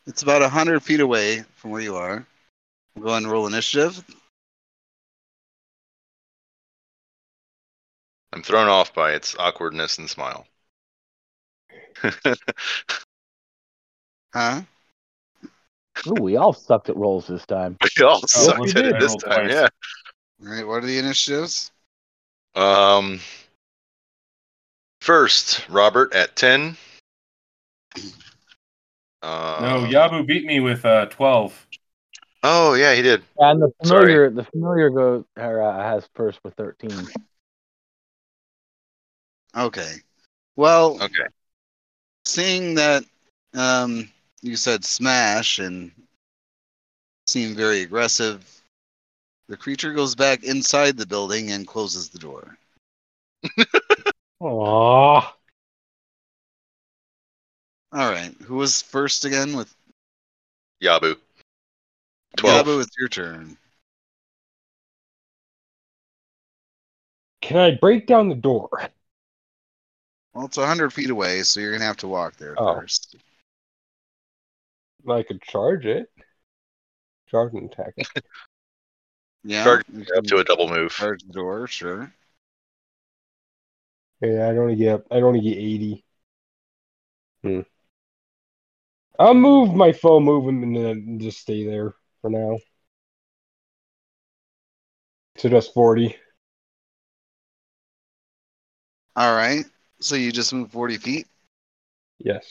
S1: it's about 100 feet away from where you are. We'll go ahead and roll initiative.
S2: I'm thrown off by its awkwardness and smile.
S1: Huh?
S3: Ooh, we all sucked at rolls this time.
S2: we
S5: Oh,
S2: all
S5: we
S2: sucked at
S5: did.
S2: it this
S5: Rolled
S2: time.
S5: twice.
S2: Yeah.
S1: All right, what are the initiatives?
S2: Um. First, Robert at ten. Uh,
S5: No, Yabu beat me with uh, 12.
S2: Oh yeah, he did.
S3: And the
S2: Sorry.
S3: familiar, the familiar goes or, uh, has first with thirteen.
S1: Okay. Well,
S2: Okay.
S1: seeing that um, you said smash and seemed very aggressive, the creature goes back inside the building and closes the door.
S4: Aww.
S1: All right, who was first again? With
S2: Yabu. Twelve.
S1: Yabu, it's your turn.
S4: Can I break down the door?
S1: Well, it's hundred feet away, so you're gonna have to walk there
S4: Oh.
S1: first.
S4: I could charge it. Charge and attack it.
S1: Yeah,
S2: Charge
S1: you
S2: Up to
S1: can
S2: a double move.
S1: Charge the door, sure.
S4: Yeah, I'd only get I'd only get eighty. Hmm. I'll move my full movement and then just stay there for now. So that's forty.
S1: All right, so you just move forty feet.
S4: Yes,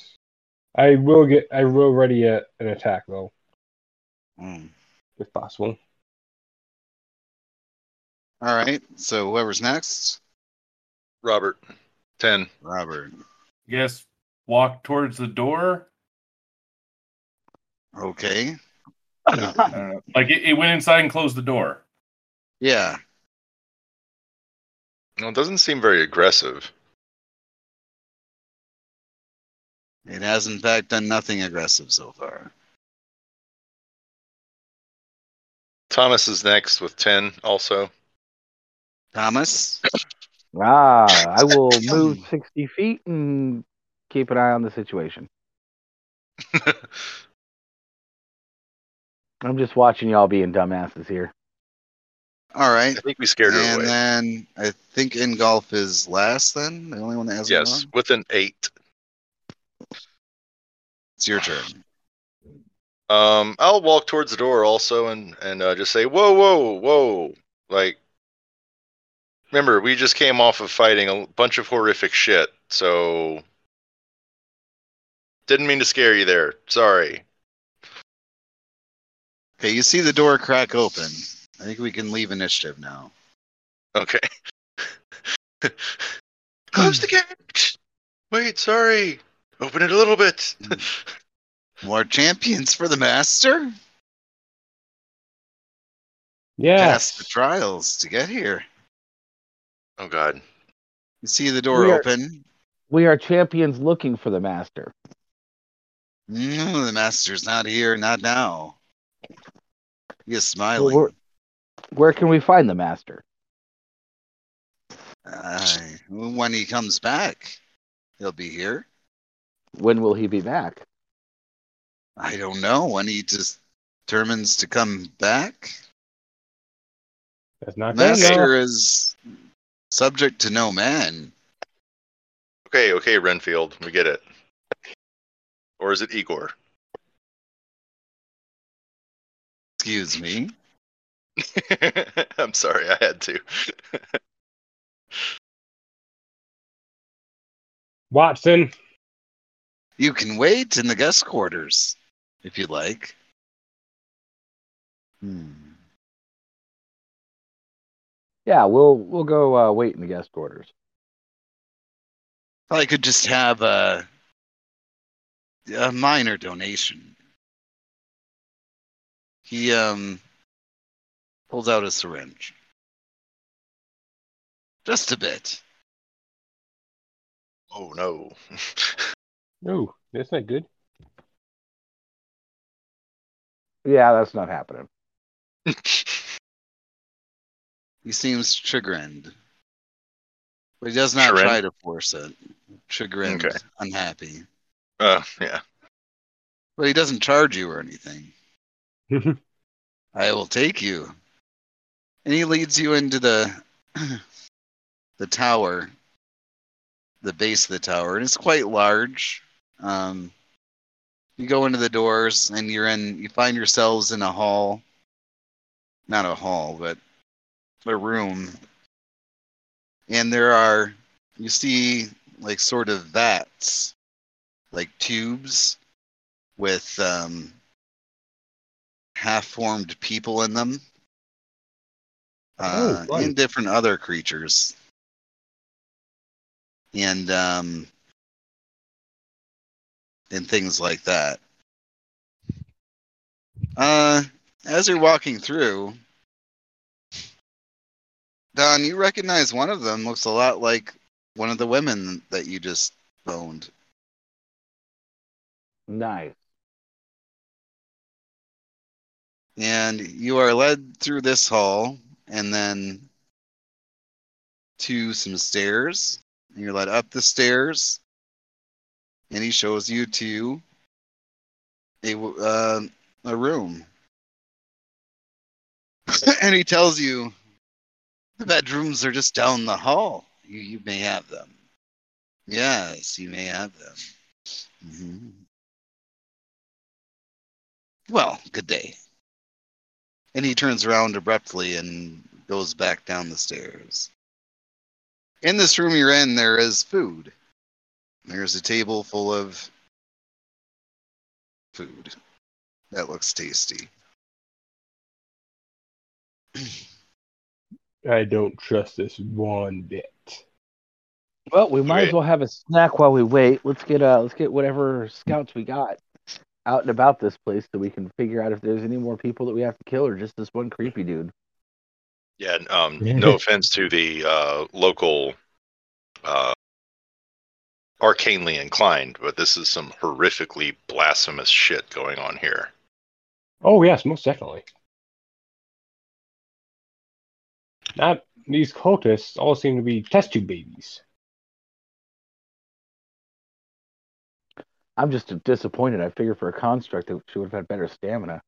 S4: I will get. I will ready a, an attack though,
S1: Mm.
S4: if possible.
S1: All right, so whoever's next,
S2: Robert. Ten.
S1: Robert.
S5: Yes, walk towards the door.
S1: Okay,
S5: I don't know. Like it, it went inside and closed the door.
S1: yeah,
S2: Well, it doesn't seem very aggressive.
S1: it has in fact done nothing aggressive so far.
S2: Thomas is next with ten. Also.
S1: Thomas,
S3: Ah, I will move sixty feet and keep an eye on the situation. I'm just watching y'all being dumbasses here.
S1: all
S2: I
S1: right,
S2: think we scared her
S1: and
S2: away.
S1: then I think in golf is last. Then the only one that hasn't
S2: Yes,
S1: gone?
S2: with an eight.
S1: It's your turn.
S2: Um, I'll walk towards the door also and and uh, just say, "Whoa, whoa, whoa!" Like, remember, we just came off of fighting a bunch of horrific shit, so didn't mean to scare you there. Sorry.
S1: Okay, you see the door crack open. I think we can leave initiative now.
S2: Okay. Close the gate. Wait, sorry. Open it a little bit.
S1: More champions for the master? Past the
S4: Yes.
S1: trials to get here.
S2: Oh God.
S1: You see the door
S3: We are-
S1: open.
S3: We are champions looking for the master.
S1: No, Mm, the master's not here, not now. He is
S3: Well,
S1: smiling.
S3: where, where can we find the master?
S1: Aye. when he comes back, he'll be here.
S3: When will he be back?
S1: I don't know when he just determines to come back.
S4: That's not good enough.
S1: Master is subject to no man.
S2: Okay, okay, Renfield, we get it. Or is it Igor?
S1: Excuse me.
S2: I'm sorry, I had to.
S4: Watson.
S1: You can wait in the guest quarters if you like. Hmm.
S3: Yeah, we'll we'll go uh, wait in the guest quarters.
S1: I could just have a, a minor donation. He um pulls out a syringe. Just a bit.
S2: Oh no.
S4: No, that's not good.
S3: Yeah, that's not happening.
S1: He seems chagrined. But he does not
S2: Chagrin?
S1: try to force it. Chagrined,
S2: Okay.
S1: unhappy.
S2: uh, yeah.
S1: But he doesn't charge you or anything. I will take you. And he leads you into the the tower, the base of the tower, and it's quite large. Um, you go into the doors, and you're in. You find yourselves in a hall, not a hall, but a room. And there are you see like sort of vats, like tubes, with um, half formed people in them.
S4: Oh,
S1: Uh,
S4: right.
S1: and different other creatures. And um, and things like that. Uh, as you're walking through, Don, you recognize one of them looks a lot like one of the women that you just owned.
S3: Nice.
S1: And you are led through this hall and then to some stairs. And you're led up the stairs. And he shows you to a, w- uh, a room. and he tells you the bedrooms are just down the hall. You, you may have them. Yes, you may have them. hmm Well, good day. And he turns around abruptly and goes back down the stairs. In this room you're in, there is food. There's a table full of food. That looks tasty.
S4: I don't trust this one bit.
S3: Well, we might as
S2: Okay.
S3: well have a snack while we wait. Let's get uh let's get whatever scouts we got out and about this place so we can figure out if there's any more people that we have to kill or just this one creepy dude.
S2: Yeah, and, um no offense to the uh local uh arcanely inclined, but this is some horrifically blasphemous shit going on here.
S4: Oh yes, most definitely. Not these cultists all seem to be test tube babies.
S3: I'm just disappointed. I figured for a construct that she would have had better stamina.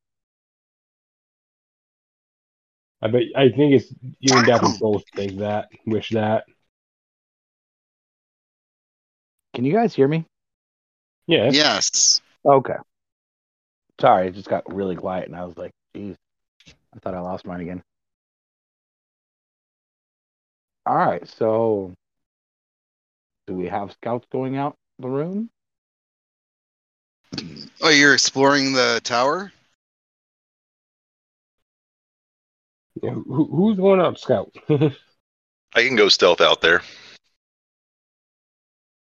S4: I bet I think it's even Daphne both think that, wish that.
S3: Can you guys hear me?
S4: Yeah.
S1: Yes.
S3: Okay. Sorry, it just got really quiet, and I was like, "Geez, I thought I lost mine again." All right, so do we have scouts going out the room?
S1: Oh, you're exploring the tower?
S4: Yeah, Who, who's going out scout?
S2: I can go stealth out there.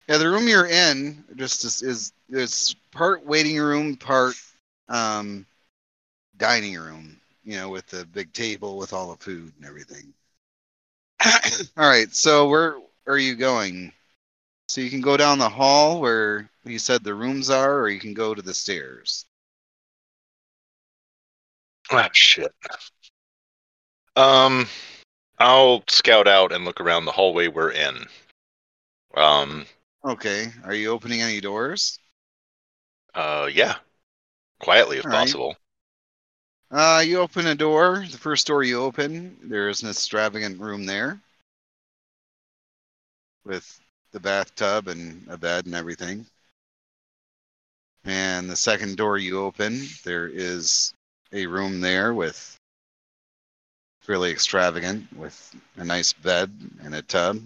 S1: Yeah, the room you're in just is, is it's part waiting room, part um, dining room. You know, with the big table with all the food and everything. all right, so where are you going? So you can go down the hall where you said the rooms are, or you can go to the stairs.
S2: Ah, shit. Um, I'll scout out and look around the hallway we're in. Um,
S1: Okay, are you opening any doors?
S2: uh, yeah. Quietly if
S1: All right.
S2: possible.
S1: Uh, you open a door. The first door you open, there is an extravagant room there with the bathtub and a bed and everything. And the second door you open, there is a room there with it's really extravagant with a nice bed and a tub.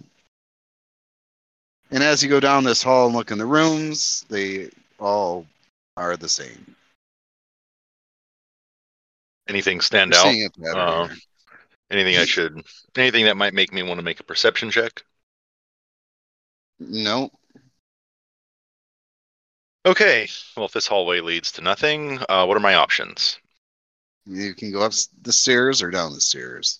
S1: And as you go down this hall and look in the rooms, they all are the same.
S2: Anything stand
S1: You're
S2: out?
S1: seeing it better
S2: Uh,
S1: here.
S2: Anything I should? Anything that might make me want to make a perception check?
S1: No.
S2: Okay. Well, if this hallway leads to nothing, uh, what are my options?
S1: You can go up s- the stairs or down the stairs.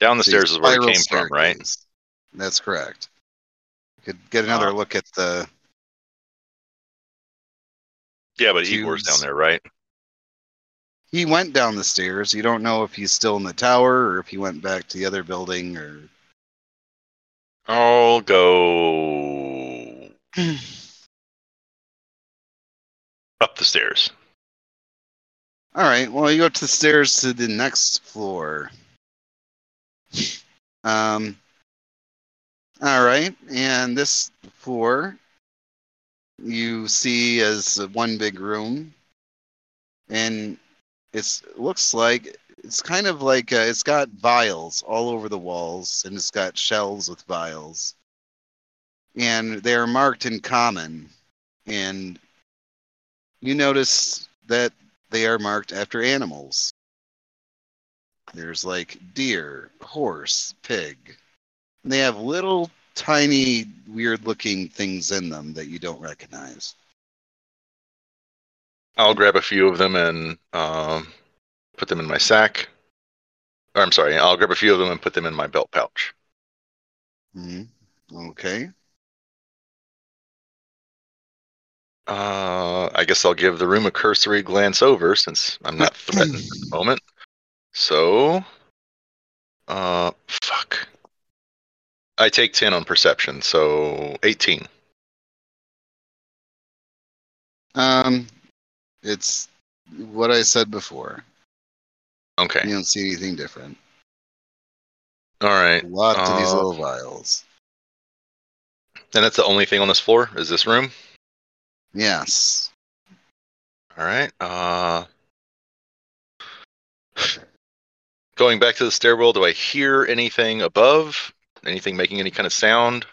S2: Down the
S1: So you
S2: stairs is where
S1: spiral
S2: we came from, right?
S1: staircase. That's correct. Could get another
S2: Uh,
S1: look at the.
S2: Yeah, but Igor's
S1: Cubes.
S2: down there, right?
S1: He went down the stairs. You don't know if he's still in the tower or if he went back to the other building or.
S2: I'll go up the stairs.
S1: All right. Well, you go up to the stairs to the next floor. Um. All right, and this floor you see as one big room, and it's looks like it's kind of like uh, it's got vials all over the walls, and it's got shelves with vials, and they are marked in common, and you notice that they are marked after animals. There's like deer, horse, pig. And they have little tiny weird looking things in them that you don't recognize.
S2: I'll grab a few of them and um, put them in my sack. Or, I'm sorry, I'll grab a few of them and put them in my belt pouch.
S1: hmm Okay.
S2: Uh, I guess I'll give the room a cursory glance over since I'm not threatened at the moment. So, uh, fuck. I take 10 on perception, so 18.
S1: Um it's what I said before.
S2: Okay.
S1: You don't see anything different.
S2: All right.
S1: A lot to these
S2: Uh,
S1: little vials.
S2: And that's the only thing on this floor is this room.
S1: Yes.
S2: All right. Uh, going back to the stairwell, do I hear anything above? Anything making any kind of sound?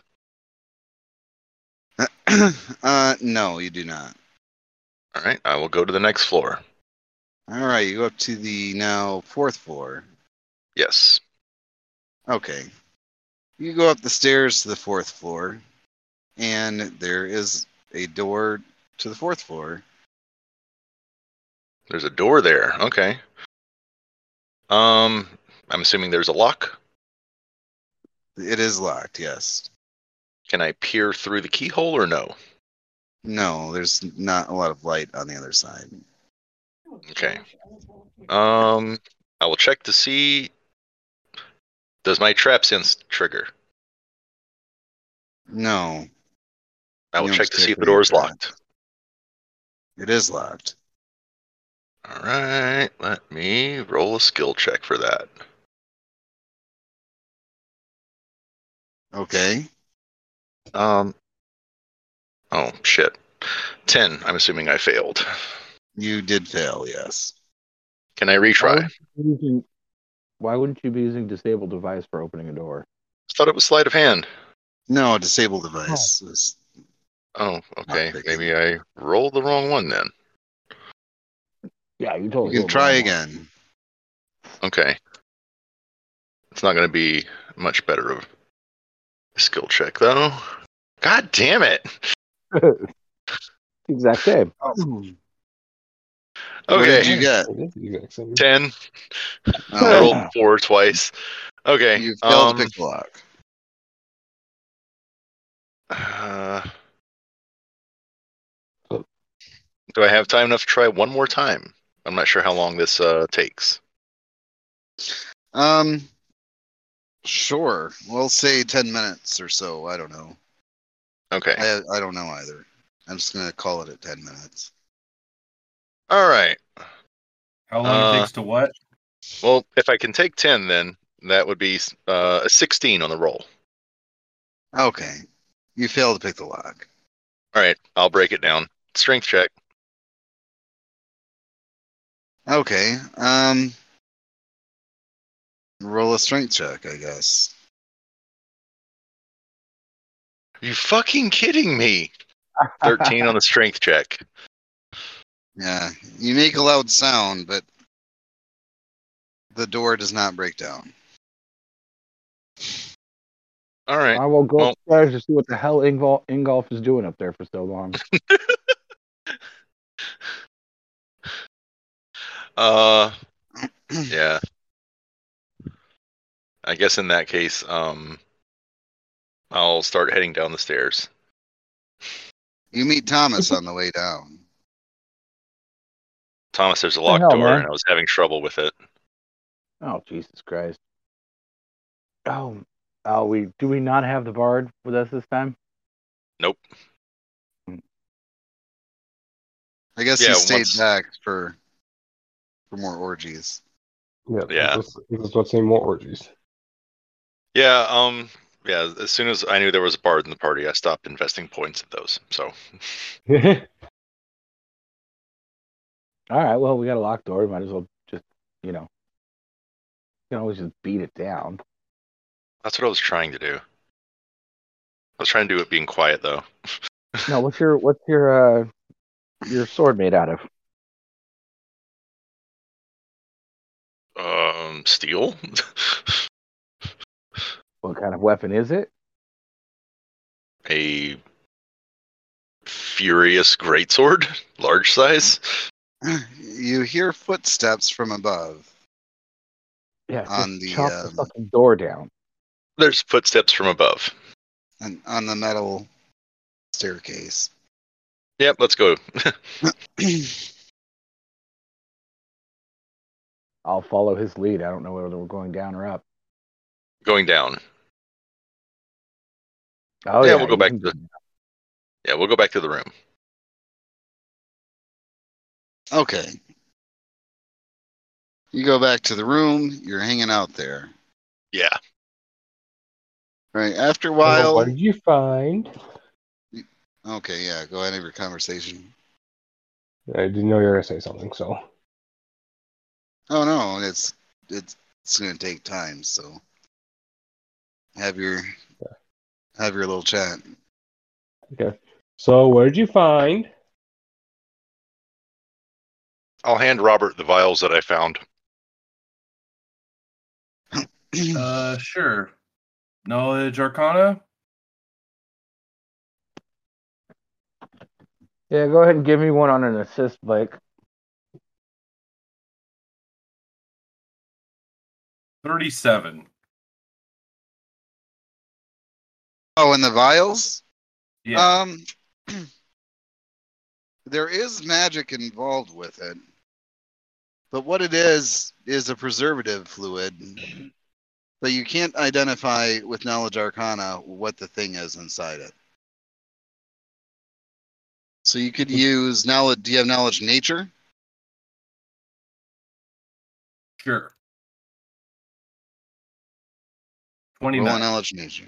S1: uh no, you do not.
S2: All right. I will go to the next floor.
S1: All right, you go up to the now fourth floor.
S2: Yes.
S1: Okay. You go up the stairs to the fourth floor, and there is a door to the fourth floor.
S2: There's a door there. Okay. Um, I'm assuming there's a lock.
S1: It is locked, yes.
S2: Can I peer through the keyhole or no?
S1: No, there's not a lot of light on the other side.
S2: Okay. Um, I will check to see. Does my trap sense trigger?
S1: No,
S2: I will
S1: You don't
S2: check to
S1: check
S2: see if the
S1: for your
S2: door is
S1: trap.
S2: locked.
S1: it is locked.
S2: All right, let me roll a skill check for that.
S1: Okay.
S2: Um, oh shit, ten. I'm assuming I failed.
S1: You did fail, yes.
S2: Can I
S3: Why
S2: retry? I
S3: wouldn't you be using- Why wouldn't you be using disabled device for opening a door?
S2: thought it was sleight of hand.
S1: No, a disabled device. is-
S2: Oh, okay.
S1: thinking.
S2: Maybe I rolled the wrong one then.
S3: Yeah, you totally.
S1: You can
S3: rolled
S1: try
S3: wrong.
S1: again.
S2: Okay. It's not going to be much better of a skill check though. God damn it.
S3: Exact same.
S1: What did
S2: Okay.
S1: you get?
S4: It is the exact same.
S2: 10. I
S1: Oh,
S2: rolled 4 twice. Okay.
S1: you failed
S2: um,
S1: to pick lock.
S2: uh, do I have time enough to try one more time? I'm not sure how long this uh, takes.
S1: Um, sure. We'll say ten minutes or so. I don't know.
S2: Okay.
S1: I I don't know either. I'm just gonna call it at ten minutes.
S2: All right.
S5: How long
S2: Uh,
S5: it takes to what?
S2: Well, if I can take 10, then that would be uh, a 16 on the roll.
S1: Okay. You failed to pick the lock.
S2: All right. I'll break it down. Strength check.
S1: Okay. Um. Roll a strength check, I guess.
S2: you fucking kidding me? 13 on the strength check.
S1: Yeah. You make a loud sound, but the door does not break down.
S2: All right.
S3: I will go
S2: Well-
S3: upstairs to see what the hell Ingol- Ingolf is doing up there for so long.
S2: Uh, yeah. I guess in that case, um, I'll start heading down the stairs.
S1: You meet Thomas on the way down.
S2: Thomas, there's a
S3: The
S2: locked
S3: hell,
S2: door,
S3: man?
S2: and I was having trouble with it.
S3: Oh Jesus Christ! Oh, oh, we do we not have the bard with us this time?
S1: I guess
S2: Yeah,
S1: he stayed
S2: once-
S1: back for for more orgies.
S4: Yeah.
S2: Yeah.
S4: Let's, let's, let's say more orgies.
S2: Yeah. Um. Yeah. As soon as I knew there was a bard in the party, I stopped investing points at those. So.
S3: All right. Well, we got a locked door. Might as well just you know. You can always just beat it down.
S2: That's what I was trying to do. I was trying to do it being quiet though.
S3: No, what's your what's your uh your sword made out of?
S2: Um, steel.
S3: What kind of weapon is it?
S2: a furious greatsword, large size.
S1: You hear footsteps from above.
S3: Yeah, just
S1: On the,
S3: chop
S1: um,
S3: the fucking door down.
S2: There's footsteps from above.
S1: and on the metal staircase.
S2: Yep, let's go.
S3: I'll follow his lead. I don't know whether we're going down or up.
S2: Going down.
S3: Oh
S2: Yeah,
S3: yeah,
S2: we'll go
S3: you
S2: back
S3: can
S2: to
S3: do
S2: Yeah, we'll go back to the room.
S1: okay. You go back to the room, you're hanging out there.
S2: Yeah.
S1: Right. After a while
S4: what did you find?
S1: Okay, yeah, go ahead and have your conversation.
S4: I didn't know you were gonna say something, so
S1: Oh no, it's it's it's gonna take time, so have your have your little chat.
S4: okay. So what did you find?
S2: I'll hand Robert the vials that I found.
S5: Uh, sure. Knowledge Arcana.
S3: Yeah, go ahead and give me one on an assist, Blake.
S5: Thirty-seven.
S1: oh, and the vials?
S5: Yeah.
S1: Um, there is magic involved with it, but what it is is a preservative fluid. But you can't identify with knowledge arcana what the thing is inside it. So you could use knowledge. Do you have knowledge nature?
S5: sure.
S1: Roll a
S5: Twenty-nine.
S1: knowledge nature.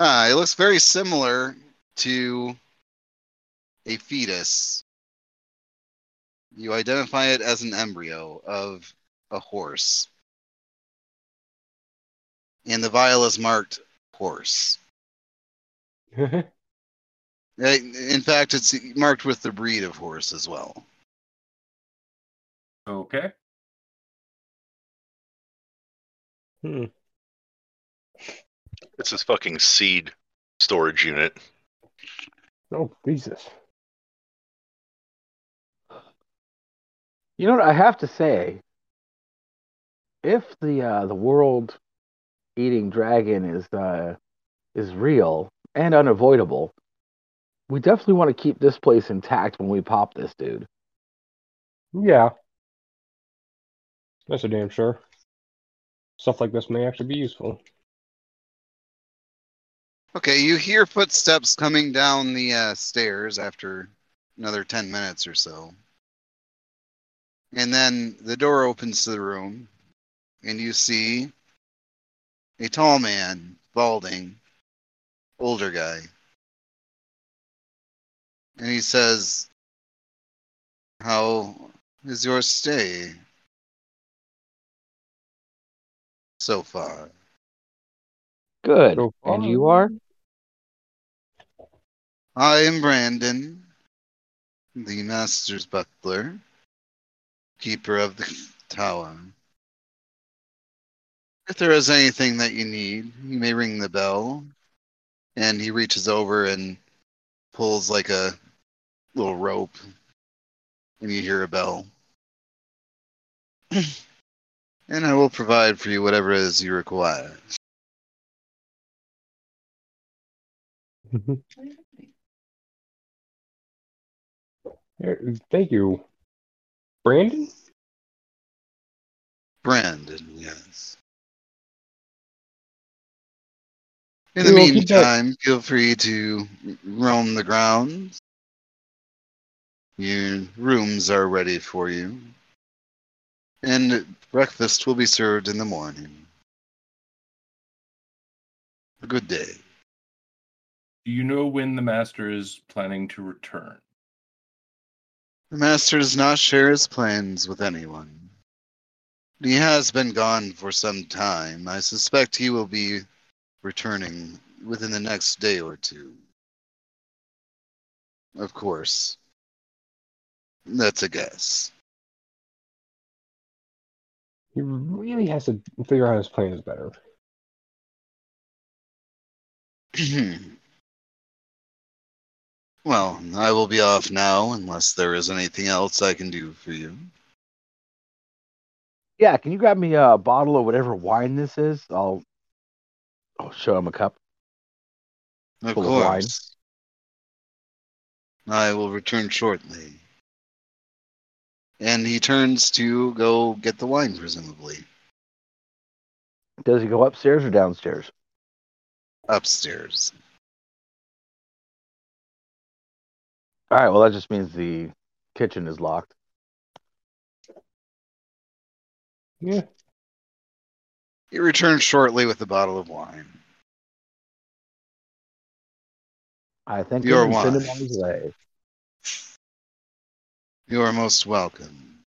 S1: Ah, it looks very similar to a fetus. You identify it as an embryo of a horse. And the vial is marked horse. Eh, In fact, it's marked with the breed of horse as well.
S5: Okay.
S2: It's this fucking seed storage unit.
S4: Oh, Jesus.
S3: You know what I have to say? If the uh, the world eating dragon is uh, is real and unavoidable, we definitely want to keep this place intact when we pop this dude.
S4: Yeah. That's a damn sure. Stuff like this may actually be useful.
S1: Okay, you hear footsteps coming down the uh, stairs after another 10 minutes or so. And then the door opens to the room, and you see a tall man, balding, older guy. And he says, How is your stay so far?
S3: Good.
S4: So
S3: and you are?
S1: I am Brandon, the Master's Buckler, Keeper of the Tower. If there is anything that you need, you may ring the bell. And he reaches over and pulls like a little rope, and you hear a bell. and I will provide for you whatever it is you require.
S4: Here, Thank you. Brandon?
S1: Brandon, yes. In
S4: We
S1: the
S4: will keep that-
S1: meantime, feel free to roam the grounds. Your rooms are ready for you. And breakfast will be served in the morning. Good day.
S5: Do you know when the master is planning to return?
S1: The master does not share his plans with anyone. He has been gone for some time. I suspect he will be returning within the next day or two. Of course. That's a guess.
S4: He really has to figure out his plans better.
S1: well, I will be off now unless there is anything else I can do for you.
S3: Yeah, can you grab me a bottle of whatever wine this is? I'll I'll show him a cup.
S1: Of
S3: Full of wine.
S1: course. I will return shortly. And he turns to go get the wine, presumably,
S3: Does he go upstairs or downstairs?
S1: upstairs.
S3: All right, well that just means the kitchen is locked.
S4: Yeah.
S1: He returns shortly with a bottle of wine.
S3: I think
S1: Your
S3: we send him
S1: wine.
S3: on his way.
S1: You are most welcome.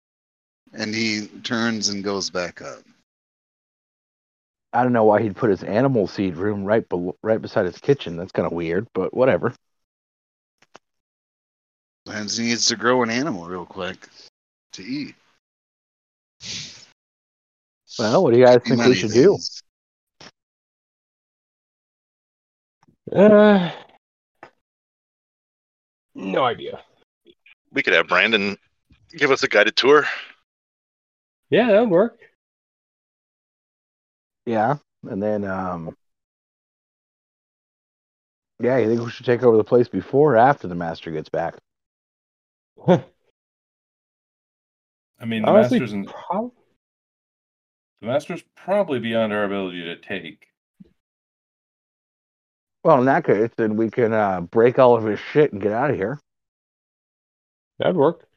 S1: And he turns and goes back up.
S3: I don't know why he'd put his animal seed room right bel right beside his kitchen. That's kind of weird, but whatever.
S1: Sometimes he needs to grow an animal real quick to eat.
S3: Well, what do you guys
S1: Do
S3: think we
S1: many
S3: should do?
S1: things.
S4: Uh, no idea.
S2: We could have Brandon give us a guided tour.
S4: Yeah, that would work.
S3: Yeah, and then um, yeah, you think we should take over the place before or after the master gets back?
S5: I mean, the
S4: Honestly,
S5: master's an,
S4: prob-
S5: the master's probably beyond our ability to take.
S3: Well, in that case, then we can uh, break all of his shit and get out of here.
S4: that'd work.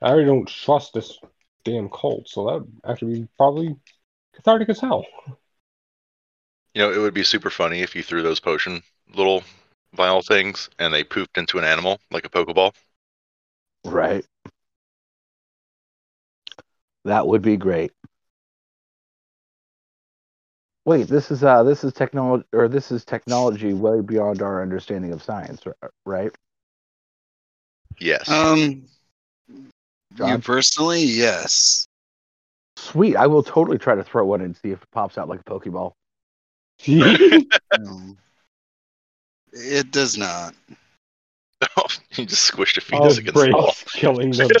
S4: I already don't trust this damn cult, so that would actually be probably cathartic as hell.
S2: You know, it would be super funny if you threw those potion little vial things and they poofed into an animal like a pokeball.
S3: Right. That would be great. Wait, this is uh this is technology or this is technology way beyond our understanding of science, r- right?
S2: Yes.
S1: Um, you
S3: John?
S1: personally, yes.
S3: Sweet. I will totally try to throw one and see if it pops out like a Pokeball.
S1: No. It does not.
S2: he just squished a fetus
S4: Oh,
S2: against the wall.
S4: Braves killing the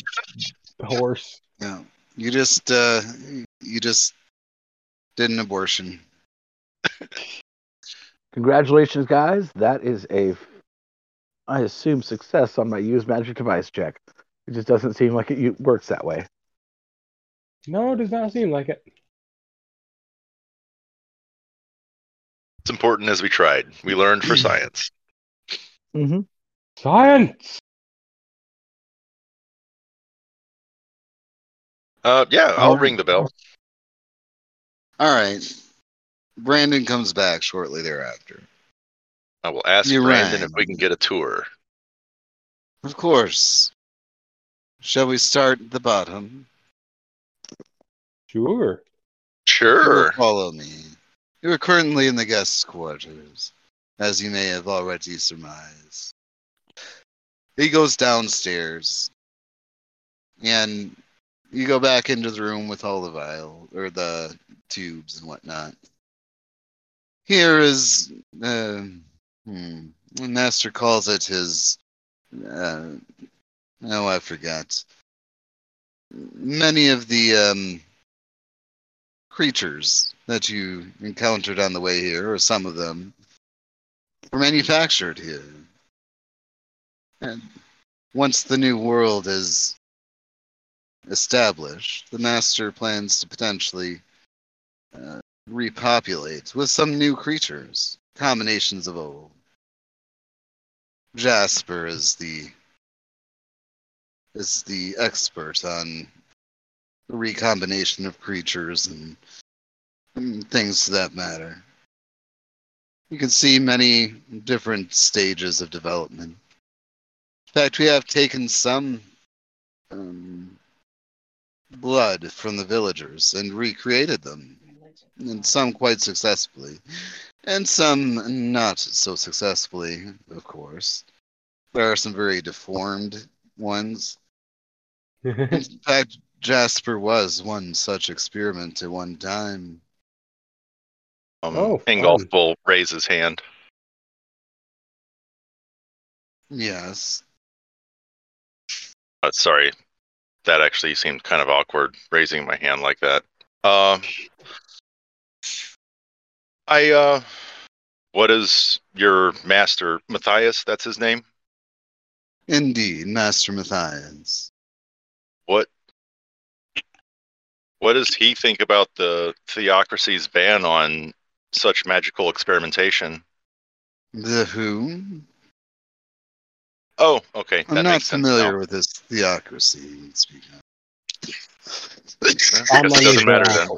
S4: the horse.
S1: No. You just uh you just did an abortion.
S3: Congratulations, guys. That is a, I assume, success on my use magic device check. It just doesn't seem like it u- works that way.
S4: No, it does not seem like it.
S2: It's important as we tried. We learned for science.
S3: Mm-hmm.
S4: Science.
S2: Uh, yeah, I'll
S1: Alright.
S2: ring the bell.
S1: All right. Brandon comes back shortly thereafter.
S2: I will ask
S1: You
S2: Brandon
S1: rang.
S2: if we can get a tour.
S1: Of course. Shall we start at the bottom?
S4: Sure.
S1: You will
S2: Sure.
S1: Follow me. You are currently in the guest quarters, as you may have already surmised. He goes downstairs, and you go back into the room with all the vial or the tubes and whatnot. Here is, uh, hmm, Master calls it his. Uh, oh, I forgot. Many of the um, creatures that you encountered on the way here, or some of them, were manufactured here. And once the new world is established, the master plans to potentially uh, repopulate with some new creatures, combinations of old. Jasper is the is the expert on the recombination of creatures and, and Mm, things to that matter. You can see many different stages of development. In fact, we have taken some um, blood from the villagers and recreated them, and some quite successfully, and some not so successfully, of course. There are some very deformed ones. In fact, Jasper was one such experiment at one time.
S2: Um,
S4: Oh, fun.
S2: Ingolf will raise his hand.
S1: Yes.
S2: Uh, sorry, that actually seemed kind of awkward raising my hand like that. Um, I uh, what is your master Matthias? That's his name.
S1: Indeed, Master Matthias.
S2: What what does he think about the theocracy's ban on such magical experimentation?
S1: The whom?
S2: Oh, okay, that
S1: I'm not
S2: makes sense now.
S1: familiar with this theocracy. Speak up.
S2: I guess it doesn't matter then.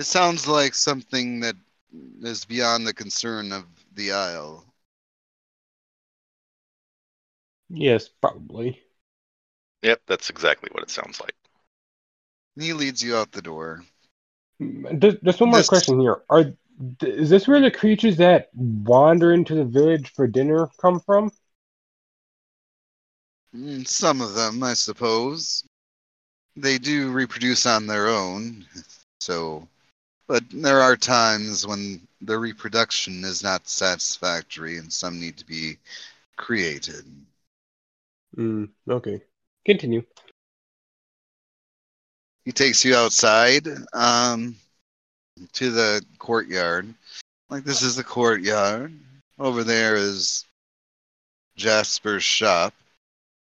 S1: It sounds like something that is beyond the concern of the Isle.
S4: Yes, probably.
S2: Yep, that's exactly what it sounds like.
S1: He leads you out the door.
S4: There's, Mm, there's one more
S1: This-
S4: question here. Are th- is this where the creatures that wander into the village for dinner come from?
S1: Mm, Some of them, I suppose. They do reproduce on their own, so. But there are times when the reproduction is not satisfactory and some need to be created.
S4: Mm, okay. Continue.
S1: He takes you outside um, to the courtyard. Like, this is the courtyard. Over there is Jasper's shop.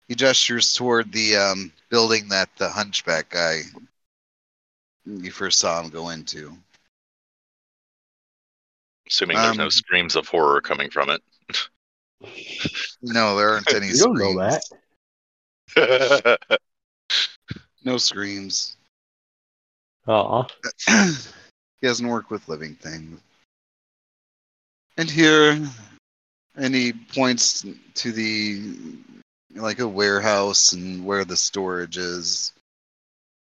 S1: He gestures toward the um, building that the hunchback guy you first saw him go into.
S2: Assuming there's no
S1: Um,
S2: screams of horror coming from
S1: No, there aren't any
S4: You don't know
S1: screams.
S4: that.
S2: it.
S1: No screams.
S4: Aw.
S1: he doesn't work with living things. And here, and he points to the like a warehouse and where the storage is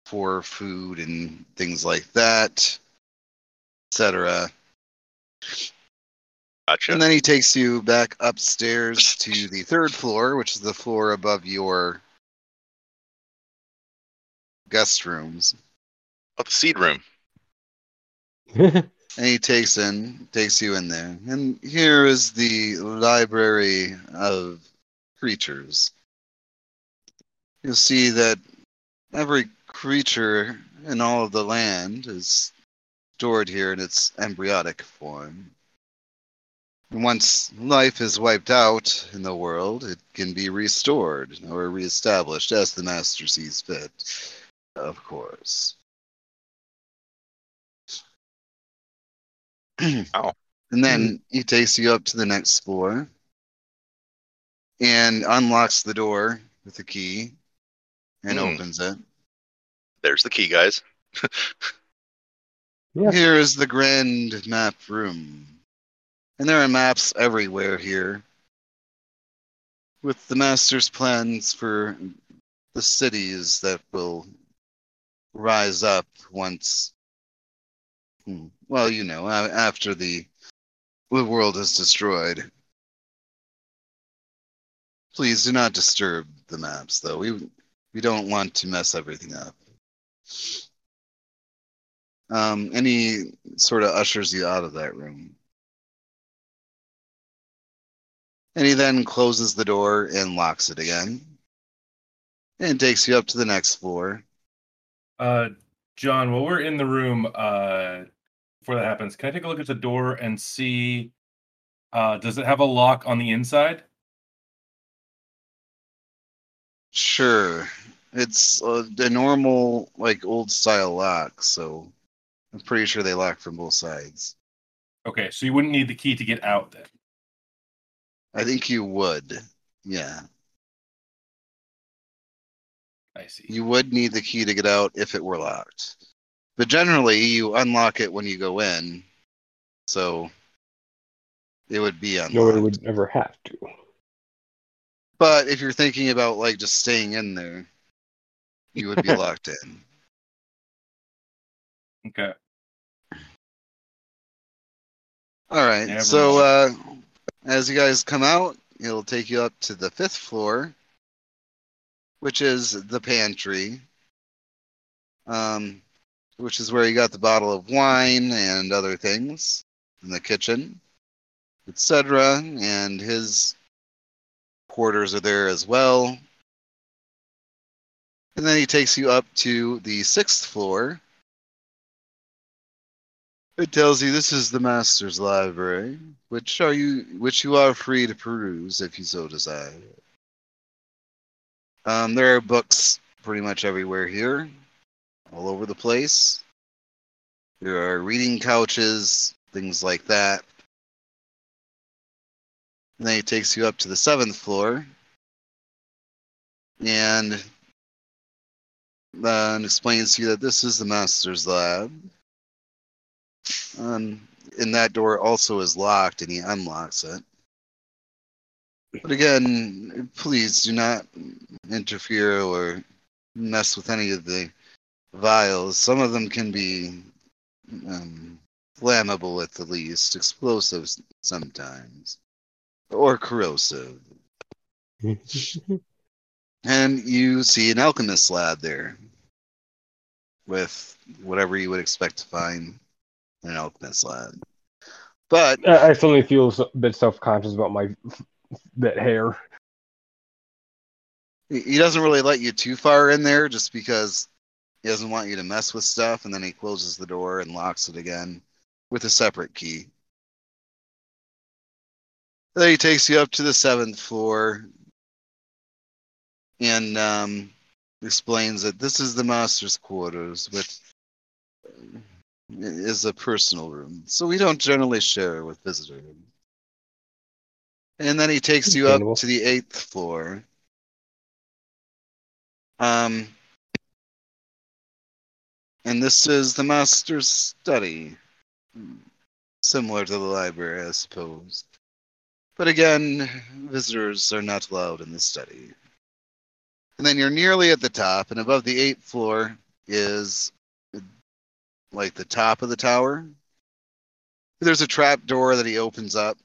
S1: for food and things like that, etc.
S2: gotcha.
S1: And then he takes you back upstairs to the third floor, which is the floor above your guest rooms.
S2: about Oh, the seed room?
S1: And he takes in takes you in there. And here is the library of creatures. You'll see that every creature in all of the land is stored here in its embryonic form. And once life is wiped out in the world, it can be restored or reestablished as the master sees fit, of course.
S2: Wow.
S1: And then he takes you up to the next floor and unlocks the door with a key and
S2: Hmm.
S1: opens it.
S2: There's the key, guys.
S4: Yes.
S1: Here is the grand map room. And there are maps everywhere here. With the master's plans for the cities that will rise up once. hmm, Well, you know, a- after the, the world is destroyed. Please do not disturb the maps, though. We, we don't want to mess everything up. Um, and he sort of ushers you out of that room. And he then closes the door and locks it again. And takes you up to the next floor.
S5: Uh, John, while we're in the room, uh, before that happens, can I take a look at the door and see? Uh, does it have a lock on the inside?
S1: Sure. It's uh, the normal, like old style lock, so I'm pretty sure they lock from both sides.
S5: Okay, so you wouldn't need the key to get out then.
S1: I think you would. Yeah.
S5: I see.
S1: You would need the key to get out if it were locked. But generally, you unlock it when you go in. So it would be unlocked.
S4: Nobody would ever have to.
S1: But if you're thinking about like just staying in there, you would be locked in.
S5: Okay.
S1: All right.
S5: Never
S1: so uh, as you guys come out, it'll take you up to the fifth floor, which is the pantry, um, which is where you got the bottle of wine and other things in the kitchen, etc. And his quarters are there as well. And then he takes you up to the sixth floor, It tells you this is the master's library, which are you which you are free to peruse if you so desire. Um, there are books pretty much everywhere here, all over the place. There are reading couches, things like that. And then he takes you up to the seventh floor, and then explains to you that this is the master's lab. Um, and that door also is locked, and he unlocks it. But again, please do not interfere or mess with any of the vials. Some of them can be um, flammable at the least, explosives sometimes, or corrosive. And you see an alchemist lab there with whatever you would expect to find in an alchemist lab. But
S4: I I suddenly feel s- a bit self conscious about my that hair.
S1: he he doesn't really let you too far in there just because he doesn't want you to mess with stuff. And then he closes the door and locks it again with a separate key. Then he takes you up to the seventh floor and um, explains that this is the master's quarters, which uh, is a personal room. So we don't generally share with visitors. And then he takes you
S4: Understandable.
S1: up to the eighth floor. Um, and this is the master's study, Hmm. similar to the library, I suppose. But again, visitors are not allowed in the study. And then you're nearly at the top, and above the eighth floor is like the top of the tower. There's a trap door that he opens up,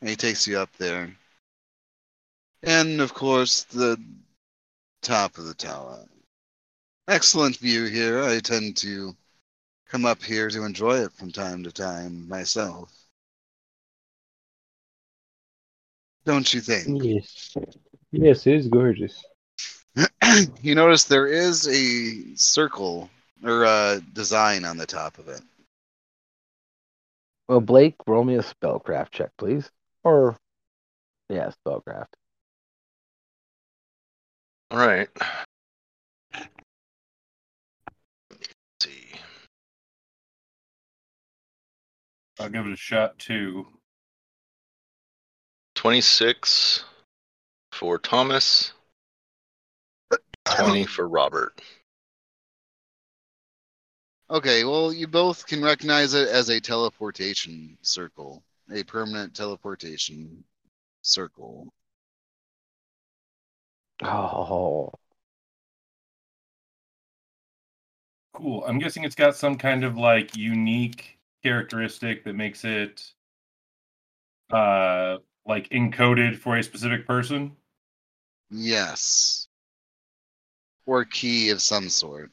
S1: and he takes you up there. And of course, the top of the tower. excellent view here. I tend to come up here to enjoy it from time to time myself. Don't you think?
S4: Yes. Yes, it is gorgeous.
S1: you notice there is a circle or a design on the top of it.
S3: Well, Blake, roll me a spellcraft check, please. Or, yeah, spellcraft.
S2: All right. Let's see.
S5: I'll give it a shot too.
S2: 26 for Thomas, 20 for Robert.
S1: Okay, well, you both can recognize it as a teleportation circle, a permanent teleportation circle.
S3: Oh,
S5: Cool. I'm guessing it's got some kind of like unique characteristic that makes it uh like encoded for a specific person.
S1: Yes. Or key of some sort.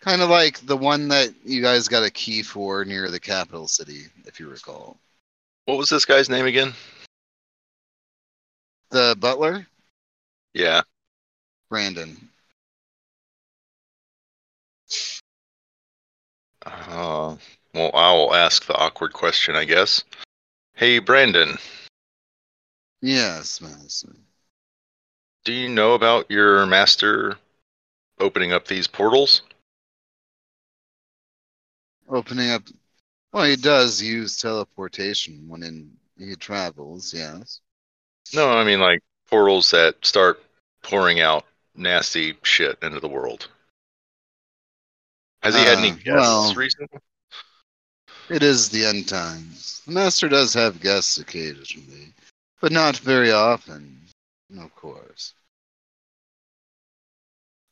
S1: Kind of like the one that you guys got a key for near the capital city, if you recall.
S2: What was this guy's name again?
S1: The butler,
S2: Yeah.
S1: Brandon.
S2: Uh, well, I will ask the awkward question, I guess. Hey, Brandon,
S1: Yes, Madison.
S2: do you know about your master opening up these portals?
S1: Opening up. Well, he does use teleportation when in, he travels, yes.
S2: No, I mean like portals that start pouring out nasty shit into the world. Has he had any
S1: Uh,
S2: guests
S1: well-
S2: recently?
S1: It is the end times. The master does have guests occasionally, but not very often, of course.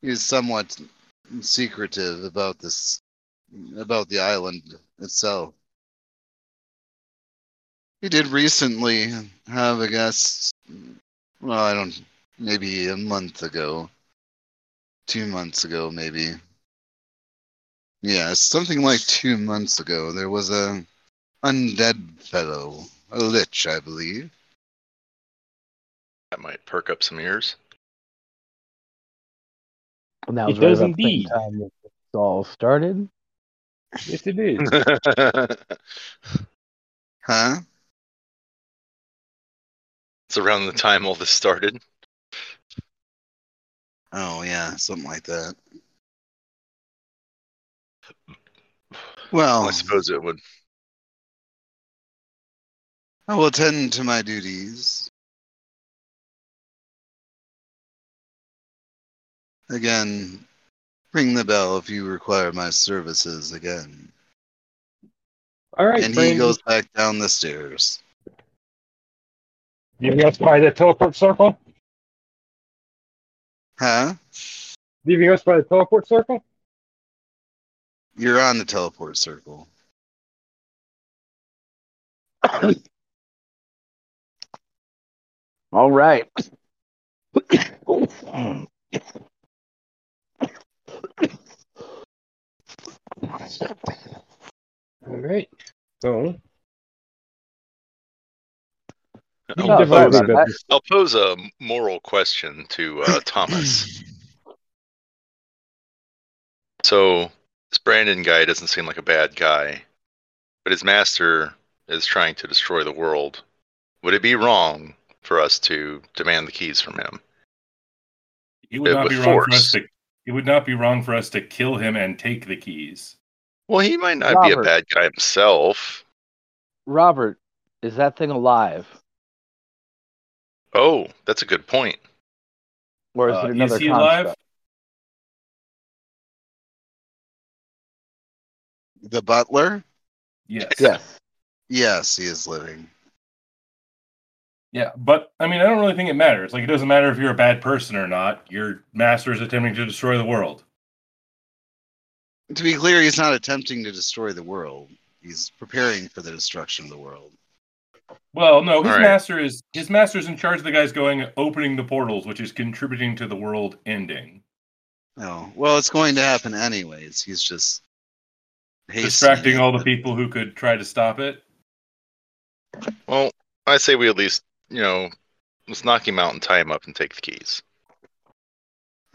S1: He is somewhat secretive about this, about the island itself. He did recently have a guest, well, I don't, maybe a month ago, two months ago, maybe. Yes, something like two months ago, there was a undead fellow, a lich, I believe.
S2: That might perk up some ears.
S3: and that was
S4: It
S3: right
S4: does
S3: about the same
S4: indeed.
S3: time that this all started.
S4: Yes, it is.
S2: it's
S1: Huh?
S2: around the time all this started.
S1: Oh, yeah, something like that. Well, Oh.
S2: I suppose it would.
S1: I will attend to my duties. Again, ring the bell if you require my services again.
S4: All right,
S1: And he
S4: Brandon.
S1: goes back down the stairs.
S4: Leaving us by the teleport circle?
S1: Huh?
S4: Leaving us by the teleport circle?
S1: You're on the teleport circle.
S3: All right.
S4: All right. So,
S2: I'll,
S3: Oh, sorry
S2: pose
S3: about
S2: a,
S3: that.
S2: I'll pose a moral question to uh, Thomas. so this Brandon guy doesn't seem like a bad guy, but his master is trying to destroy the world. Would it be wrong for us to demand the keys from him?
S5: It would
S2: Uh,
S5: not
S2: with
S5: be wrong for
S2: force.
S5: us to it would not be wrong for us to kill him and take the keys.
S2: Well, he might not be a
S3: Robert.
S2: bad guy himself.
S3: Robert, is that thing alive?
S2: Oh, that's a good point.
S3: Or is
S5: Uh,
S3: it another
S5: is he
S3: construct?
S5: alive?
S1: The butler?
S5: Yes.
S3: Yes.
S1: Yes, he is living.
S5: Yeah, but I mean, I don't really think it matters. Like, it doesn't matter if you're a bad person or not. Your master is attempting to destroy the world.
S1: To be clear, he's not attempting to destroy the world. He's preparing for the destruction of the world.
S5: Well, no, his
S2: All right.
S5: master is his master's in charge of the guys going opening the portals, which is contributing to the world ending.
S1: No. Well, it's going to happen anyways. He's just hastening
S5: Distracting
S1: it,
S5: all the
S1: but-
S5: people who could try to stop it.
S2: Well, I say we at least, you know, let's knock him out and tie him up and take the keys.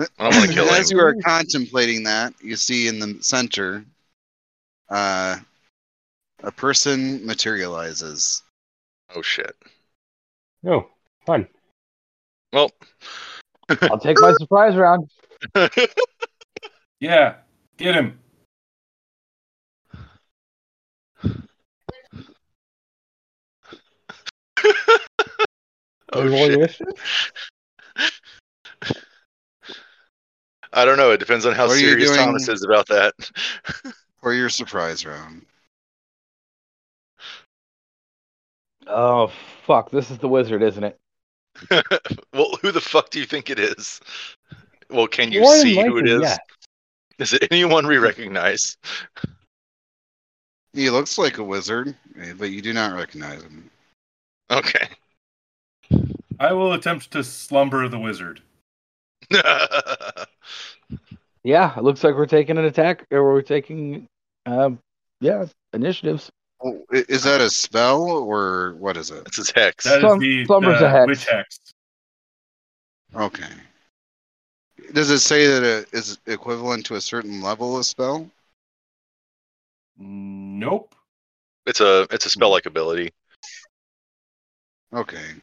S2: I don't want to kill him.
S1: As you are contemplating that, you see in the center uh, a person materializes.
S2: Oh shit.
S4: Oh, fun.
S2: Well,
S3: I'll take my surprise round.
S5: Yeah, get him.
S2: Oh,
S4: You're rolling
S2: shit.
S4: this?
S2: I don't know. It depends on how
S1: What are you
S2: serious
S1: doing?
S2: Thomas is about that.
S1: For your surprise round.
S3: Oh fuck! This is the wizard, isn't it?
S2: well, who the fuck do you think it is? Well, can you
S4: More than
S2: see who it
S4: likely,
S2: is?
S4: yeah.
S2: Is it anyone we recognize?
S1: He looks like a wizard, eh, but you do not recognize him.
S2: Okay.
S5: I will attempt to slumber the wizard.
S3: Yeah, it looks like we're taking an attack, or we're taking, um, yeah, initiatives.
S1: Oh, i- Is that a spell or what is it?
S2: That's his hex.
S5: That is
S3: Slum-
S5: the,
S3: slumber's
S5: the
S3: a hex.
S5: witch hex.
S1: Okay. Does it say that it is equivalent to a certain level of spell?
S5: Nope.
S2: It's a it's a spell like ability.
S1: Okay.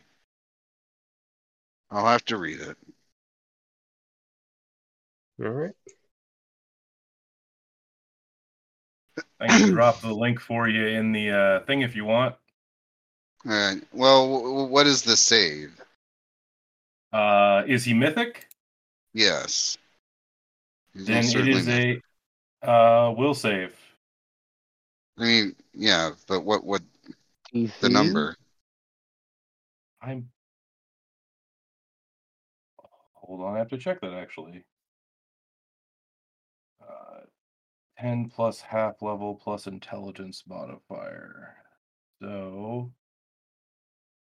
S1: I'll have to read it.
S4: All right.
S5: I can drop the link for you in the uh, thing if you want.
S1: All right. Well, w- w- what is the save?
S5: Uh, is he mythic?
S1: Yes. He's
S5: Then
S1: most
S5: it is
S1: certainly-
S5: a uh, will save.
S1: I mean, yeah, but what would the
S3: DC.
S1: number?
S5: I'm. Hold on, I have to check that actually. Uh, 10 plus half level plus intelligence modifier. So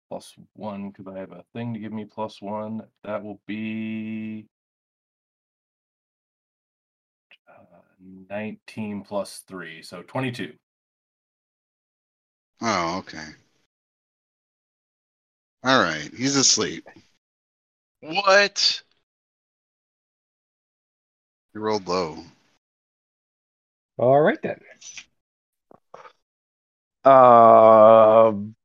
S5: plus one, because I have a thing to give me plus one. That will be uh, 19 plus three, so 22.
S1: Oh, okay. All right. He's asleep.
S2: What?
S1: He rolled low.
S4: All right then.
S3: Um,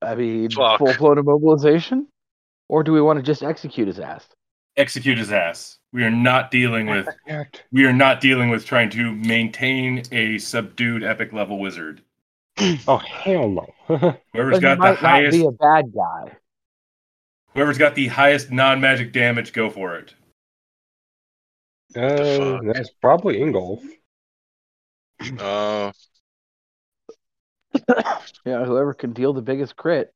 S3: I mean,
S2: Fuck.
S3: full blown immobilization, or do we want to just execute his ass?
S5: Execute his ass. We are not dealing with
S4: Alright.
S5: we are not dealing with trying to maintain a subdued epic level wizard.
S4: Oh hell no. Uh,
S5: Whoever's got the
S3: might not
S5: highest
S3: be a bad guy.
S5: whoever's got the highest non-magic damage, go for it.
S4: uh,
S2: fuck?
S4: that's probably Ingolf.
S2: Uh,
S3: Yeah, whoever can deal the biggest crit.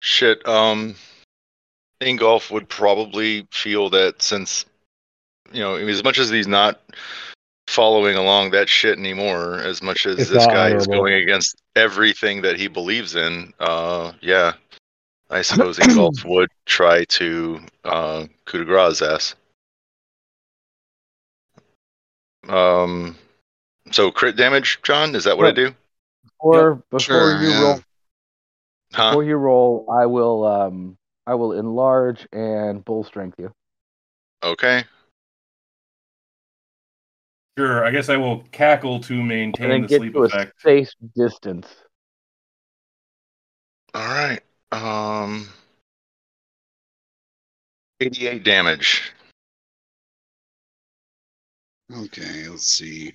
S2: shit. Um, Ingolf would probably feel that since, you know, as much as he's not following along that shit anymore, as much as
S4: It's
S2: this
S4: not
S2: guy is
S4: honorable.
S2: going against everything that he believes in, uh, yeah, I suppose Ingolf would try to uh, coup de grace his ass. Um, so crit damage, John? Is that what I
S3: Yep.
S2: do?
S3: Or before
S1: Sure,
S3: you
S1: yeah. Uh.
S3: roll,
S2: Huh?
S3: before you roll, I will, um, I will enlarge and bull strength you.
S2: Okay.
S5: Sure, I guess I will cackle to
S3: and
S5: maintain
S3: then
S5: the
S3: get
S5: sleep
S3: to a
S5: effect.
S3: safe distance.
S2: All right. Um, 88 damage.
S1: Okay, let's see.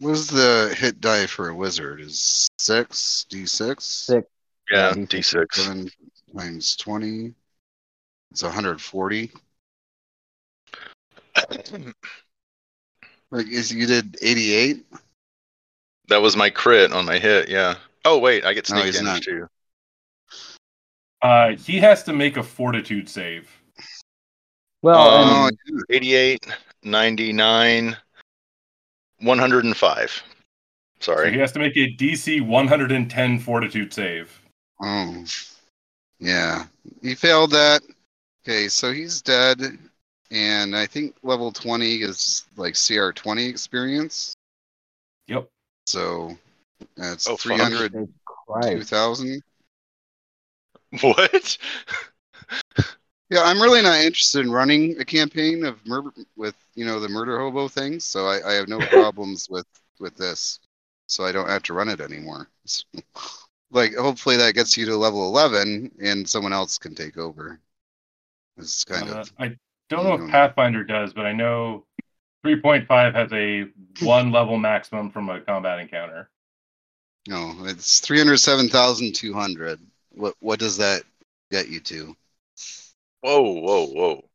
S1: What is the hit die for a wizard? Is six d six?
S3: Six.
S2: Yeah,
S3: Yeah,
S2: D6.
S1: Seven times twenty. It's hundred forty. Like is you did eighty eight?
S2: that was my crit on my hit. Yeah. Oh wait, I get
S1: No,
S2: sneak
S1: he's
S2: damage
S1: not.
S2: too.
S5: Uh, he has to make a fortitude save.
S3: Well, and
S2: Um,
S1: Oh,
S2: 88, 99, 105.
S5: So he
S2: Sorry.
S5: has to make a DC 110 fortitude save.
S1: Oh, yeah. He failed that. Okay, so he's dead, and I think level 20 is like CR 20 experience.
S5: Yep.
S1: So that's
S2: Oh, fuck.
S1: 300,
S3: Jesus Christ.
S1: 2,000.
S2: What?
S1: Yeah, I'm really not interested in running a campaign of murder with you know the murder hobo things, so I, I have no problems with with this, so I don't have to run it anymore. It's- like, hopefully that gets you to level 11, and someone else can take over. It's kind
S5: Uh,
S1: of
S5: I don't know
S1: Mm.
S5: if Pathfinder does, but I know 3.5 has a one level maximum from a combat encounter.
S1: no, it's 307,200. What what does that get you to?
S2: Whoa, whoa, whoa.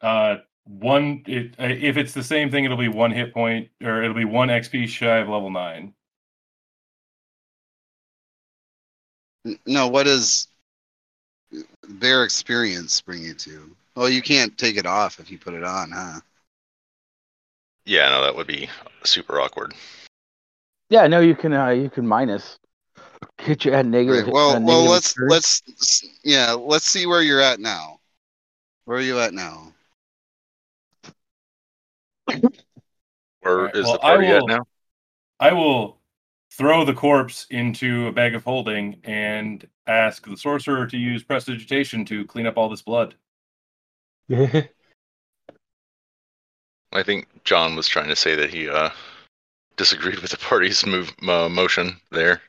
S5: Uh, one it, uh, if it's the same thing, it'll be one hit point or it'll be one XP shy of level nine.
S1: N- No, what does their experience bring you to? Well, you can't take it off if you put it on, huh?
S2: Yeah, no, that would be super awkward.
S3: Yeah, no, you can uh, you can minus. Hit you at negative.
S1: Right. Well, well,
S3: uh, negative
S1: let's
S3: experience.
S1: let's s- yeah, let's see where you're at now. Where are you at now?
S2: Where
S5: Alright,
S2: is
S5: well,
S2: the
S5: I
S2: party at
S5: will-
S2: now?
S5: I will throw the corpse into a bag of holding and ask the sorcerer to use prestidigitation to clean up all this blood.
S2: I think John was trying to say that he uh, disagreed with the party's move uh, motion there.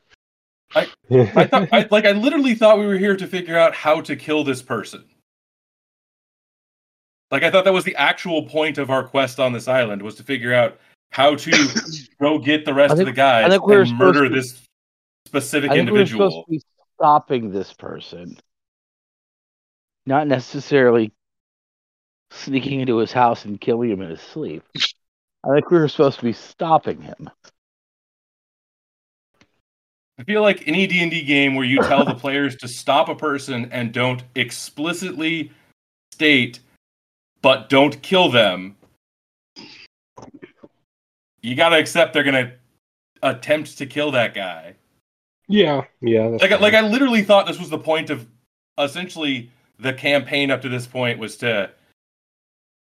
S5: I thought, I, like, I literally thought we were here to figure out how to kill this person. Like, I thought that was the actual point of our quest on this island was to figure out how to go get the rest
S3: I think-
S5: of the guys
S3: I think we were
S5: and murder
S3: supposed to-
S5: this specific
S3: I think we're supposed
S5: individual.
S3: to be stopping this person, not necessarily sneaking into his house and killing him in his sleep. I think we were supposed to be stopping him.
S5: I feel like any D and D game where you tell the players to stop a person and don't explicitly state, but don't kill them, you got to accept they're gonna attempt to kill that guy.
S4: yeah, yeah. that's
S5: like, I-
S4: fine.
S5: like I literally thought this was the point of essentially the campaign up to this point was to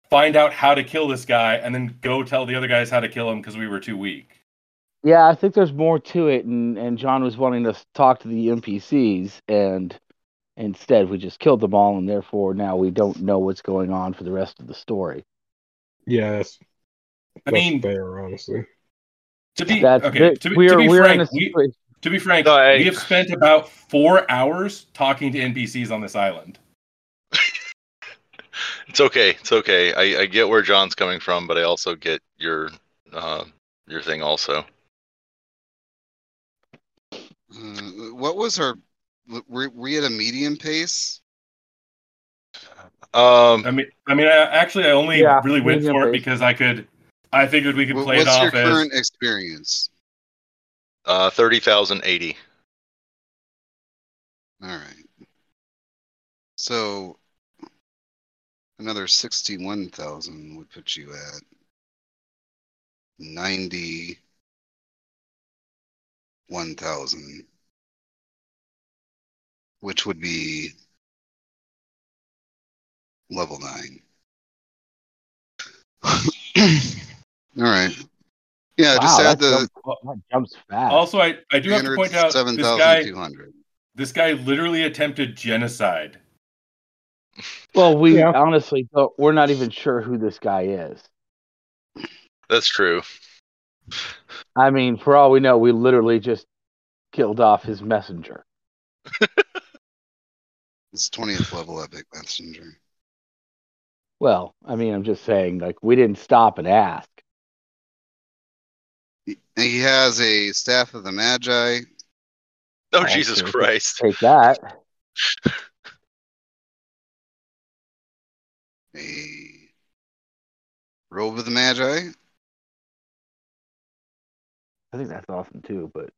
S5: find out how to kill this guy and then go tell the other guys how to kill him because we were too weak.
S3: Yeah, I think there's more to it, and and John was wanting us to talk to the NPCs, and instead we just killed them all, and therefore now we don't know what's going on for the rest of the story.
S4: yeah, that's,
S5: I
S4: that's
S5: mean,
S4: fair, honestly.
S5: to be
S3: That's
S5: okay,
S3: ve-
S5: to be,
S3: we're
S5: to be
S3: we're in a
S5: frank, we,
S3: situation.
S5: to be frank,
S2: No, I-
S5: we have spent about four hours talking to NPCs on this island.
S2: It's okay. It's okay. I, I get where John's coming from, but I also get your uh, your thing also.
S1: Uh, what was our? Were we at a medium pace?
S2: Um,
S5: I mean, I mean, I, actually, I only
S3: Yeah,
S5: really went
S3: medium
S5: for it
S3: pace.
S5: because I could. I figured we could
S1: Wh-
S5: play it
S1: What's your
S5: off as
S1: current experience?
S2: uh, thirty thousand eighty.
S1: All right. So another 61,000 would put you at 91,000. Which would be level 9. All right. Yeah,
S3: wow,
S1: just add
S3: that,
S1: the
S3: jumps, that jumps fast.
S5: Also, I, I do have to point out this guy
S1: 307,200.
S5: this guy literally attempted genocide.
S3: Well, we
S4: Yeah.
S3: honestly don't, we're not even sure who this guy is.
S2: That's true. Oh,
S3: I mean, for all we know, we literally just killed off his messenger.
S1: It's 20th level epic messenger.
S3: Well, I mean, I'm just saying, like, we didn't stop and ask.
S1: He- He has a staff of the Magi.
S2: Oh,
S3: Oh,
S2: Jesus
S3: okay.
S2: Christ!
S3: Take that.
S1: a robe of the magi
S3: I think that's awesome too. But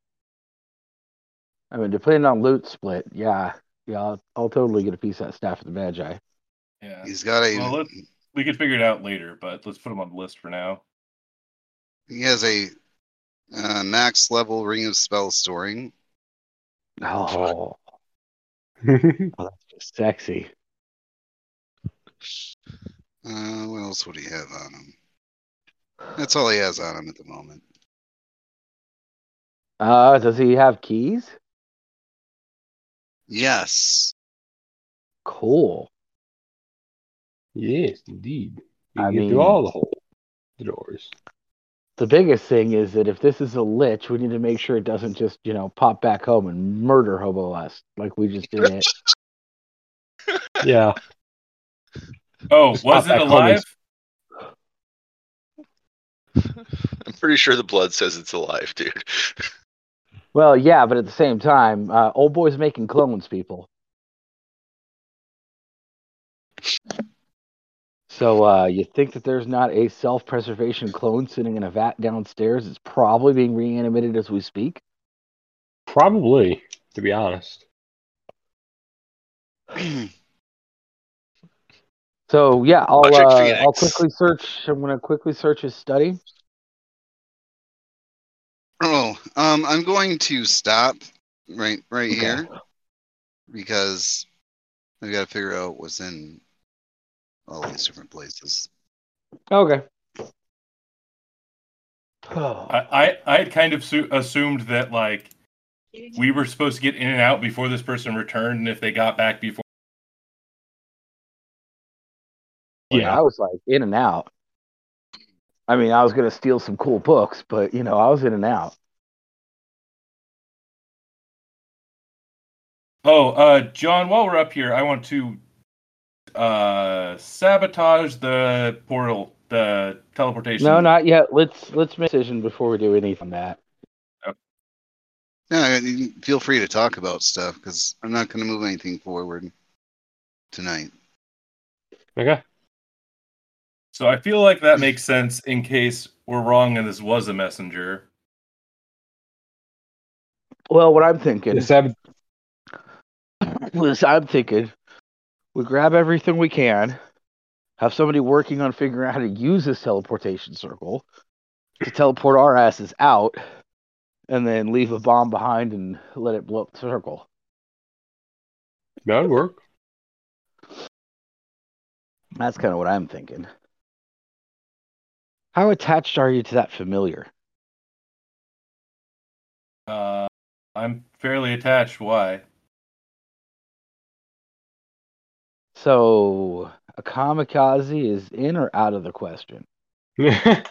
S3: I mean, depending on loot split, yeah, yeah, I'll, I'll totally get a piece of that staff of the Magi.
S5: Yeah.
S1: he's got a
S5: Well, let's, we could figure it out later, but let's put him on the list for now.
S1: he has a uh, max level ring of spell storing
S3: Oh, oh, that's just sexy.
S1: Uh, what else would he have on him? That's all he has on him at the moment.
S3: Uh, does he have keys?
S1: Yes.
S3: Cool.
S4: Yes, indeed. You
S3: I
S4: can get
S3: mean-
S4: through all the holes, the doors.
S3: The biggest thing is that if this is a lich, we need to make sure it doesn't just, you know, pop back home and murder hobo us like we just did it.
S4: Yeah.
S5: Oh,
S4: Just pop
S5: was it
S4: back on
S5: alive?
S4: his-
S2: I'm pretty sure the blood says it's alive, dude.
S3: Well, yeah, but at the same time, uh, old boy's making clones, people. So uh, you think that there's not a self-preservation clone sitting in a vat downstairs? It's probably being reanimated as we speak.
S4: Probably, to be honest.
S3: So yeah, I'll
S2: Project
S3: uh,
S2: Phoenix.
S3: I'll quickly search. I'm gonna quickly search his study.
S1: Oh, um, I'm going to stop right right
S3: Okay.
S1: here because I've got to figure out what's in all these different places.
S3: Okay.
S5: Oh. I, I I had kind of su- assumed that like we were supposed to get in and out before this person returned, and if they got back before,
S3: I was like in and out. I mean, I was gonna steal some cool books, but you know, I was in and out.
S5: oh, uh, John, while we're up here, I want to uh sabotage the portal, the teleportation.
S3: No, not yet. Let's let's make a decision before we do anything on that.
S1: Yeah, you can- feel free to talk about stuff because I'm not going to move anything forward tonight.
S4: Okay.
S5: So I feel like that makes sense in case we're wrong and this was a messenger.
S3: Well, what I'm thinking
S4: The sab-
S3: was I'm thinking we grab everything we can, have somebody working on figuring out how to use this teleportation circle to teleport our asses out, and then leave a bomb behind and let it blow up the circle.
S4: that would work.
S3: That's kind of what I'm thinking. How attached are you to that familiar?
S5: Uh, I'm fairly attached. Why?
S3: So, a kamikaze is in or out of the question?
S5: Uh,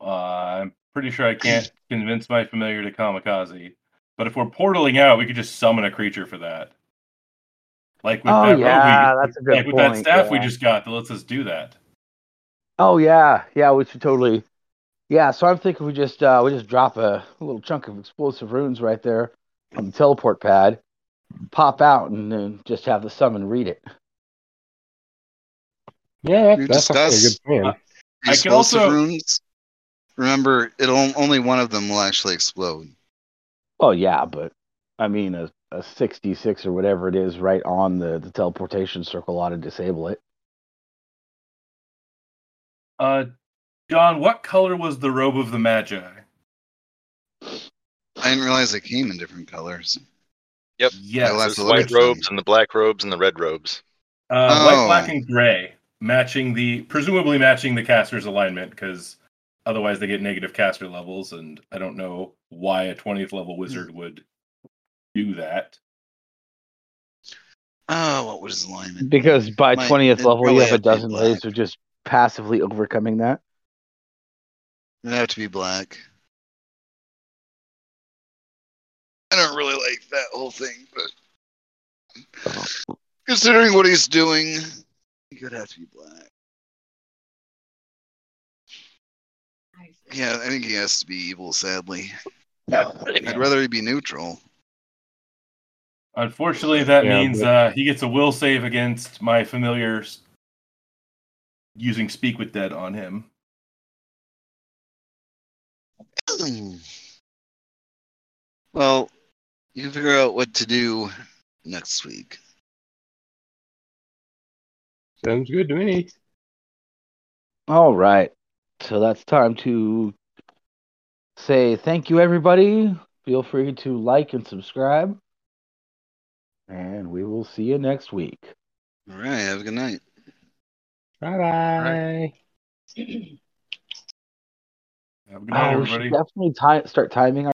S5: I'm pretty sure I can't convince my familiar to kamikaze. But if we're portaling out, we could just summon a creature for that. Like with
S3: Oh,
S5: that rogue
S3: yeah,
S5: we,
S3: that's a good
S5: like with that
S3: point,
S5: staff we
S3: yeah.
S5: just got that lets us do that.
S3: Oh yeah, yeah, we should totally. Yeah, so I'm thinking we just uh we just drop a, a little chunk of explosive runes right there on the teleport pad, pop out, and then just have the summon read it.
S4: yeah,
S1: You
S4: that, that's actually a good
S1: discuss- Uh,
S4: plan.
S5: I could
S1: Explosive
S5: also-
S1: runes. Remember, it'll only one of them will actually explode.
S3: Oh yeah, but I mean a a 66 or whatever it is right on the the teleportation circle ought to disable it.
S5: Uh, John, what color was the robe of the Magi?
S1: I didn't realize it came in different colors.
S2: Yep.
S5: Yes.
S1: I love- We'll have
S2: Those
S1: to look
S2: white
S1: at
S2: robes
S1: some.
S2: and the black robes and the red robes.
S5: Uh, White,
S1: Oh.
S5: black, and gray, matching the presumably matching the caster's alignment because otherwise they get negative caster levels, and I don't know why a 20th level wizard would do that.
S1: Oh, what was his alignment?
S3: Because by
S1: My-
S3: 20th
S1: it
S3: level, you
S1: probably
S3: have a
S1: had to be
S3: dozen ways
S1: black.
S3: of just passively overcoming that.
S1: It'd have to be black. I don't really like that whole thing, but considering what he's doing, it would have to be black. Yeah, I think he has to be evil, sadly. I'd rather he be neutral.
S5: Unfortunately, that
S4: Yeah,
S5: means
S4: but-
S5: uh, he gets a will save against my familiar s- using Speak with Dead on him.
S1: well, you can figure out what to do next week.
S4: Sounds good to me.
S3: All right. So that's time to say thank you, everybody. Feel free to like and subscribe. And we will see you next week.
S1: All right, have a good night.
S4: Bye bye.
S5: Have a good
S3: oh, we
S5: night, everybody.
S3: Oh,
S4: Oh,
S3: should definitely ti- start timing